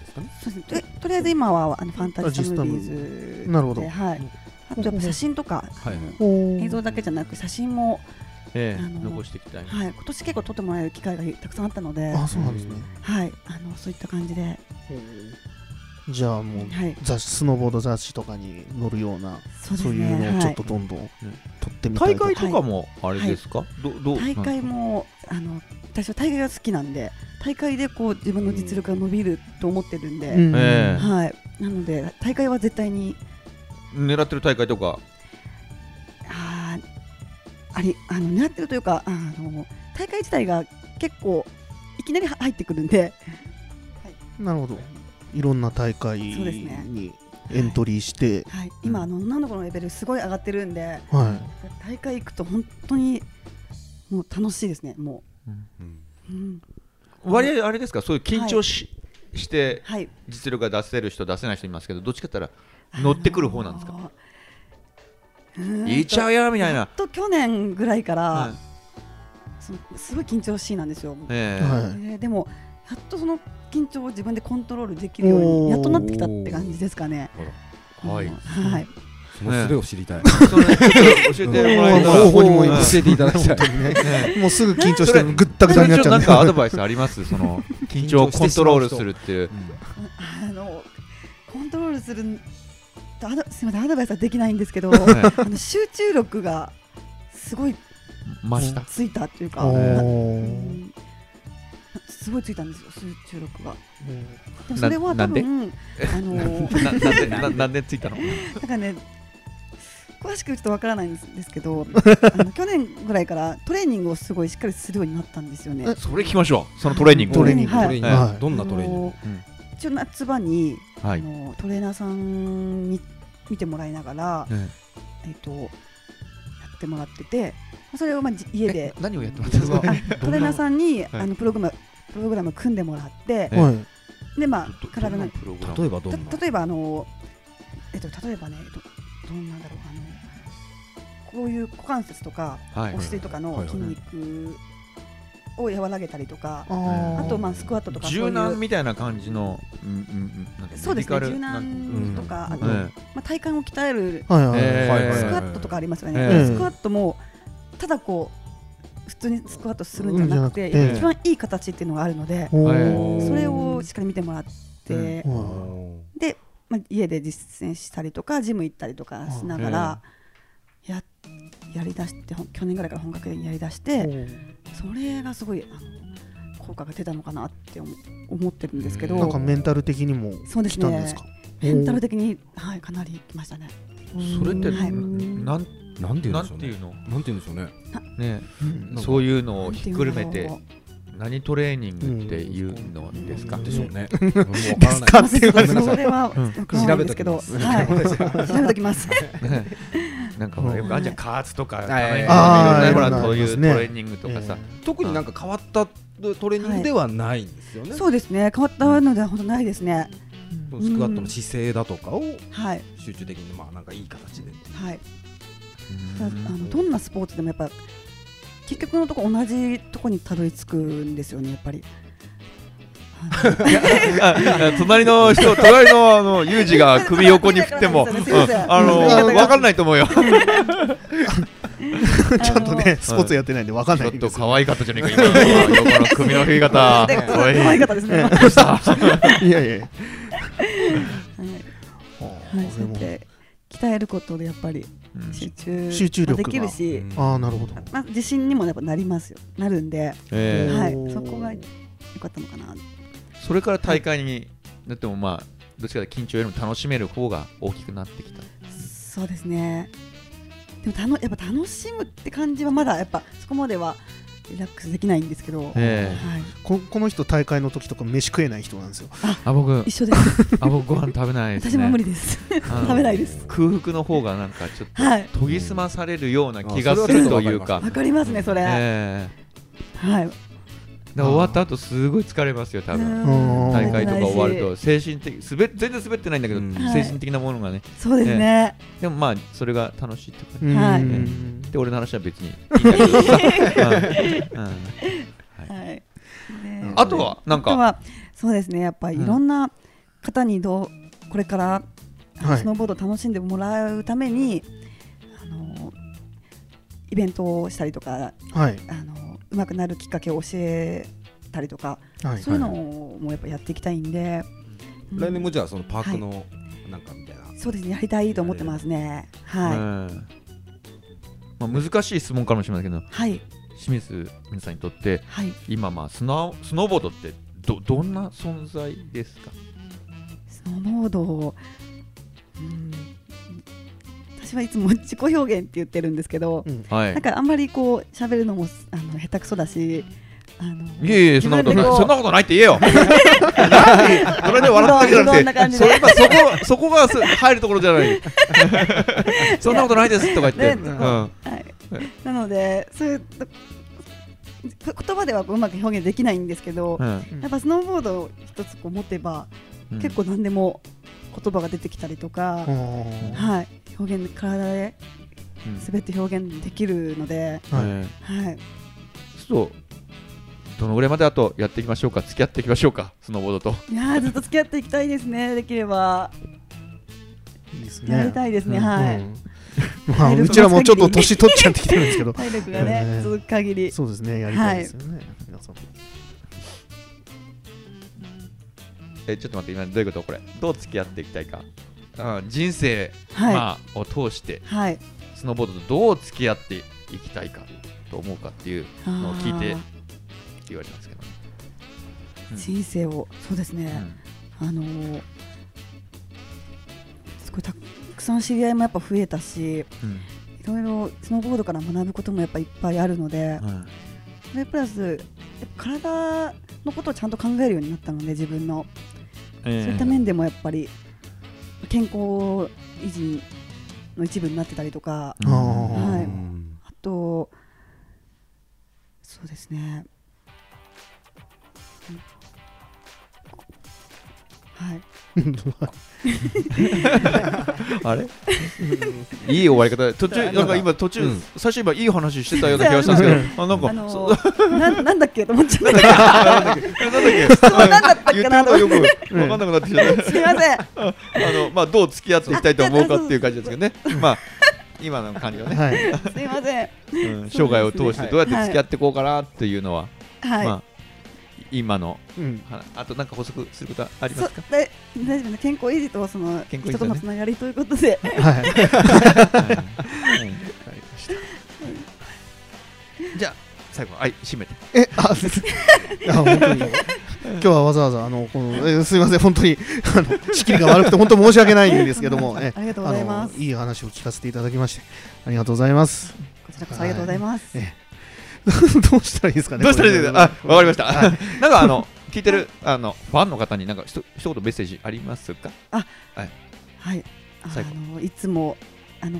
すかね
そうですねととりあえず今はあのファンタジスタムービーズ
なるほど
ではいあとやっぱ写真とか
はい
映像だけじゃなく写真も
え
あの
ー残していきたい
はい今年結構撮ってもらえる機会がたくさんあったので
あそうなんですね
はいあのそういった感じで
じゃあもう
はい
雑誌スノーボード雑誌とかに載るような
そうで
そ
す
ういう
ね
のをちょ
は
っ
い
とどんどん撮ってみたい
大
とか
会とかもあれですか、どどう
大会もあの私は大会が好きなんで大会でこう自分の実力が伸びると思ってるん
う
で
ん
ええ
はいなので大会は絶対に
狙ってる大会とか
あーあれあの狙ってるというかあの大会自体が結構いきなりは入ってくるんで
なるほどいろんな大会
そうですね
にエントリーして
はい、今、あの女の子のレベルすごい上がってるんで
は
大会行くと本当にもう楽しいですねもう、うん、
割合あれですかそういう緊張し,、して
はい
実力が出せる人出せない人いますけどどっちかって言ったら乗ってくる方なんですか、
か
いっちゃうよみたいな、
と去年ぐらいから、
はい
そのすごい緊張しいなんですよ、
え
い
え
は
え
い
ーでもやっとその緊張を自分でコントロールできるよ
お
う
ー
にやっとなってきたって感じですかね
ほらはい
うんはい
その術を知りたい
それちょっと教えてもらえたら
うん
こ
こにもいま
ます
教えていただきたい
もうすぐ緊張し
そ
て
れ
ぐったぐたになっちゃうん
なん
で
かアドバイスありますその緊張をコントロールするっていう
あのコントロールするんあのすみませんアドバイスはできないんですけど
は
あの集中力がすごい
いました
ついたっていうか、
お
な
ー
うんすごいついたんですよ集中力が。でも
な
それは多分あのー
ななんでななんでついたの
なんかね詳しくちょっとわからないんですですけどあの去年ぐらいからトレーニングをすごいしっかりするようになったんですよね。
え
それ聞きましょうそのトレーニング
トレーニング
はい
トレーニング
はい
どんなトレーニング
あの一応夏場に、
は
あ
い
のトレーナーさんに見てもらいながら、
え
えっとやってもらっててそれをまあじ家
え
で
何をやってもらったんですか
あトレーナーさんに、
い
あのプログラムプログラム組んでもらって、
え
はい
でまあ体の
例えばどんな
た例えばあのえっと例えばねどどんなんだろうあのこういう股関節とか
はい
お尻とか
は
の
い
筋肉を和らげたりとか、
ー
あとまあスクワットとかそういう
柔軟みたいな感じのうんうんうんなんか
そうです
メディカ
ね
ル
柔軟とか、あと、
え
まあ、体幹を鍛える
はいはい
え
はい
ス
は
ク
い
ワットとかありますよね、
え
え
スクワットもただこう普通にスクワットするんじゃなくて
うんじゃなくて
一番いい形っていうのがあるので、
お
う
ー
それをしっかり見てもらって、
うん
で、まあ、家で実践したりとかジム行ったりとかしながらや,、やりだしてほん去年ぐらいから本格的にやりだしてそれがすごいあの効果が出たのかなって思思ってるんですけ
なん
ど
かメンタル的にも
そうで
来
す
たんで
ね
すか
メンタル的に、はい、かなりきましたね。
それって
はい
ななん
なんて言
な
うんん
てい
でしょ
うの
うねなんて言うんでしょうね
ね
うん
なんか
そういうのを
なん
ひ
て
っ
言
く
う
る
んだ
め
ろう
て何トレーニングっていうのですか、
でしょうね。
ですかって言われ
ごめんなさ
そ
い
れは
うん
わからないんですけど、
調べときます
はい、調べとき
*laughs*
ます。
*laughs* なんかほらよくあんじゃん、加圧とか、
はい
あ
あ
のいろんな
ー
ほらそうい
いろ
うんト
なのあり
レーニングとかさ、
特になんか変わったトレーニングではないんですよね。
そうですね、変わったのでは本当ないですね。
そうスクワットの姿勢だとかを
はい、
集中的にまあなんかいい形で。
はい、
う
だあ
ん
のどんなスポーツでもやっぱ結局のとこ同じとこにたどり着くんですよね、やっ
*laughs*
ぱり。あの
あ *laughs* 隣の人、隣のあのユージが首横に振っても、う
すいません
んあの
すいませ
分
ん
からないと思うよ。ち
ちょっとね、スポーツやってないんでわかんな
ょ
い
っ
ん
と
ですよ
可愛かったじゃねえか今の、横の首の振り方。
で
おい
可愛かったで
*laughs*
すね。はい
どうした
いやいやいや。
はい、そ
で
うやっ
も
て鍛えることでやっぱり
うん
集中
集中力が
できるし、
ああ、なるほど。
まあ自信にもやっぱなりますよ、なるんで、
えー
はい
おー
そこが良かったのかな。
それから大会になっても、まあ、どっちかというと緊張よりも楽しめる方が大きくなってきた。
そうですね。でもたのやっぱ楽しむって感じはまだやっぱそこまではリラックスできないんですけど、
え
はい、
ここの人大会の時とか飯食えない人なんですよ。
あ、僕、
一緒です。
あ、僕ご飯食べないです、ね。
私も無
*laughs*
理です。食べないです。
空腹の方がなんかちょっ
はい。
と研ぎ澄まされるような気
う
が
んあ
す
それは
るというか
ちょ
わ。かりますねそれ。
ええ
はい。
だから終わった後すごい疲れますよ、多分。
うん
大会とか終わると精神的すべ全然滑ってないんだけど、
うん
精神的なものがね
そうですね。
でもまあそれが楽しいってことね
はい
うん
で俺の話は別にいいんだけどさうんうん
はい。
うん
あとはなん
あと
か
はそうですねやっぱりいろんな方にどうこれからあ
は
の
い
スノーボードを楽しんでもらうために、あのイベントをしたりとか
はい。
あの上手くなるきっかけを教えたりとか、
はい。
そういうのもやっぱやっていきたいんで、うん
来年もじゃあそのパークのなんかみたいな。
そうですねやりたいと思ってますね。
う
はい、
んまあ、難しい質問かもしれませんけど
はい
清水皆さんにとって
はい
今まあスノースノーボードってどどんな存在ですか
スノーボードを、うん、私はいつも自己表現って言ってるんですけど、
はい
なんかあんまりこう喋るのもあの下手くそだし。あの
いえいえそんなことない
自分でこう
そんなことないって言え *laughs* よなんでそれで笑ってるじゃ
そんな
なく
感
て
じ
そ
で
れはそこそこがす入るところじゃない *laughs* そんなことないですとか言って、
ね
うん
はい、なのでそういうと言葉ではこううまく表現できないんですけど、
うん
やっぱスノーボードを一つこう持てば、
うん
結構何でも言葉が出てきたりとか、はい、表現体で
うん
全て表現できるので、
はい。
え
は
ー
い、
ちょっとどのぐらいまであとやっていきましょうか付き合っていきましょうかスノーボードと
いやーずっと付き合っていきたいですね
*laughs*
できれば
いいです
やり
ね。
たいですね
うん
はい、
うんまあ、うちらもちょっと年取っちゃってきてるんですけ
*laughs*
ど。
体力がね、
えー
続く限り
そうですね、やりたいですよね。皆さん
*laughs* えちょっと待って今どういうことこれどう付き合っていきたいかあ人生、
はい、
まあ、を通して
はい
スノーボードとどう付き合っていきたいかと思うかっていうのを聞いて
あー
言われますけど、うん
人生をそうですね、あのーすごいたくさん知り合いもやっぱ増えたしい
うん
ろいろスノーボードから学ぶこともやっぱいっぱいあるので
うんうん
それプラスやっぱ体のことをちゃんと考えるようになったので自分のそういった面でもやっぱり健康維持の一部になってたりとか
うん
あ
はい
うん
あとそうですねうんはい
あれ *laughs* いい終わり方途中なんか今途中、
うん
最初今いい話してたような気がしたんですけどあなんか
あの
そ
ななんだっけと思っちゃっ
な
た
んだっけ
質問なんだったっ
言
け
って
な
る
と
こと
思っ
よ
て
く分かんなくなってきちゃった
すみません。
あのまあどう付き合っていきたいと思うかっていう感じですけどねまあ今の感じはね、
はい。
すみません。
うん生涯を通してどうやって付き合っていこうかなっていうのは、
はい。
まあ今の
うん
はあとなんか補足することはありま
そ
すか
うだい大丈夫ね健康維持とその
健康維持だね
人とのつながりということで、
はい。
じゃあ最後はい締めて
え、あ、すいや本当に。今日はわざわざ、あの、この、えすいません、本当に、あの、仕切りが悪くて、本当申し訳ないんですけども、え
*laughs* ありがとうご
あ
ざいま
の、
す。こ
いい話を聞かせていただきまして、ありがとうございます。 *laughs*
ちらこそありがとうございます。
えどうしたらいいですかね
どうしたらいいですかあわかりました
はい
なんかあの聞いてるあのファンの方になんかひと一言メッセージありますか？
はい、あ
最後
のいつもあの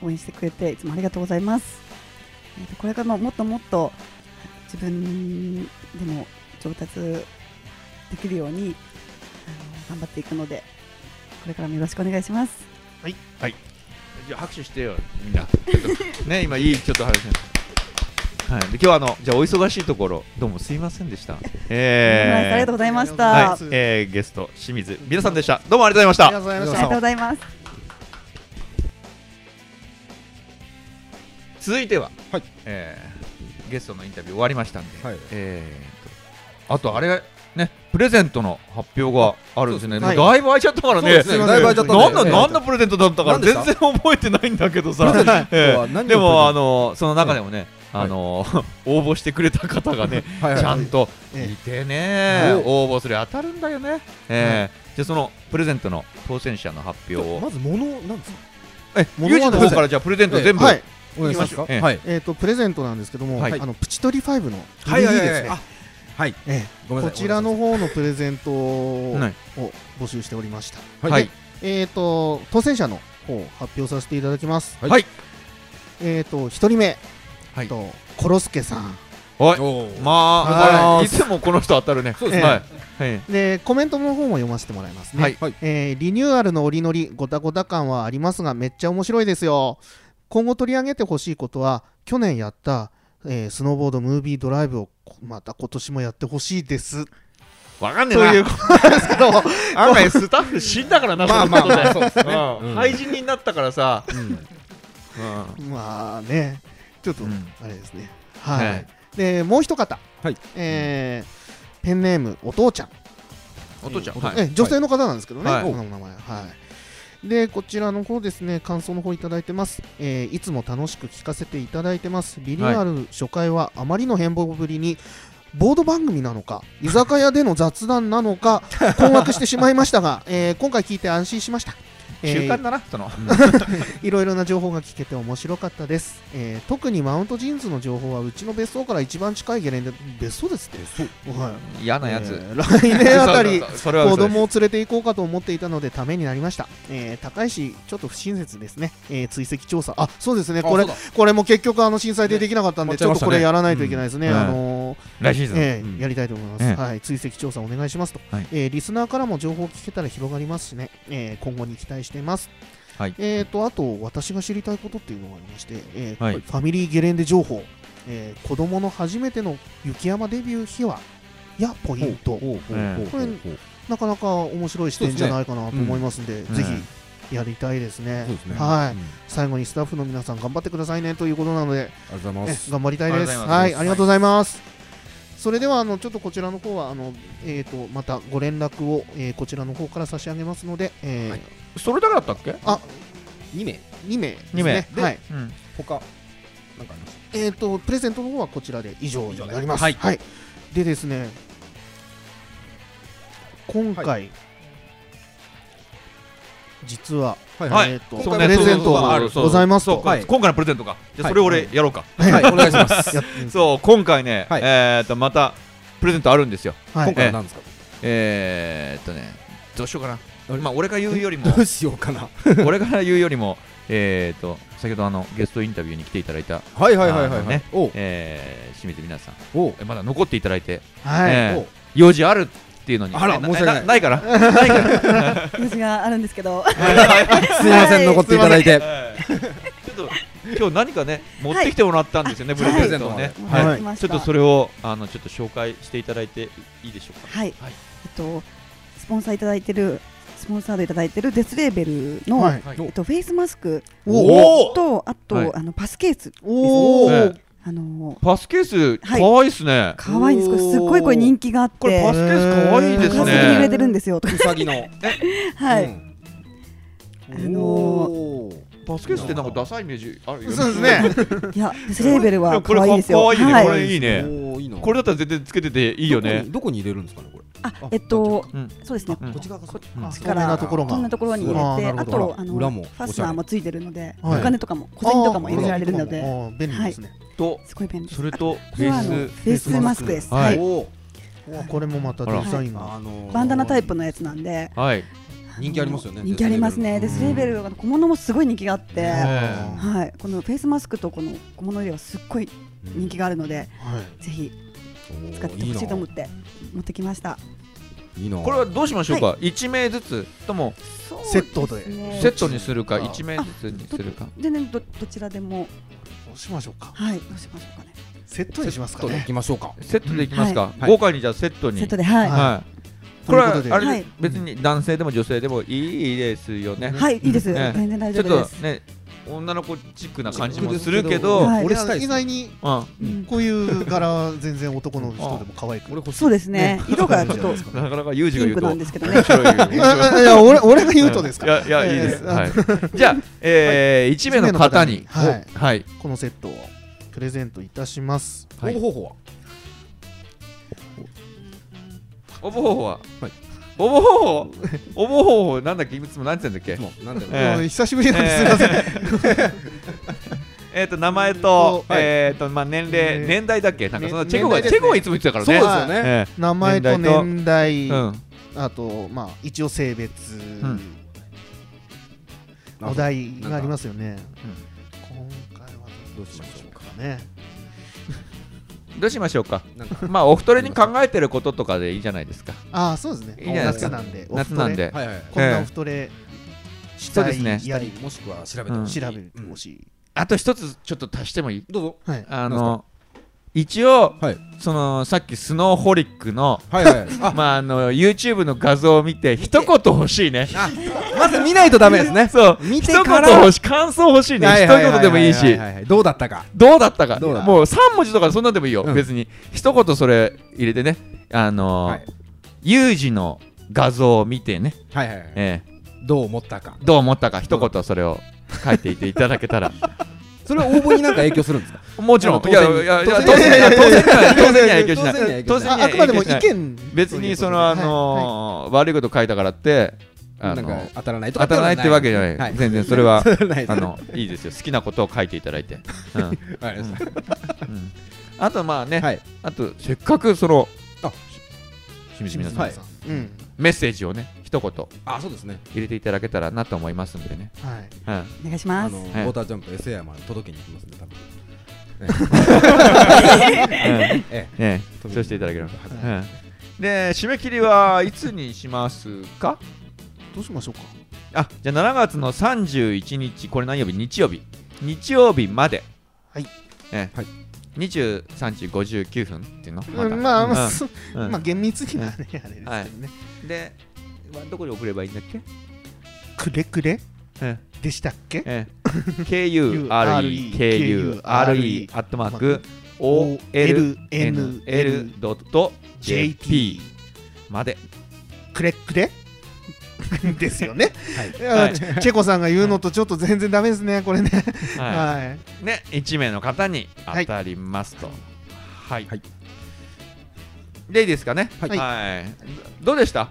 応援してくれていつもありがとうございます。えっとこれからももっともっと自分でも上達できるようにあの頑張っていくのでこれからもよろしくお願いします。
はいはい。じゃあ拍手してよみんな。ちょっとね今いいちょっと話。はい。で今日はあのじゃあお忙しいところどうもすいませんでした。
はいありが
え
とうございま
ー、
し
ざい
た。
は
ま
い
す、
えー、ゲスト清水美奈さんでした。どうもありがとうござ
あ
い
りがと
ま
う
し
ございま
あ
し
り
た
がとうございます。
た。続いては、
はい
えー、ゲストのインタビュー終わりましたんで、
はい
えーとあとあれがねプレゼントの発表があるんですね。
そうですね
もうだいぶ空いちゃったからね。
そうですね
だいぶ空いちゃった
なんだ、
ええ
なんのプレゼントだったか
何でし
全
た
然覚えてないんだけどさ
プレゼン、ト
え
は何をプレゼ
え
ント
でもあのその中でもね、
はい
あの *laughs* 応募してくれた方がね、
はい
ちゃんと
ええ
いてね、
お
応募する当たるんだよね。ええじゃあそのプレゼントの当選者の発表を、
まず物なんですか
え
物は
ユージの方からじゃあプレゼント全部、
はい
お願いしますか
行きましょうええ
はい
えー、とプレゼントなんですけども、
はい
あのプチトリ5の
はいはいはい
DVD ですね、
あはい
え
ご
え
めんな
こ
さい
ちらの方のプレゼントを
はい
を募集しておりました、
はい
はい
えー、と当選者の方を発表させていただきます、
はい
はい
えー、と1人目、
はい
とコロスケさん
はい
おー
まあ、
はい
い、つもこの人当たるね。
そう
ですね
はい、はい
でコメントの方も読ませてもらいますね、
はい
はい
えーリニューアルの折りのりごたごた感はありますがめっちゃ面白いですよ今後取り上げてほしいことは去年やった、えースノーボードムービードライブをこまた今年もやってほしいです
わかんねえ
と
な。
いうことなんですけど
案外スタッフ死んだからな、
まあまあまあそうですね
あ
うん
廃人になったからさ。うん
まあねちょっと
うん
あれですね、はい、
はい
でもう一方、
はい
えーペンネームお父ちゃん、
お父ちゃん、
お父
はい
え女性の方なんですけどね、
はい
この名前はいでこちらの方ですね感想の方いただいてます、えーいつも楽しく聞かせていただいてますリニューアル初回はあまりの変貌ぶりに、ボード番組なのか居酒屋での雑談なのか困惑してしまいましたが、えー今回聞いて安心しました、えー
中間だな、その。
いろいろな情報が聞けて面白かったです、えー特にマウントジーンズの情報はうちの別荘から一番近いゲレンデ別荘ですってはい
嫌なやつ。
えー来年あたり
そうそうそうそれは
子
嘘です
供を連れて行こうかと思っていたのでためになりました、えー高いしちょっと不親切ですね、えー追跡調査あそうですねこれ
あそう
これも結局あの震災でできなかったんで、
ね
ちょっとこ
終わっちゃ
れ
いましたね
やらないといけないですね、
うん
あのー
来シーズン。
ええ
うん
やりたいと思います、
ええ
はい、追跡調査お願いしますと、
はい
えーリスナーからも情報聞けたら広がりますしね、えー今後に期待しています、
はい
えー、とあと私が知りたいことっていうのがありまして、えー
はい
ファミリーゲレンデ情報、えー子供の初めての雪山デビュー秘話やポイント
ほうほうほうほうほう
なかなか面白い視点じゃないかなと思いますんで
ん
ぜひやりたいですね,、
そうですね
はい、
うん
最後にスタッフの皆さん頑張ってくださいねということなので
ありがとうございま
ね
す
頑張りたいです。
ありがとうご
は
ざいます
い、ありがとうございます。それではあのちょっとこちらの方はあのえっ、とまたご連絡を、えーこちらの方から差し上げますので、えー
はい
それだけだったっけ
あ
二名
2名です
二名
ね。
で
はい。
うん。
他なんかあります
えっ、とプレゼントの方はこちらで以上になります。は
はいい。
でですね、今回、
は
実は、
はい
はい
えっ、と
そう
プ
ね
レゼント
そうそうそう
が
あるそう
ございます
そう
と。
か
はい
今回のプレゼントか。じゃあ
はい
それ俺やろうか。
はいお願いします
やってみて
そう、今回ね、
はい
えーっと、またプレゼントあるんですよ。
は
今
い。
回は何ですか
えーっとね、どうしようか
あ
な。
れ
まあ、俺が言うよりも
ど、うしようかな
*laughs*
俺から言うよりも、えーっと、先ほどあのゲストインタビューに来ていただいた、
はいはいはいはい
あの
は
ね
いおう
えー、清水美奈さん。
おう
えまだ残っていただいて、
はい。
えー
おう
用事あるっていうのに
あら
え
申し訳ない
なないから
私があるんですけど、
すいません残っていただいて
*laughs* ちょっと今日何かね持ってきてもらったんですよね、プレゼントを
はい
ね、
はい
はい、まし
ちょ
た
っとそれをあのちょっと紹介していただいていいでしょうか
はい、
はい
えっとスポンサーいただいてるスポンサーでいただいてるデスレーベルの、
はい
はい
えっとフェイスマスク
おー
とあと、
はい
あのパスケース
おお、
ええ
あの
パスケース可
はい
愛いですね
可愛いんですこれ
おー
すっごいこれ人気があって
これパスケース可愛いで
高
す
すぎに売れ
ね
てるんですよとか
うさぎの
はい、
うん
あのー
おー
バスケースってなんかダサいイメージあるよね
そうですね。
いやデスレーベルは
これ
可愛いですよ
これ可愛いね
はい
これいいね
おーいいな
これだったら絶対つけてていいよね
どこにどこに入れるんですかねこれ
あえっと
うん
そうですね
うん
こっち側がこっち
うん
あ
力
透明なところ
こんな
が。
ところに入
あー
れて
な
あ
るほど
とあの
裏も
ファスナーもついてるのでお
はい
金とかも小銭とかも入れられるの
あ
で
ー便利ですね。
と
すごい便利です
それと
あ
ベ
はあの
ース
フェイスマスクです
は
はいい
おー
あこれもまたデザインが。
あのー
バンダナタイプのやつなんで
はい
人気ありますよね
人気ありますね
デ
デ
ス
ス
レ
レ
ー
ー
ベ
ベ
ル
ルは小物もすごい人気があって
ね
はいこのフェイスマスクとこの小物入れはすっごい人気があるので
はい。
ぜひ
おー
使ってほしいと思って持ってきました
いいな
これはどうしましょうか一名ずつとも
セットで
そうすね
セットにするか
どっち
一名ずつにするか
全然どどちらでも
どうしましょうか。
はいどうしましょうかね
セットにします
ちょ
か
っとい
ね。
きましょうか
セットでいきますか
はい
豪華にじゃあセットに
セットではい
は
は
はいこれは
ということで
あれ、
はい
別に男性でも女性でもいいですよね
い、い、いです、
ね
全然大
ちょ
丈
っ
夫で
と
す
ね女の子チックな感じもするけど、
はい
俺
俺したい
は
で
意
す
外に
うん
うん
こういう柄全然男の人でも可愛く。
俺欲しい
そうですね
ね
色がちょ
*laughs*
っと
なかなかユージが言う
ピンク
と
なんですけどね
面白い面
い
白い
やいや俺俺が言うとですか。
いやいやいいです、
えー
はい、じゃあ、えー、1名の方に
一名の方に
おはい、
このセットをプレゼントいたします。
応募方法は
応募方法は、
はい
応募方法応募方法なんだっけいつもなんて言うんだっ
い
け
つも *laughs* なんだろう
ええ
もう久しぶりなんです。す
え
みません。
*laughs* えーと名前と、
はい
えーとまあ、年齢、
えー
年代だっけなんかその
ね
チェコが、
年代ですね
チェコがいつも言ってたからね
そうです
よね
え
名前と年
え
代、
うん
あとまあ一応性別、
ん
な
お題がありますよね
ん。
今回はどうしましょうかね。
どうしましょうか
なんか
まあお二人に考えてることとかでいいじゃないですか
ああそうですね。
いいじゃないですか
夏なんで、
夏なんで、
はいはいはい
オフトレ。こんなお太れした
そうです
い
ね
やり
もしくは調べ
う
て
ん
ほしい
調べてほしい。
あと一つちょっと足してもいい
どうぞ
はい。
あ
な
の一応、
はい
そのさっきスノーホリックの
はいはいあ
まああの YouTube の画像を見て一言欲しい *laughs* ね
*laughs* まず見ないとダメですね
*laughs* そう
見
一
て
言
から
欲しい感想欲しいね一言でもいいし
どうだったか
どうだったか
どうだった
もう3文字とかそんなんでもいいよ、
うん
別に一言それ入れてねあのー
はい
ユージの画像を見てね、
はいはいはい
え
どう思ったか
えどう思ったか一言それを書いていていただけたら
それは応募になんか影響するんですか
*laughs* もちろん
あの
いやい
当然
やいや
当
当
然
然いや当然には *laughs* 当然には影響しな
当然にはい影響しない
ああくまでも意
影響しない
見
別にその
ー
あのー悪いこと書いたからってあ
な
の
ん
ー
か当たらないとか
当たらないってわけじゃない、
はい
全然それは
当たらないです
あのいいですよ好きなことを書いていただいて、うん
わかりました
うんあとまあね、
はい
あとせっかくその
あ
清
清
水皆
水
さん、
さん。うん。
メッセージをね一言入
あそうですね
れていただけたらなと思いますんでね、
はい。
うん、
お願いし
あ
ます
のウ
はい
ォータージャンプ SA まで届けに行きますね多分
*laughs* ね
え
そうしていただければ、
は
うん、で締め切りはいつにしますか
どうしましょうか。
あじゃあ7月の31日これ何曜日日曜日日曜日まで
はい
ね、
はい
23時59分っていうのま
う
た
んまあま
う
あ
ん
そ
うん
まあ厳密にはねあれですけど
はい
ね。
で、まあどこに送ればいいんだっけ、
くれくれ
え
でしたっけ？
え ?KUREKURE ア
KURE
ットマーク OLNL.jp まで
くれ
*laughs*
くれですよね。
はい
いや
はい
チェチェコさんが言うのとちょっと全然ダメですね、これね。
は
はい
ね1名の方に当たりますとはい
はい
でいいですかね
はい
はいどうでした
い。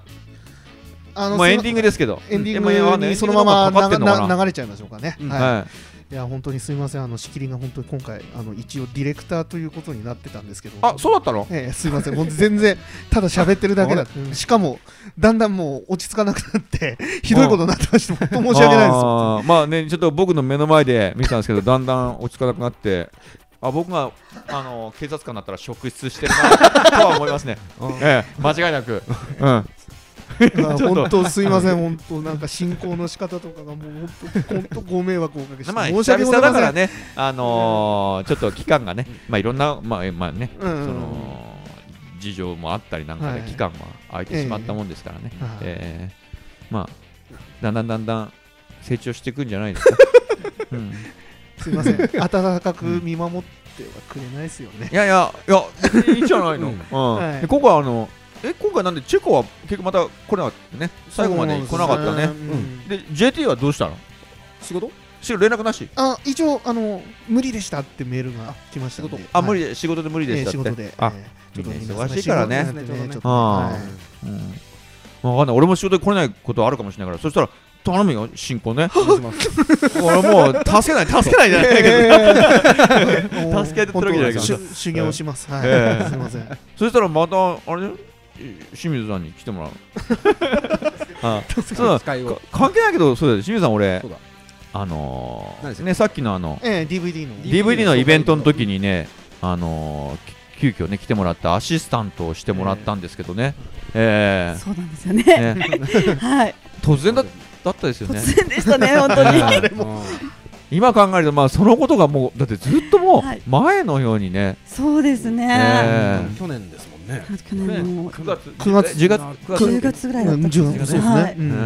あ
もうエンディング
で。
ですけど
エンディ
うんえもう
ン
わかん
グ
ない
にそのま
エンディ
ま
ングの方がかかってんのかな
なな流れちゃいましょうかね。は
はい
い。いや、本当にすみません。あの、仕切りが本当に今回、あの、一応ディレクターということになってたんですけど。
あそうだったの
ええすみません。本当 *laughs* 全然、ただ喋ってるだけだった。しかも、だんだんもう落ち着かなくなって、 *laughs* ひどいことになってまして、本当申し訳ない *laughs* です。
あーまあねちょっと僕の目の前で見てたんですけどだんだん落ち着かなくなってあ僕があの警察官だったら職質してるなとは思います
*laughs*
ね、ええ、間違いなく、うん、
まあ
ちょっと
本当すいません。本当なんか進行の仕方とかがもう本当本当ご迷惑をおかけして、
まあ
申し
久
訳ござ
々
いま
だ
せ
か
ん
ら。ねあのーちょっと期間がねまあいろんなまあえまあね、
うんうんうん
その事情もあったりなんか
は
で
い
期間は空いてしまったもんですから
え
ね、
えはい
ええまあだんだんだんだん成長していくんじゃな
*laughs*
いですか、うん
すみません、
*laughs*
温かく見守ってはくれないですよね。
いやいや、いや、別にいいんじゃないの。うん
う
ん
はい
で今回あの、え、今回なんでチェコは結局また来なかったね。最後まで来なかったね。
うん
で、JT はどうしたの
仕事
し連絡なし
あ一応あの無理でしたってメールが来ましたので
あ無理
で
で仕事で無理でした
仕
って
事で
あ
ええ
みんな
皆さん
忙しいからね
仕事なんでちょっと
うん
はい
うんわかんない俺も仕事で来れないことあるかもしれないからそしたら頼むよ進行ね俺もう助けない助けないじゃないけど
もう
助けてるわけじゃない
本
けど
当し修行しますはい
ええ
すいません
そしたらまたあれね清水さんに来てもらうあそう
使い
か
を
関係ないけどそうだよ清水さん俺
そうだ
あの
何でし
ー
た
ねさっきのあの
ええ DVD の
DVD のイベントの時にね、あのーき急遽ね来てもらったアシスタントをしてもらったんですけどね、え
そうなんですよね。
えね
はい。
突然だだったですよ
突
ね。
然でしたね、本当に。
ええ
も
今考えると、まあ、そのことがもうだってずっともう
はい
前のようにね、
そうです
ね
ね。
ええ
*laughs* 去年ですもんね
去年の
9月
9月
10月9月
9
10月ぐらいだ
う
っ
ん
た
じゅうそ
10
うで
月
すね
はい
うん
うん
いや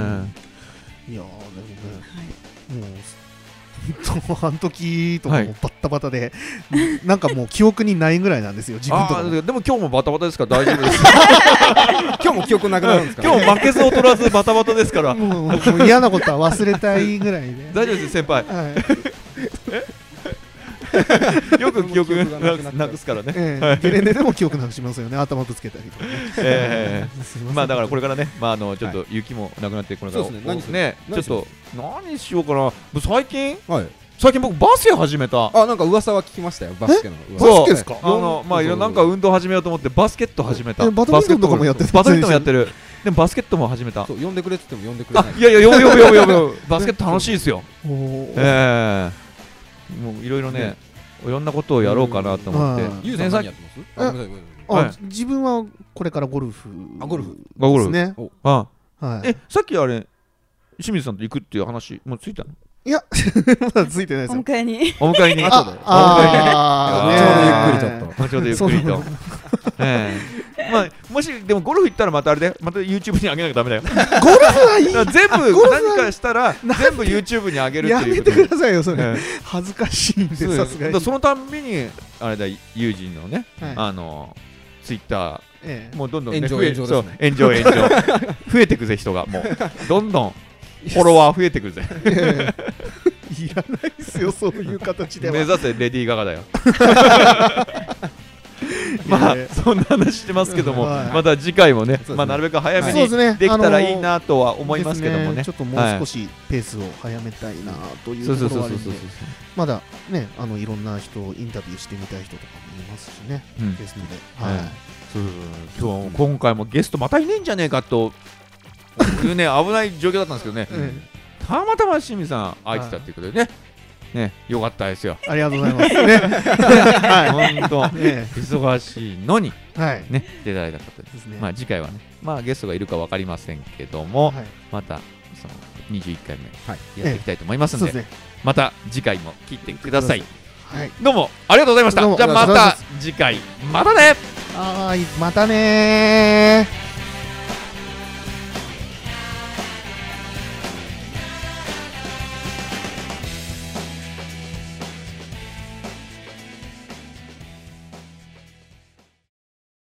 ーでもねもう *laughs* 本当あの時とかも
は
バ
い
ッタバタでなんかもう記憶にないぐらいなんですよ自分と
あ
かも
ーでも今日もバタバタですから大丈夫です
今日も記憶なくなるんですか
今日負けず劣らずバタバタですから大
もうもう嫌なことは忘れたいぐらい
*laughs*
で
丈夫です先輩
はい
よく記憶
記憶がなくなっちゃう
なくすからね、
ええゲレンデでも記憶なくしますよね頭ぶつけたりとかね
*laughs* え
すい
え
せん
まあだからこれからね、まああのちょっと雪もなくなってこれから、
そうですね何する
ちょ
何
っと
する
何しようかな。もう最近
はい
最近僕バスケ始めた。
あなんか噂は聞きましたよバスケの噂
そう
バスケですか
あのまあいろんななんか運動始めようと思ってバスケット始めた。
えバドミントンとかもやってる
バスケットもやってる。でもバスケットも始めた。
そう呼んでくれって言っても呼んでくれ
あ
ない
いやいやよぶよぶよぶよぶ。バスケット楽しいですよ。
おー
ええもういろいろね
ね、
いろんなことをやろうかなと思って
うん。
ゆうさ
ね
ん
さっき
何やってます
え
あごめんなさいごめんな
あ
はい
さい
自分はこれからゴルフ
あゴルフ
ゴル
で
フ
すね
あ
はい
えさっきあれ清水さんと行くっていう話もうついたの？
まだついてないで
お
すよ
迎えに。
お迎えに。
後で
あ
あー
ね
ちょうどゆっくりちょっと
後ほどゆっくり
*laughs* そう
と。ええまあ、もしでもゴルフ行ったらまたあれでまた YouTube に上げなきゃダメだよ
ゴルフはいい
だから全部
ゴルフは
何かしたら全部 YouTube に上げるっ
や
てい
め
う
て
こと
くださいよそれ
え
恥ずかしいん
え
で
そう
さすが
だか
に
らそのたんびにあれだ友人のね、
はい
あのツイッタ
え
ーもうどんどん、ね、
炎上
増え
炎上
そう
で
炎上炎
*laughs*
上増えてくぜ人がもうどんどんフォロワー増えてくぜ
え *laughs* ええいらないですよそういう形で
目
は
指せレディー・ガガだよまあ
いやいや
そんな話してますけども、
はい
また次回もね
すね
まあ、なるべく早
そ
め
う
に
ですね
できたらいい
あ
なと
の
は思いますけどもね
ですちょっともう少しペースを早めたいなとい
そううそ
と
う
こ
そ
ろはあ
うそう
る
そ
ん
う
でまだねあのいろんな人をインタビューしてみたい人とかもいますしね
うん
ゲストで
はい
はい
そうそう今日は今回もゲストまたいねえんじゃねえかというね危ない状況だったんですけどね、
え
たまたま清水さん空いてたっていうことでね、ねよかったですよ
ありがとうございますねは
本当
いね
忙しいのに
はい
ね来ていただいたことで
ですね
まあ次回はねまあゲストがいるかわかりませんけども、
はい
またその21回
はい
目やっていきたいと思いますん
そう
で,、
ですね
また次回も聞いてください
はい
どうもありがとうございまし
どう
た
も
じゃあ
ありがと
ま
うござい
た
ま
次回またね
はーいまたねー